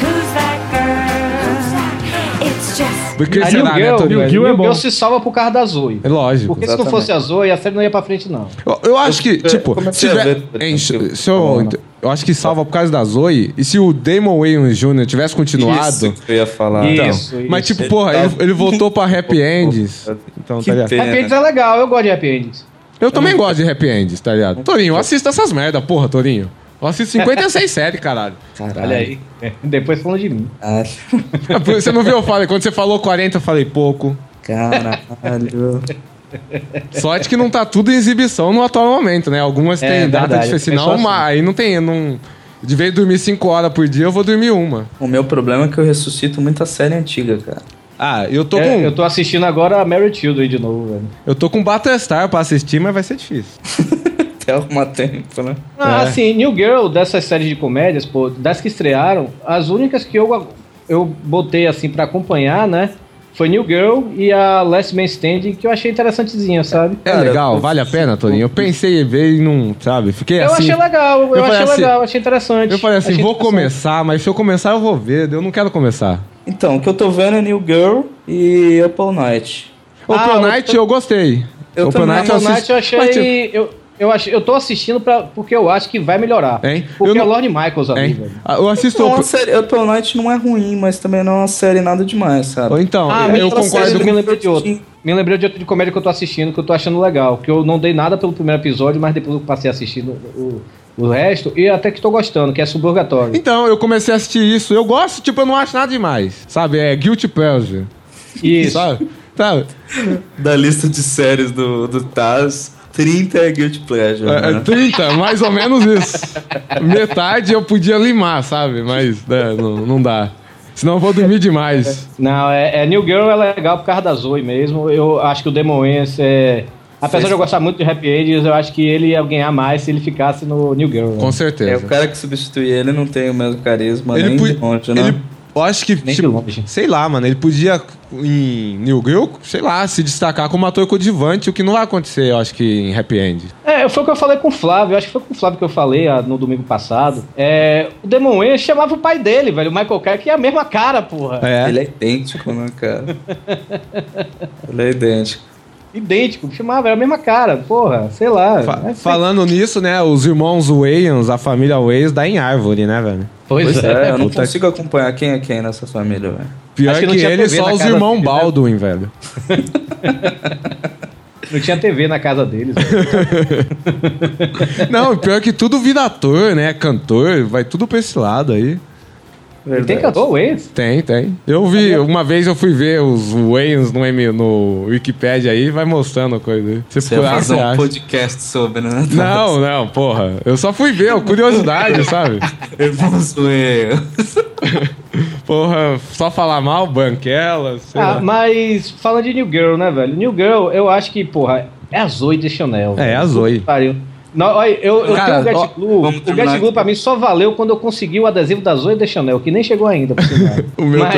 Who's that girl? It's just Por que A será, né, Ah, New Tony? New Girl, New Girl é Girl, bom. se salva por causa da Zoe. É lógico. Porque se não fosse a Zoe, a série não ia pra frente, não. Eu, eu acho que, tipo, se comecei a tiver. ver, hein, se- se eu, eu acho que salva por causa da Zoe. E se o Damon Wayans Jr. tivesse continuado. Isso que eu ia falar. Então, mas, tipo, porra, ele, ele voltou pra Happy Ends. Então, tá ligado? Happy Ends é legal, eu gosto de Happy Ends. Eu também gosto de Happy Ends, tá ligado? Torinho, assista essas merda, porra, Torinho. Eu assisto 56 [laughs] séries, caralho. Olha aí. É, Depois falando de mim. Você não viu eu falei? Quando você falou 40, eu falei pouco. Caralho. Sorte que não tá tudo em exibição no atual momento, né? Algumas É, têm data verdade, de eu senão penso uma, aí não tem. Não, de vez de dormir 5 horas por dia, eu vou dormir uma. O meu problema é que eu ressuscito muita série antiga, cara. Ah, eu tô É, com. eu tô assistindo agora a Mary Children de novo, velho. Eu tô com Battlestar pra assistir, mas vai ser difícil. Até arrumar tempo, né? Ah, É. assim, New Girl, dessas séries de comédias, pô, das que estrearam, as únicas que eu, eu botei, assim, pra acompanhar, né, foi New Girl e a Last Man Standing, que eu achei interessantezinha, sabe? É legal, vale a pena, Torinho? Eu pensei em ver e não, sabe? Fiquei Eu assim. achei legal, eu, eu falei achei assim- legal, achei interessante. Eu falei assim, Achei vou interessante. começar, mas se eu começar, eu vou ver. Eu não quero começar. Então, o que eu tô vendo é New Girl e Apple Night. O Ah, Pro eu Night tô- eu gostei. Eu o Pro também. Night eu Apple assisti- Night eu achei... mas, tipo, eu, eu, achei, eu tô assistindo pra, porque eu acho que vai melhorar. Hein? Porque Eu não- é o Lorne Michaels ali, hein? velho. Ah, Eu assisto. Não, a série, Apple Night não é ruim, mas também não é uma série nada demais, sabe? Ou então, Ah, eu eu concordo. concordo. Me lembrei de outro. Me lembrei de outro de comédia que eu tô assistindo, que eu tô achando legal. Que eu não dei nada pelo primeiro episódio, mas depois eu passei assistindo o, o resto. E até que tô gostando, que é Suburgatório. Então, eu comecei a assistir isso. Eu gosto, tipo, eu não acho nada demais. Sabe? É Guilty Pleasure. [laughs] Isso. Sabe? Sabe? Da lista de séries do, do Taz, 30 é Guilty Pleasure, É, é né? 30, mais ou menos isso. Metade eu podia limar, sabe? Mas né, não, não dá. Senão eu vou dormir demais. Não, é, é New Girl é legal por causa da Zoe mesmo. Eu acho que o Demon Wayans é. Apesar de eu gostar muito de Happy Ages, eu acho que ele ia ganhar mais se ele ficasse no New Girl. né? Com É, certeza. o cara que substitui ele não tem o mesmo carisma Ele nem podia- de longe, né? Ele, eu acho que, Nem de tipo, longe. sei lá, mano, ele podia em New Girl, sei lá, se destacar como ator coadjuvante, o que não vai acontecer, eu acho que em Happy End. É, foi o que eu falei com o Flávio, acho que foi com o Flávio que eu falei ah, no domingo passado. É, o Demon Wayans chamava o pai dele, velho, o Michael Caine, que é a mesma cara, porra. É. Ele é idêntico, né, [laughs] cara? ele é idêntico. Idêntico, chamava, era a mesma cara, porra, sei lá. Fa- Mas- falando nisso, né, os irmãos Wayans, a família Wayans, dá em árvore, né, velho? Pois, Pois é. é, eu não Puta consigo acompanhar quem é quem nessa família, velho. Pior Acho que, que não tinha ele, TV só na os casa irmãos dele, né? Baldwin, [laughs] velho. Não tinha TV na casa deles. né? Não, pior que tudo vira ator, né, cantor, vai tudo pra esse lado aí. Ele tem cantor, o ex? Tem, tem. Eu vi, uma vez eu fui ver os Wayans no, M- no Wikipedia aí, vai mostrando coisa. aí. Você, Você procurar, vai fazer você um acha. podcast sobre, [laughs] né? [laughs] Não, não, porra. Eu só fui ver, curiosidade, [laughs] sabe? Irmãos Wayans. Porra, só falar mal, banquela, sei Ah, lá. mas falando de New Girl, né, velho? New Girl, eu acho que, porra, é a Zoe de Chanel. É, é a velho. Zoe. Puta que Pariu. Não, olha, eu, eu Cara, tenho o ó, Get Glue. vamos O terminar Get Glue pra mim só valeu quando eu consegui o adesivo da Zoe de Chanel, que nem chegou ainda, por sinal. [laughs] O meu tá-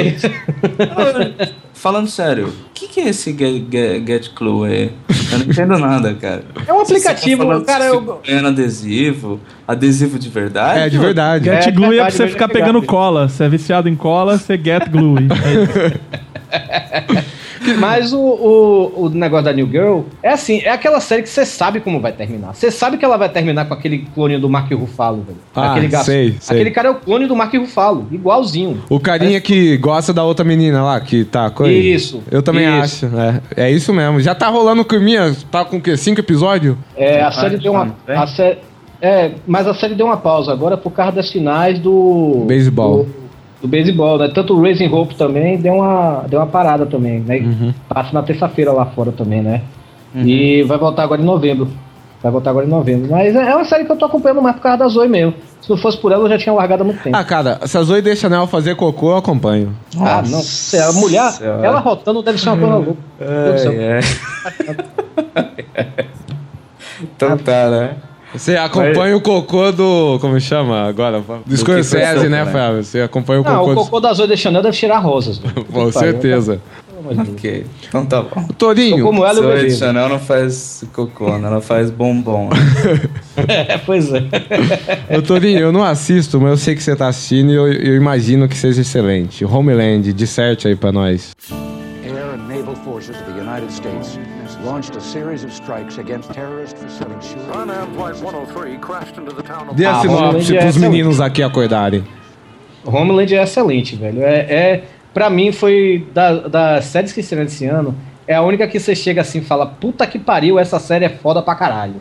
mas, Falando sério, o que, que é esse Get, Get, Get Clue aí? Eu não entendo nada, cara. É um aplicativo, Vocês estão tá falando cara, que eu- ficam ganhando adesivo, adesivo de verdade? É, de verdade. Get É, glue é pra verdade, você verdade, ficar verdade. pegando cola. Você é viciado em cola, você get glue. É isso. mas o, o, o negócio da New Girl é assim, é aquela série que você sabe como vai terminar. Você sabe que ela vai terminar com aquele clone do Mark Ruffalo, velho. Ah, aquele gato. sei, sei. Aquele cara é o clone do Mark Ruffalo, igualzinho. O carinha que gosta da outra menina lá, que tá coisa. Isso, Eu também isso. acho. É, é isso mesmo. Já tá rolando com minha, tá com o quê? Cinco episódios? É, a série deu uma. A sé- é, mas a série deu uma pausa agora por causa das finais do. Beisebol. Do, do beisebol, né? Tanto o Raising Hope também deu uma, deu uma parada também, né? Uhum. Passa na terça-feira lá fora também, né? E vai voltar agora em novembro. Vai voltar agora em novembro. Mas é é uma série que eu tô acompanhando mais por causa da Zoe mesmo. Se não fosse por ela, eu já tinha largado há muito tempo. Ah, cara, se a Zoe deixa Chanel fazer cocô, eu acompanho. Ah, não. sei, A mulher, Senhora. ela rotando deve ser uma coisa louca. Meu Deus do céu. Ai, ai. então tá, né? Você acompanha o cocô do. Como chama agora? Do Scorsese, né, Fábio? Você acompanha o Não, cocô o do. cocô da Zoe de Chanel deve tirar rosas. né? velho. Com certeza. Ok, então tá bom. Torinho. Como ela, eu Zoe de bebi. Chanel não faz cocô, né? ela faz bombom. É, pois é. Ô, Torinho, eu não assisto, mas eu sei que você tá assistindo e eu, eu imagino que seja excelente. Homeland, disserte aí pra nós. Air and naval forces of the United States launched a series of strikes against terrorists for selling sugar. Pan Flight 103 crashed into the town of Dê a sinopse Homeland é pros meninos aqui acordarem. Homeland é excelente, velho. É, é para mim foi da- das séries que estrearam esse ano, é a única que você chega assim e fala: "Puta que pariu, essa série é foda pra caralho".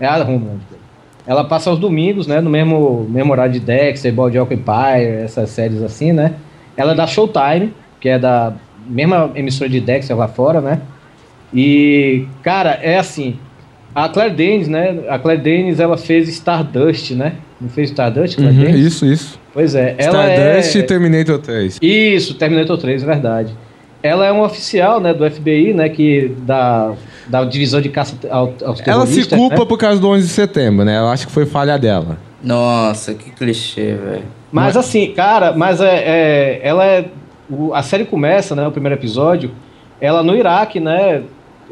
É a Homeland. velho. Ela passa aos domingos, né, no mesmo, mesmo horário de Dexter, Bojack Empire, essas séries assim, né? Ela é da Showtime, que é da mesma emissora de Dexter lá fora, né? E, cara, é assim, a Claire Danes, né? A Claire Danes, ela fez Stardust, né? Não fez Stardust, Claire Uhum, Danes? isso, isso. Pois é, ela Stardust é... e Terminator 3. Isso, Terminator 3, é verdade. Ela é uma oficial, né, do FBI, né, que da, da divisão de caça ao- aos terroristas. Ela se culpa né? por causa do 11 de setembro, né? Eu acho que foi falha dela. Nossa, que clichê, velho. Mas assim, cara, mas é, é- ela é o- a série começa, né, o primeiro episódio, ela no Iraque, né,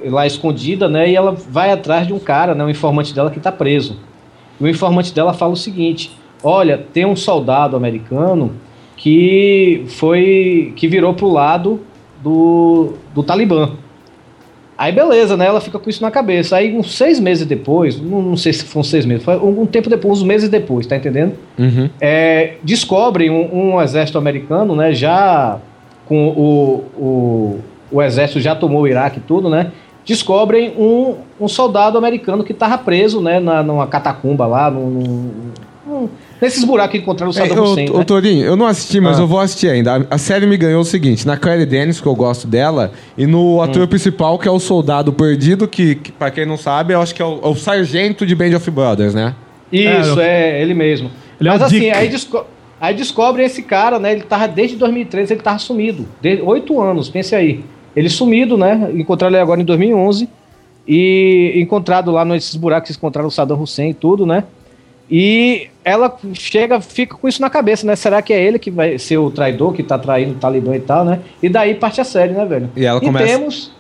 lá escondida, né, e ela vai atrás de um cara, né, um informante dela que tá preso. E o informante dela fala o seguinte: "Olha, tem um soldado americano que foi que virou pro lado do do Talibã". Aí beleza, né? Ela fica com isso na cabeça. Aí uns seis meses depois, não, não sei se foram seis meses, foi um, um tempo depois, uns meses depois, tá entendendo? Uhum. é, descobrem um, um exército americano, né? Já com o, o, o exército já tomou o Iraque e tudo, né? Descobrem um, um soldado americano que estava preso, né? Na, numa catacumba lá, num, num- num- nesses buracos que encontraram o É, Saddam Hussein. ô, ô, né? Torinho, eu não assisti, mas Ah. eu vou assistir ainda. A, a série me ganhou o seguinte: na Claire Dennis, que eu gosto dela, e no Hum. ator principal, que é o soldado perdido, que, que pra quem não sabe, eu acho que é o, é o sargento de Band of Brothers, né? Isso, é, ele mesmo. Ele é Mas um assim, dick. aí, desco aí descobrem esse cara, né? Ele tava desde 2013, ele tava sumido. De- Oito anos, pense aí. Ele sumido, né? Encontraram ele agora em 2011. E encontrado lá nesses buracos, eles encontraram o Saddam Hussein e tudo, né? E ela chega, fica com isso na cabeça, né? Será que é ele que vai ser o traidor, que tá traindo o Talibã e tal, né? E daí parte a série, né, velho? E ela começa- temos,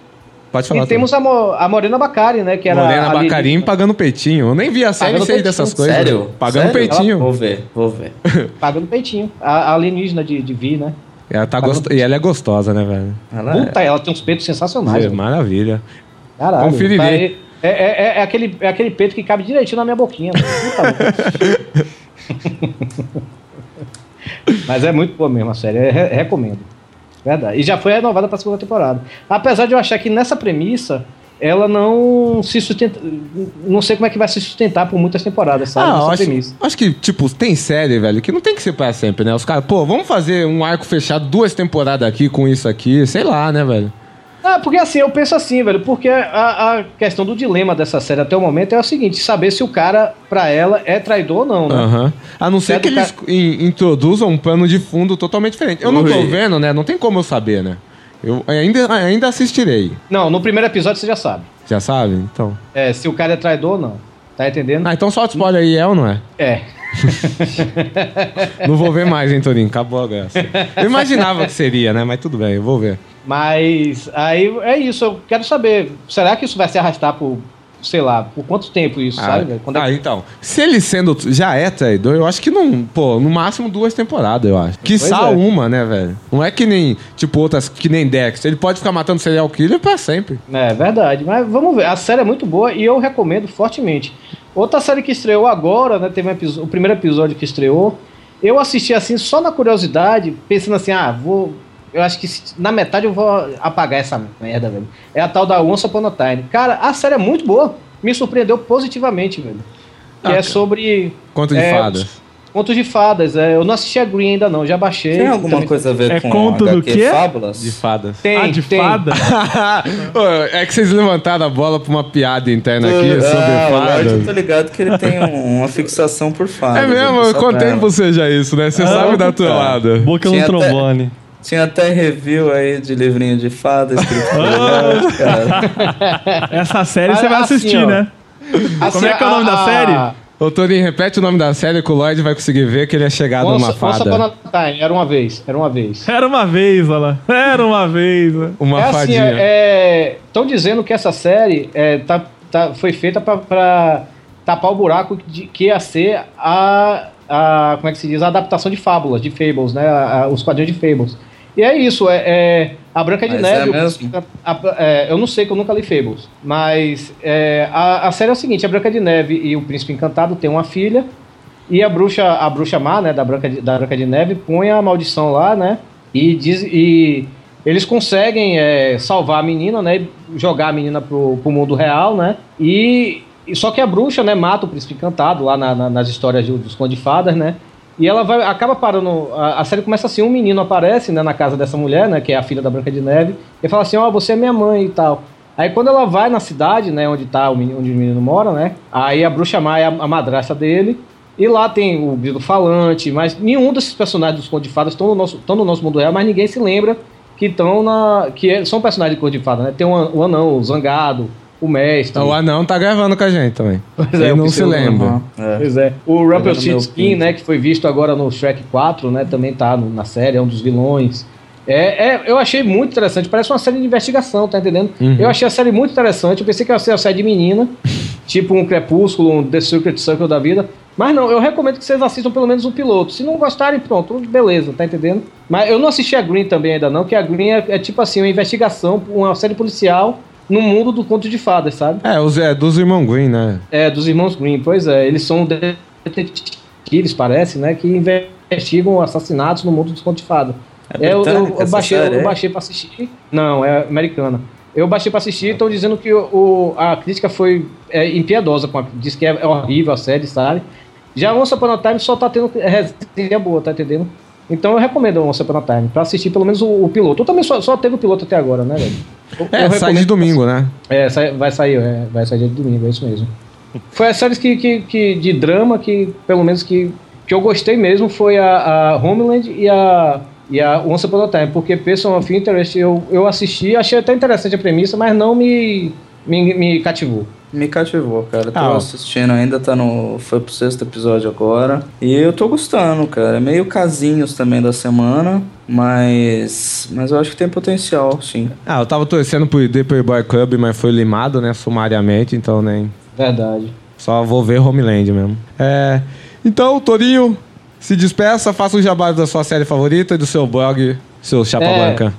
Pode falar. e temos a, Mo- a Morena Bacari, né? Que era Morena a alienígena. Bacarim pagando peitinho. Eu nem vi a série Pagando sei peitinho, dessas coisas. Sério? Pagando Sério? peitinho. Vou ver, vou ver. Pagando peitinho. A, a alienígena de, de Vi, né? Ela tá gosto- E ela é gostosa, né, velho? Puta, ela tem uns peitos sensacionais. É, velho. Maravilha. Caralho. Conferirei. Tá aí- É, é- é- é aquele, é aquele peito que cabe direitinho na minha boquinha. né? [laughs] Puta merda. Mas é muito boa mesmo a série. eu re- recomendo. Verdade. E já foi renovada pra segunda temporada. Apesar de eu achar que nessa premissa. Ela não se sustenta. Não sei como é que vai se sustentar por muitas temporadas, Ah, sabe? eu Nessa acho, premissa. acho que, tipo, tem série, velho, que não tem que ser pra sempre, né? Os caras, pô, vamos fazer um arco fechado, duas temporadas aqui com isso aqui, sei lá, né, velho? Ah, porque assim, eu penso assim, velho, porque a, a questão do dilema dessa série até o momento é o seguinte, saber se o cara, pra ela, é traidor ou não, né? Aham. A não ser Certo, que eles in- introduzam um plano de fundo totalmente diferente. Eu não tô Ui. vendo, né? Não tem como eu saber, né? Eu ainda, ainda assistirei. Não, no primeiro episódio você já sabe. Já sabe? Então. É, se o cara é traidor ou não. Tá entendendo? Ah, então solta o spoiler aí, é ou não é? É. Não vou ver mais, hein, Torinho? Acabou a graça. Eu imaginava que seria, né? Mas tudo bem, eu vou ver. Mas aí é isso, eu quero saber, será que isso vai se arrastar por, sei lá, por quanto tempo isso, Ah, sabe, velho? Quando é ah, então. Se ele sendo já é traidor, eu acho que não. Pô, no máximo duas temporadas, eu acho. Que só é. uma, né, velho? Não é que nem, tipo, outras, que nem Dex. Ele pode ficar matando serial killer pra sempre. É verdade, mas vamos ver. A série é muito boa e eu recomendo fortemente. Outra série que estreou agora, né? Teve um episo- o primeiro episódio que estreou. Eu assisti assim só na curiosidade, pensando assim, ah, vou. Eu acho que se- na metade eu vou apagar essa merda, velho. É a tal da Once Upon a Time. Cara, a série é muito boa. Me surpreendeu positivamente, velho. Que é sobre. Conto de é, fadas. Contos de fadas, é. Eu não assisti a Green ainda, não, já baixei. Tem alguma Também- coisa a É ver com HQ Fábulas? De fadas. [laughs] Tem, Ah, de tem. fada? [laughs] Ô, é que vocês levantaram a bola pra uma piada interna aqui sobre ah, o Lorde, eu fadas. tô ligado que ele tem um- uma fixação por fadas. É mesmo, eu contei pra você já isso, né? Você sabe da tua lado. Boca no trombone. Tinha até review aí de livrinho de [laughs] fadas escrito por Lorde, cara. Essa série Olha, você vai assim, assistir, ó. né? Assim, Como é que é o nome a- da a- série? Ô, Tony, repete o nome da série que o Lloyd vai conseguir ver que ele é chegado numa Once, Once Upon a fada. Time, era uma vez, era uma vez. Era uma vez, olha lá. Era uma vez. né? ó. Uma é assim, fadinha. estão dizendo que essa série é, tá, tá- foi feita pra- pra tapar o buraco de, que ia ser a, a- como é que se diz, a adaptação de fábulas, de fables, né, a- a- os quadrinhos de fables. E é isso, é, é, a Branca de Mas Neve. é mesmo? a- a- é, eu não sei que eu nunca li Fables, mas é, a, a série é o seguinte: a Branca de Neve e o Príncipe Encantado têm uma filha e a bruxa, a bruxa má, né, da Branca de, da Branca de Neve, põe a maldição lá, né, e diz e eles conseguem é, salvar a menina, né, e jogar a menina pro, pro mundo real, né, e e só que a bruxa, né, mata o príncipe encantado lá na- na- nas histórias do- dos Conde Fadas, né, e ela vai, acaba parando. A, a série começa assim: um menino aparece né, na casa dessa mulher, né? Que é a filha da Branca de Neve, e fala assim: Ó, você é minha mãe e tal. Aí quando ela vai na cidade, né, onde tá o menino, onde o menino mora, né? Aí a bruxa má é a, a madrasta dele. E lá tem o Grilo Falante, mas nenhum desses personagens dos Contos de Fadas estão no, nosso- tão no nosso mundo real, mas ninguém se lembra que estão na. que é- são personagens de Conto de Fadas, né? Tem o, an- o anão, o zangado, o mestre. O anão tá gravando com a gente também. Pois ele é, o não se pseudo- lembra. Pois é. O Meu Rumpelstiltskin, pinto. né, que foi visto agora no Shrek 4, né, também tá no- na série, é um dos vilões. É, é, eu achei muito interessante, parece uma série de investigação, tá entendendo? Uhum. Eu achei a série muito interessante, eu pensei que ia ser a série de menina, [laughs] tipo um Crepúsculo, um The Secret Circle da vida, mas não, eu recomendo que vocês assistam pelo menos o piloto. Se não gostarem, pronto, beleza, tá entendendo? Mas eu não assisti a Green também ainda não, que a Green é, é tipo assim, uma investigação, uma série policial no mundo do conto de fadas, sabe? É, os, é dos irmãos Green, né? É, dos irmãos Green, pois é. Eles são detetives, parece, né? Que investigam assassinatos no mundo dos contos de fada. É É, eu, eu- britânica eu essa baixei, série, eu é? baixei pra assistir. Não, é americana. Eu baixei pra assistir e estão dizendo que o, o- a crítica foi é, impiedosa. Com a, diz que é, é horrível a série, sabe? Já Once Upon a Time só tá tendo resenha boa, tá entendendo? Então eu recomendo Once Upon a Time pra assistir pelo menos o, o piloto. Eu também só, só teve o piloto até agora, né, velho? Eu- É, eu sai de recomendo- domingo, né? é, sai- vai sair, é, vai sair dia de domingo, é isso mesmo. Foi a série que, que, que- de drama que, pelo menos, que, que eu gostei mesmo foi a, a Homeland e a, e a Once Upon a Time, porque Person of Interest eu, eu assisti, achei até interessante a premissa, mas não me, me, me cativou. Me cativou, cara. Tô Ah, ó. assistindo ainda, tá no. Foi pro sexto episódio agora. E eu tô gostando, cara. É meio casinhos também da semana, mas. Mas eu acho que tem potencial, sim. Ah, eu tava torcendo pro The Playboy Club, mas foi limado, né? Sumariamente, então nem. Verdade. Só vou ver Homeland mesmo. É. Então, Torinho, se despeça, faça o jabá da sua série favorita, e do seu blog, seu Chapa É. Branca.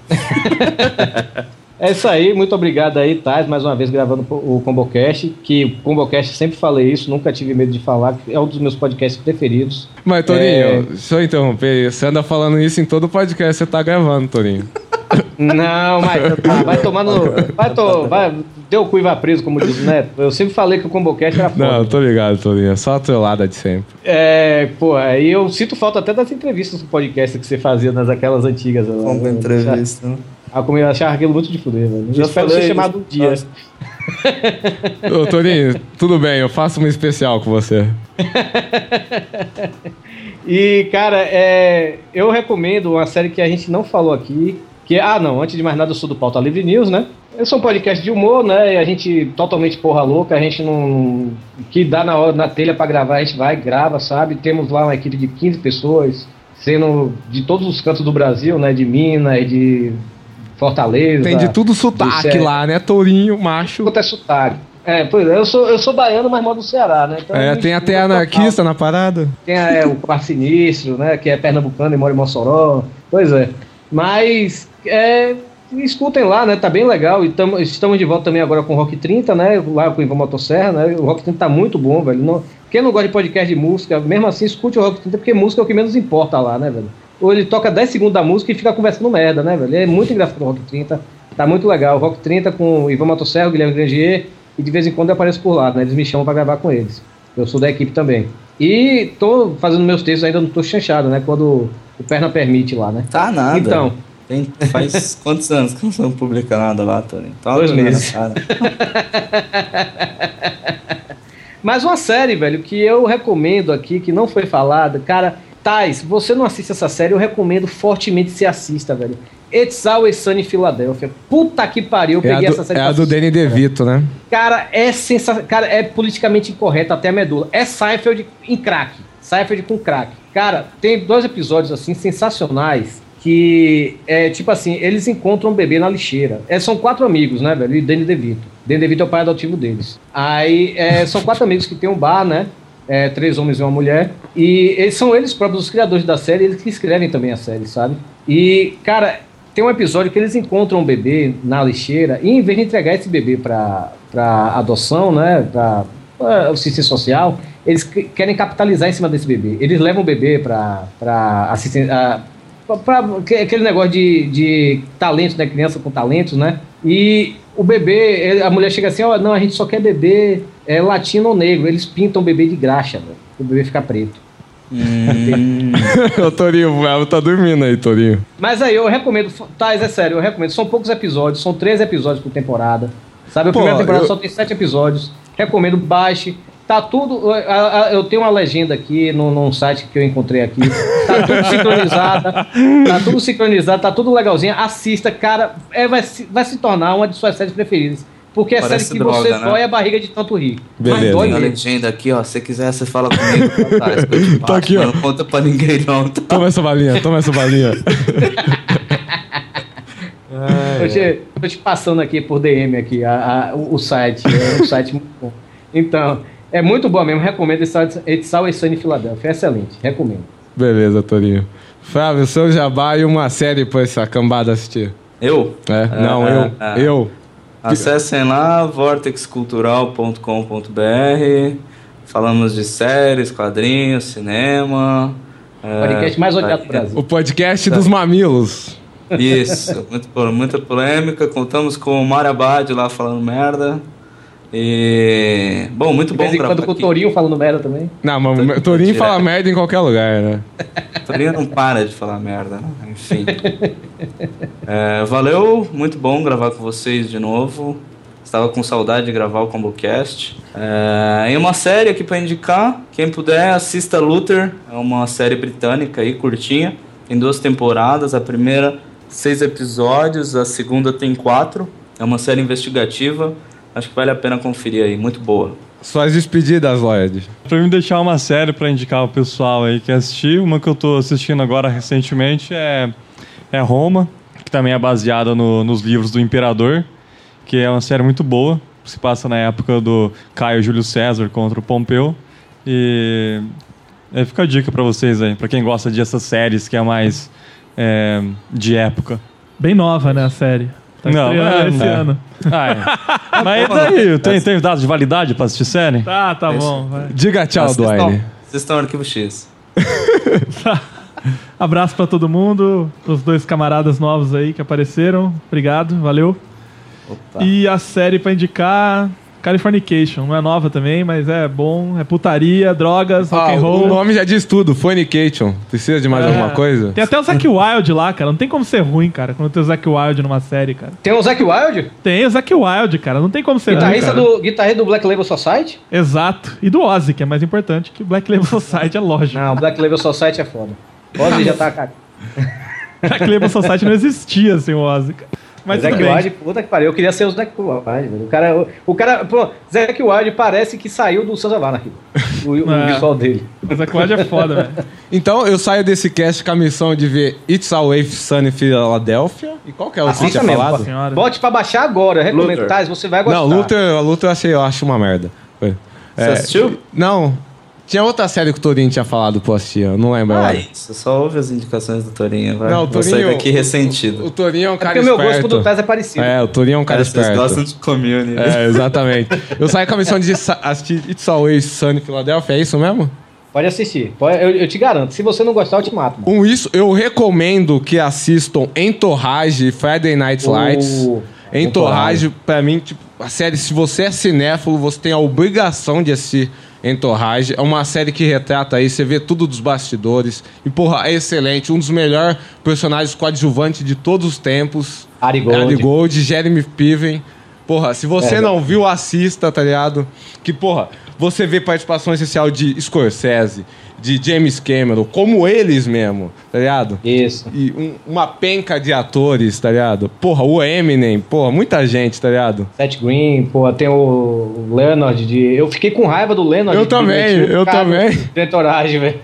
É isso aí, muito obrigado aí, Thais, mais uma vez gravando o Combocast, que o Combocast sempre falei isso, nunca tive medo de falar, que é um dos meus podcasts preferidos. Mas, É. Torinho, deixa eu interromper. Você anda falando isso em todo podcast que você tá gravando, Torinho. Não, mas tá, vai tomar no. Vai, to, vai, deu o cu e vai preso, como diz o Neto. Eu sempre falei que o Combocast era foda. Não, tô ligado, Torinho. É só a trollada de sempre. É, pô, aí eu sinto falta até das entrevistas do podcast que você fazia, nas aquelas antigas. Como entrevista, né? Ah, como eu achava aquilo muito de fuder, velho. Eu espero ser chamado um dia. Ô, Torinho, tudo bem, eu faço uma especial com você. E, cara, é, eu recomendo uma série que a gente não falou aqui. Que, ah, não, antes de mais nada, eu sou do Pauta Livre News, né? Eu sou um podcast de humor, né? E a gente totalmente porra louca, a gente não. Que dá na, hora, na telha pra gravar, a gente vai, grava, sabe? Temos lá uma equipe de 15 pessoas, sendo de todos os cantos do Brasil, né? De Minas, de Fortaleza. Tem de tudo sotaque Sério. lá, né? Tourinho, macho. Quanto é sotaque? É, pois é, eu sou, eu sou baiano, mas moro no Ceará, né? Então, É, tem até anarquista na parada. Tem é, o Par Sinistro, né? Que é pernambucano e mora em Mossoró. Pois é. Mas é, escutem lá, né? Tá bem legal. E tamo- estamos de volta também agora com o Rock 30, né? Lá com o Ivan Motosserra, né? O Rock 30 tá muito bom, velho. Não, quem não gosta de podcast de música, mesmo assim, escute o Rock 30, porque música é o que menos importa lá, né, velho? Ou ele toca 10 segundos da música e fica conversando merda, né, velho? É muito engraçado o Rock 30. Tá muito legal. O Rock 30 com o Ivan Motosserra, o Guilherme Grangier. E de vez em quando eu apareço por lá, né? Eles me chamam pra gravar com eles. Eu sou da equipe também. E tô fazendo meus textos ainda, não tô chanchado, né? Quando o perna permite lá, né? Tá nada. Então. Tem, [laughs] faz quantos anos que não publica nada lá, Tony? Tá uma [laughs] Dois jogada, meses. cara. Mas uma série, velho, que eu recomendo aqui, que não foi falada, cara. Tais, você não assiste essa série, eu recomendo fortemente que você assista, velho. It's Always Sunny em Filadélfia. Puta que pariu, eu É a peguei do- essa série. é pra a do assistir. Danny DeVito, [laughs] né? Cara, é sensacional. Cara, é politicamente incorreto até a medula. É Seinfeld em crack. Seinfeld com crack. Cara, tem dois episódios assim sensacionais que é tipo assim, eles encontram um bebê na lixeira. É, são quatro amigos, né, velho? E Danny DeVito. Danny DeVito é o pai adotivo deles. Aí é, são quatro amigos que tem um bar, né? É, três homens e uma mulher. E eles são eles próprios os criadores da série, eles que escrevem também a série, sabe? E, cara, tem um episódio que eles encontram um bebê na lixeira e em vez de entregar esse bebê para adoção, né, para assistência social, eles que- querem capitalizar em cima desse bebê. Eles levam o bebê para assistência para aquele negócio de, de talento, né, criança com talentos, né? E o bebê, ele- a mulher chega assim, ó, não, a gente só quer bebê é, latino ou negro. Eles pintam o bebê de graxa, velho. O bebê fica preto. o Torinho, ela tá dormindo aí, Torinho. Mas aí eu recomendo, Thais, é sério, eu recomendo. São poucos episódios, são três episódios por temporada. Sabe, a Pô, primeira temporada eu- só tem sete episódios. Recomendo, baixe. Tá tudo. a- a- Eu tenho uma legenda aqui no- num site que eu encontrei aqui. Tá [laughs] tudo sincronizado. Tá tudo sincronizado, tá tudo legalzinho. Assista, cara. É, vai, se, vai se tornar uma de suas séries preferidas. Porque é Parece série que droga, você né? dói a barriga de tanto rir. Mas Beleza. dói Tem a mesmo. legenda aqui, ó. Se você quiser, você fala comigo. [laughs] Tá, isso que eu te passo, aqui, mas Não conta pra ninguém, não. Tá? Toma essa balinha, toma essa balinha. É. Tô te, tô te passando aqui por DM aqui a- a- o, o site. É um site muito bom. Então, é muito bom mesmo. Recomendo esse site It's Always Sunny em Filadélfia. É Excelente. Recomendo. Beleza, Torinho. Flávio, seu jabá e uma série pra essa cambada assistir. Eu? É, não, eu. Ah, Eu. Acessem lá, vortexcultural.com.br. Falamos de séries, quadrinhos, cinema. é, Podcast mais odiado tá- do Brasil. O podcast dos mamilos. [laughs] Isso, muito, po- muita polêmica. Contamos com o Mário Abad lá falando merda. E. Bom, muito De bom vez em gravar. quando com o Torinho falando merda também. Não, mas o Torinho direto. fala merda em qualquer lugar, né? Torinho não para de falar merda, né? enfim. É, valeu, muito bom gravar com vocês de novo. Estava com saudade de gravar o ComboCast. É, e uma série aqui para indicar. Quem puder, assista Luther. É uma série britânica aí, curtinha. Tem duas temporadas. A primeira, seis episódios. A segunda tem quatro. É uma série investigativa. Acho que vale a pena conferir aí. Muito boa. Suas despedidas, Lloyd. Pra mim deixar uma série pra indicar o pessoal aí que assistir, uma que eu tô assistindo agora recentemente é, é Roma, que também é baseada no- nos livros do Imperador, que é uma série muito boa, se passa na época do Caio Júlio César contra o Pompeu. E é, fica a dica pra vocês aí, pra quem gosta dessas séries que é mais é, de época. Bem nova, né, a série. Tá estreando é, esse é. ano. Ah, [laughs] é. Mas e daí, tem, tem dados de validade pra assistir série? Tá, tá bom. vai. Diga tchau, Assistam. Duane. Vocês estão no Arquivo X. Abraço pra todo mundo, pros dois camaradas novos aí que apareceram. Obrigado, valeu. E a série pra indicar. Californication, não é nova também, mas é bom, é putaria, drogas, Ah, rock and roll. o nome já diz tudo, fornication. Precisa de mais É. alguma coisa? Tem até o Zack Wild lá, cara. Não tem como ser ruim, cara, quando tem o Zack Wild numa série, cara. Tem o Zack Wild? Tem o Zack Wild, cara. Não tem como ser Guitarrista ruim. cara. tá do, guitarrista do Black Label Society? Exato. E do Ozzy, que é mais importante que o Black Label Society, é lógico. [laughs] Não, Black Label Society é foda. Ozzy já tá cagado. Black Label Society não existia sem o Ozzy. cara. Mas Zack tudo bem. Wilde, puta que pariu. Eu queria ser o Zack Wilde, velho. O cara, o, o cara pô, Zack Wilde parece que saiu do Sansa Vara, o, o É. visual dele. Zack Wilde é foda, velho. Então eu saio desse cast com a missão de ver It's Always Sunny Philadelphia. E qual que é o que você Assista tinha mesmo, falado? senhora. Bote pra baixar agora, eu recomendo. Tais, você vai gostar. Não, Luther, a Luther eu, achei, eu acho uma merda. Foi. Você assistiu? Não. Tinha outra série que o Torinho tinha falado pra eu assistir, eu não lembro. Ah, agora. isso. Só ouve as indicações do Torinho, vai. Não, o Vou sair Torinho- daqui ressentido. O Torinho é um cara porque o meu gosto esperto. pro do Taz é parecido. É, o Torinho é um cara Cara, vocês esperto. gostam de community. né? É, exatamente. eu saio com a missão de sa- assistir It's Always Sunny Philadelphia, é isso mesmo? Pode assistir. Pode- eu, eu te garanto. Se você não gostar, eu te mato. Com isso, eu recomendo que assistam Entourage e Friday Night Lights. Oh, Entourage, pra mim, tipo, a série, se você é cinéfilo, você tem a obrigação de assistir Entourage. É uma série que retrata aí, você vê tudo dos bastidores. E, porra, é excelente. Um dos melhores personagens coadjuvantes de todos os tempos. Ari Gold. Ari Gold, Jeremy Piven. Porra, se você É, não viu, assista, tá ligado? Que, porra, você vê participação essencial de Scorsese, de James Cameron, como eles mesmo, tá ligado? Isso. E um- uma penca de atores, tá ligado? Porra, o Eminem, porra, muita gente, tá ligado? Seth Green, pô, tem o Leonard de. Eu fiquei com raiva do Leonard. Eu que também, divertiu o eu cara também. [laughs] de Diretoragem, velho.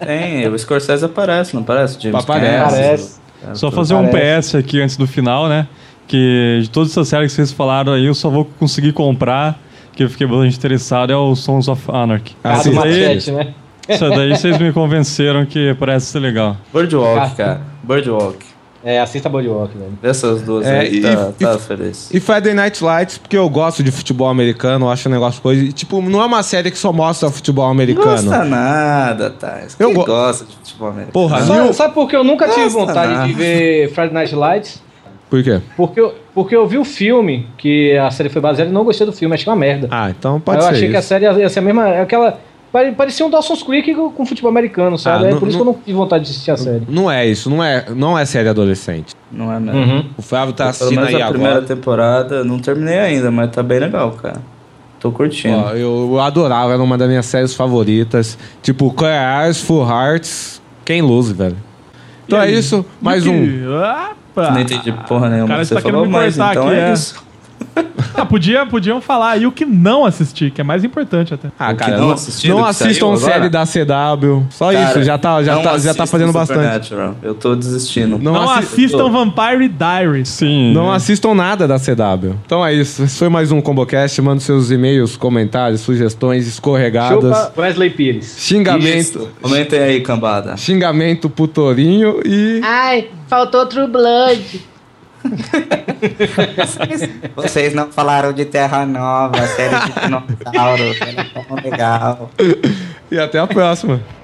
É. Tem, o Scorsese aparece, não aparece? James Cameron. É, Parece. Só fazer um PS aqui antes do final, né? Que de todas essas séries que vocês falaram aí, eu só vou conseguir comprar, que eu fiquei bastante interessado, é o Sons of Anarchy. Ah, Isso do é daí- Machete, né? Isso daí vocês me convenceram que parece ser legal. Ah. Birdwalk, cara. Birdwalk. É, assista Birdwalk, velho. Dessas duas É, aí, e- tá, e- tá feliz. E Friday Night Lights, porque eu gosto de futebol americano, eu acho um negócio coisa. E, tipo, não é uma série que só mostra futebol Não americano. gosta nada, Thais. Quem Eu go- gosta de futebol americano? é, Porra, Só- viu? Sabe por que eu nunca tive Ah, Nossa, vontade não. de ver Friday Night Lights? Por quê? Porque eu, porque eu vi o filme, que a série foi baseada, e não gostei do filme, achei uma merda. Ah, então Aí pode eu ser. achei que a isso. série ia ia ser a mesma. é Aquela. pare- Parecia um Dawson's Creek com com futebol americano, sabe? Ah, é não- por isso não- que eu não tive vontade de assistir a série. Não é isso, não é, não é série adolescente. Não é mesmo. Uhum. O Flávio tá Pelo assistindo menos aí a primeira agora. temporada, não terminei ainda, mas tá bem legal, cara. Tô curtindo. Ó, eu, eu adorava, era uma das minhas séries favoritas. Tipo, Claire Eyes, Full Hearts, quem lose, velho. Então é isso, mais um. Opa! Não entendi ah, porra nenhuma. Cara, que você você tá querendo falou, me mas cortar então aqui, é é. isso. Ah, podia, podiam falar aí o que não assistir, que é mais importante até. Ah, cara, não não, assistiram não que assistam saiu agora? série da CW. Só Cara, isso, já tá, já não tá, já tá assistam fazendo bastante. Supernatural, Eu tô desistindo. Não, Não assi- assistam Vampire Diaries. Sim. Uhum. Não assistam nada da CW. Então é isso. Esse foi mais um Combocast. Manda seus e-mails, comentários, sugestões, escorregadas, Chupa Wesley Pires. xingamento, Isso. Comentem aí, cambada. xingamento pro Torinho e. Ai, faltou True Blood. Vocês não falaram de Terra Nova, série de dinossauro. legal. E até a próxima.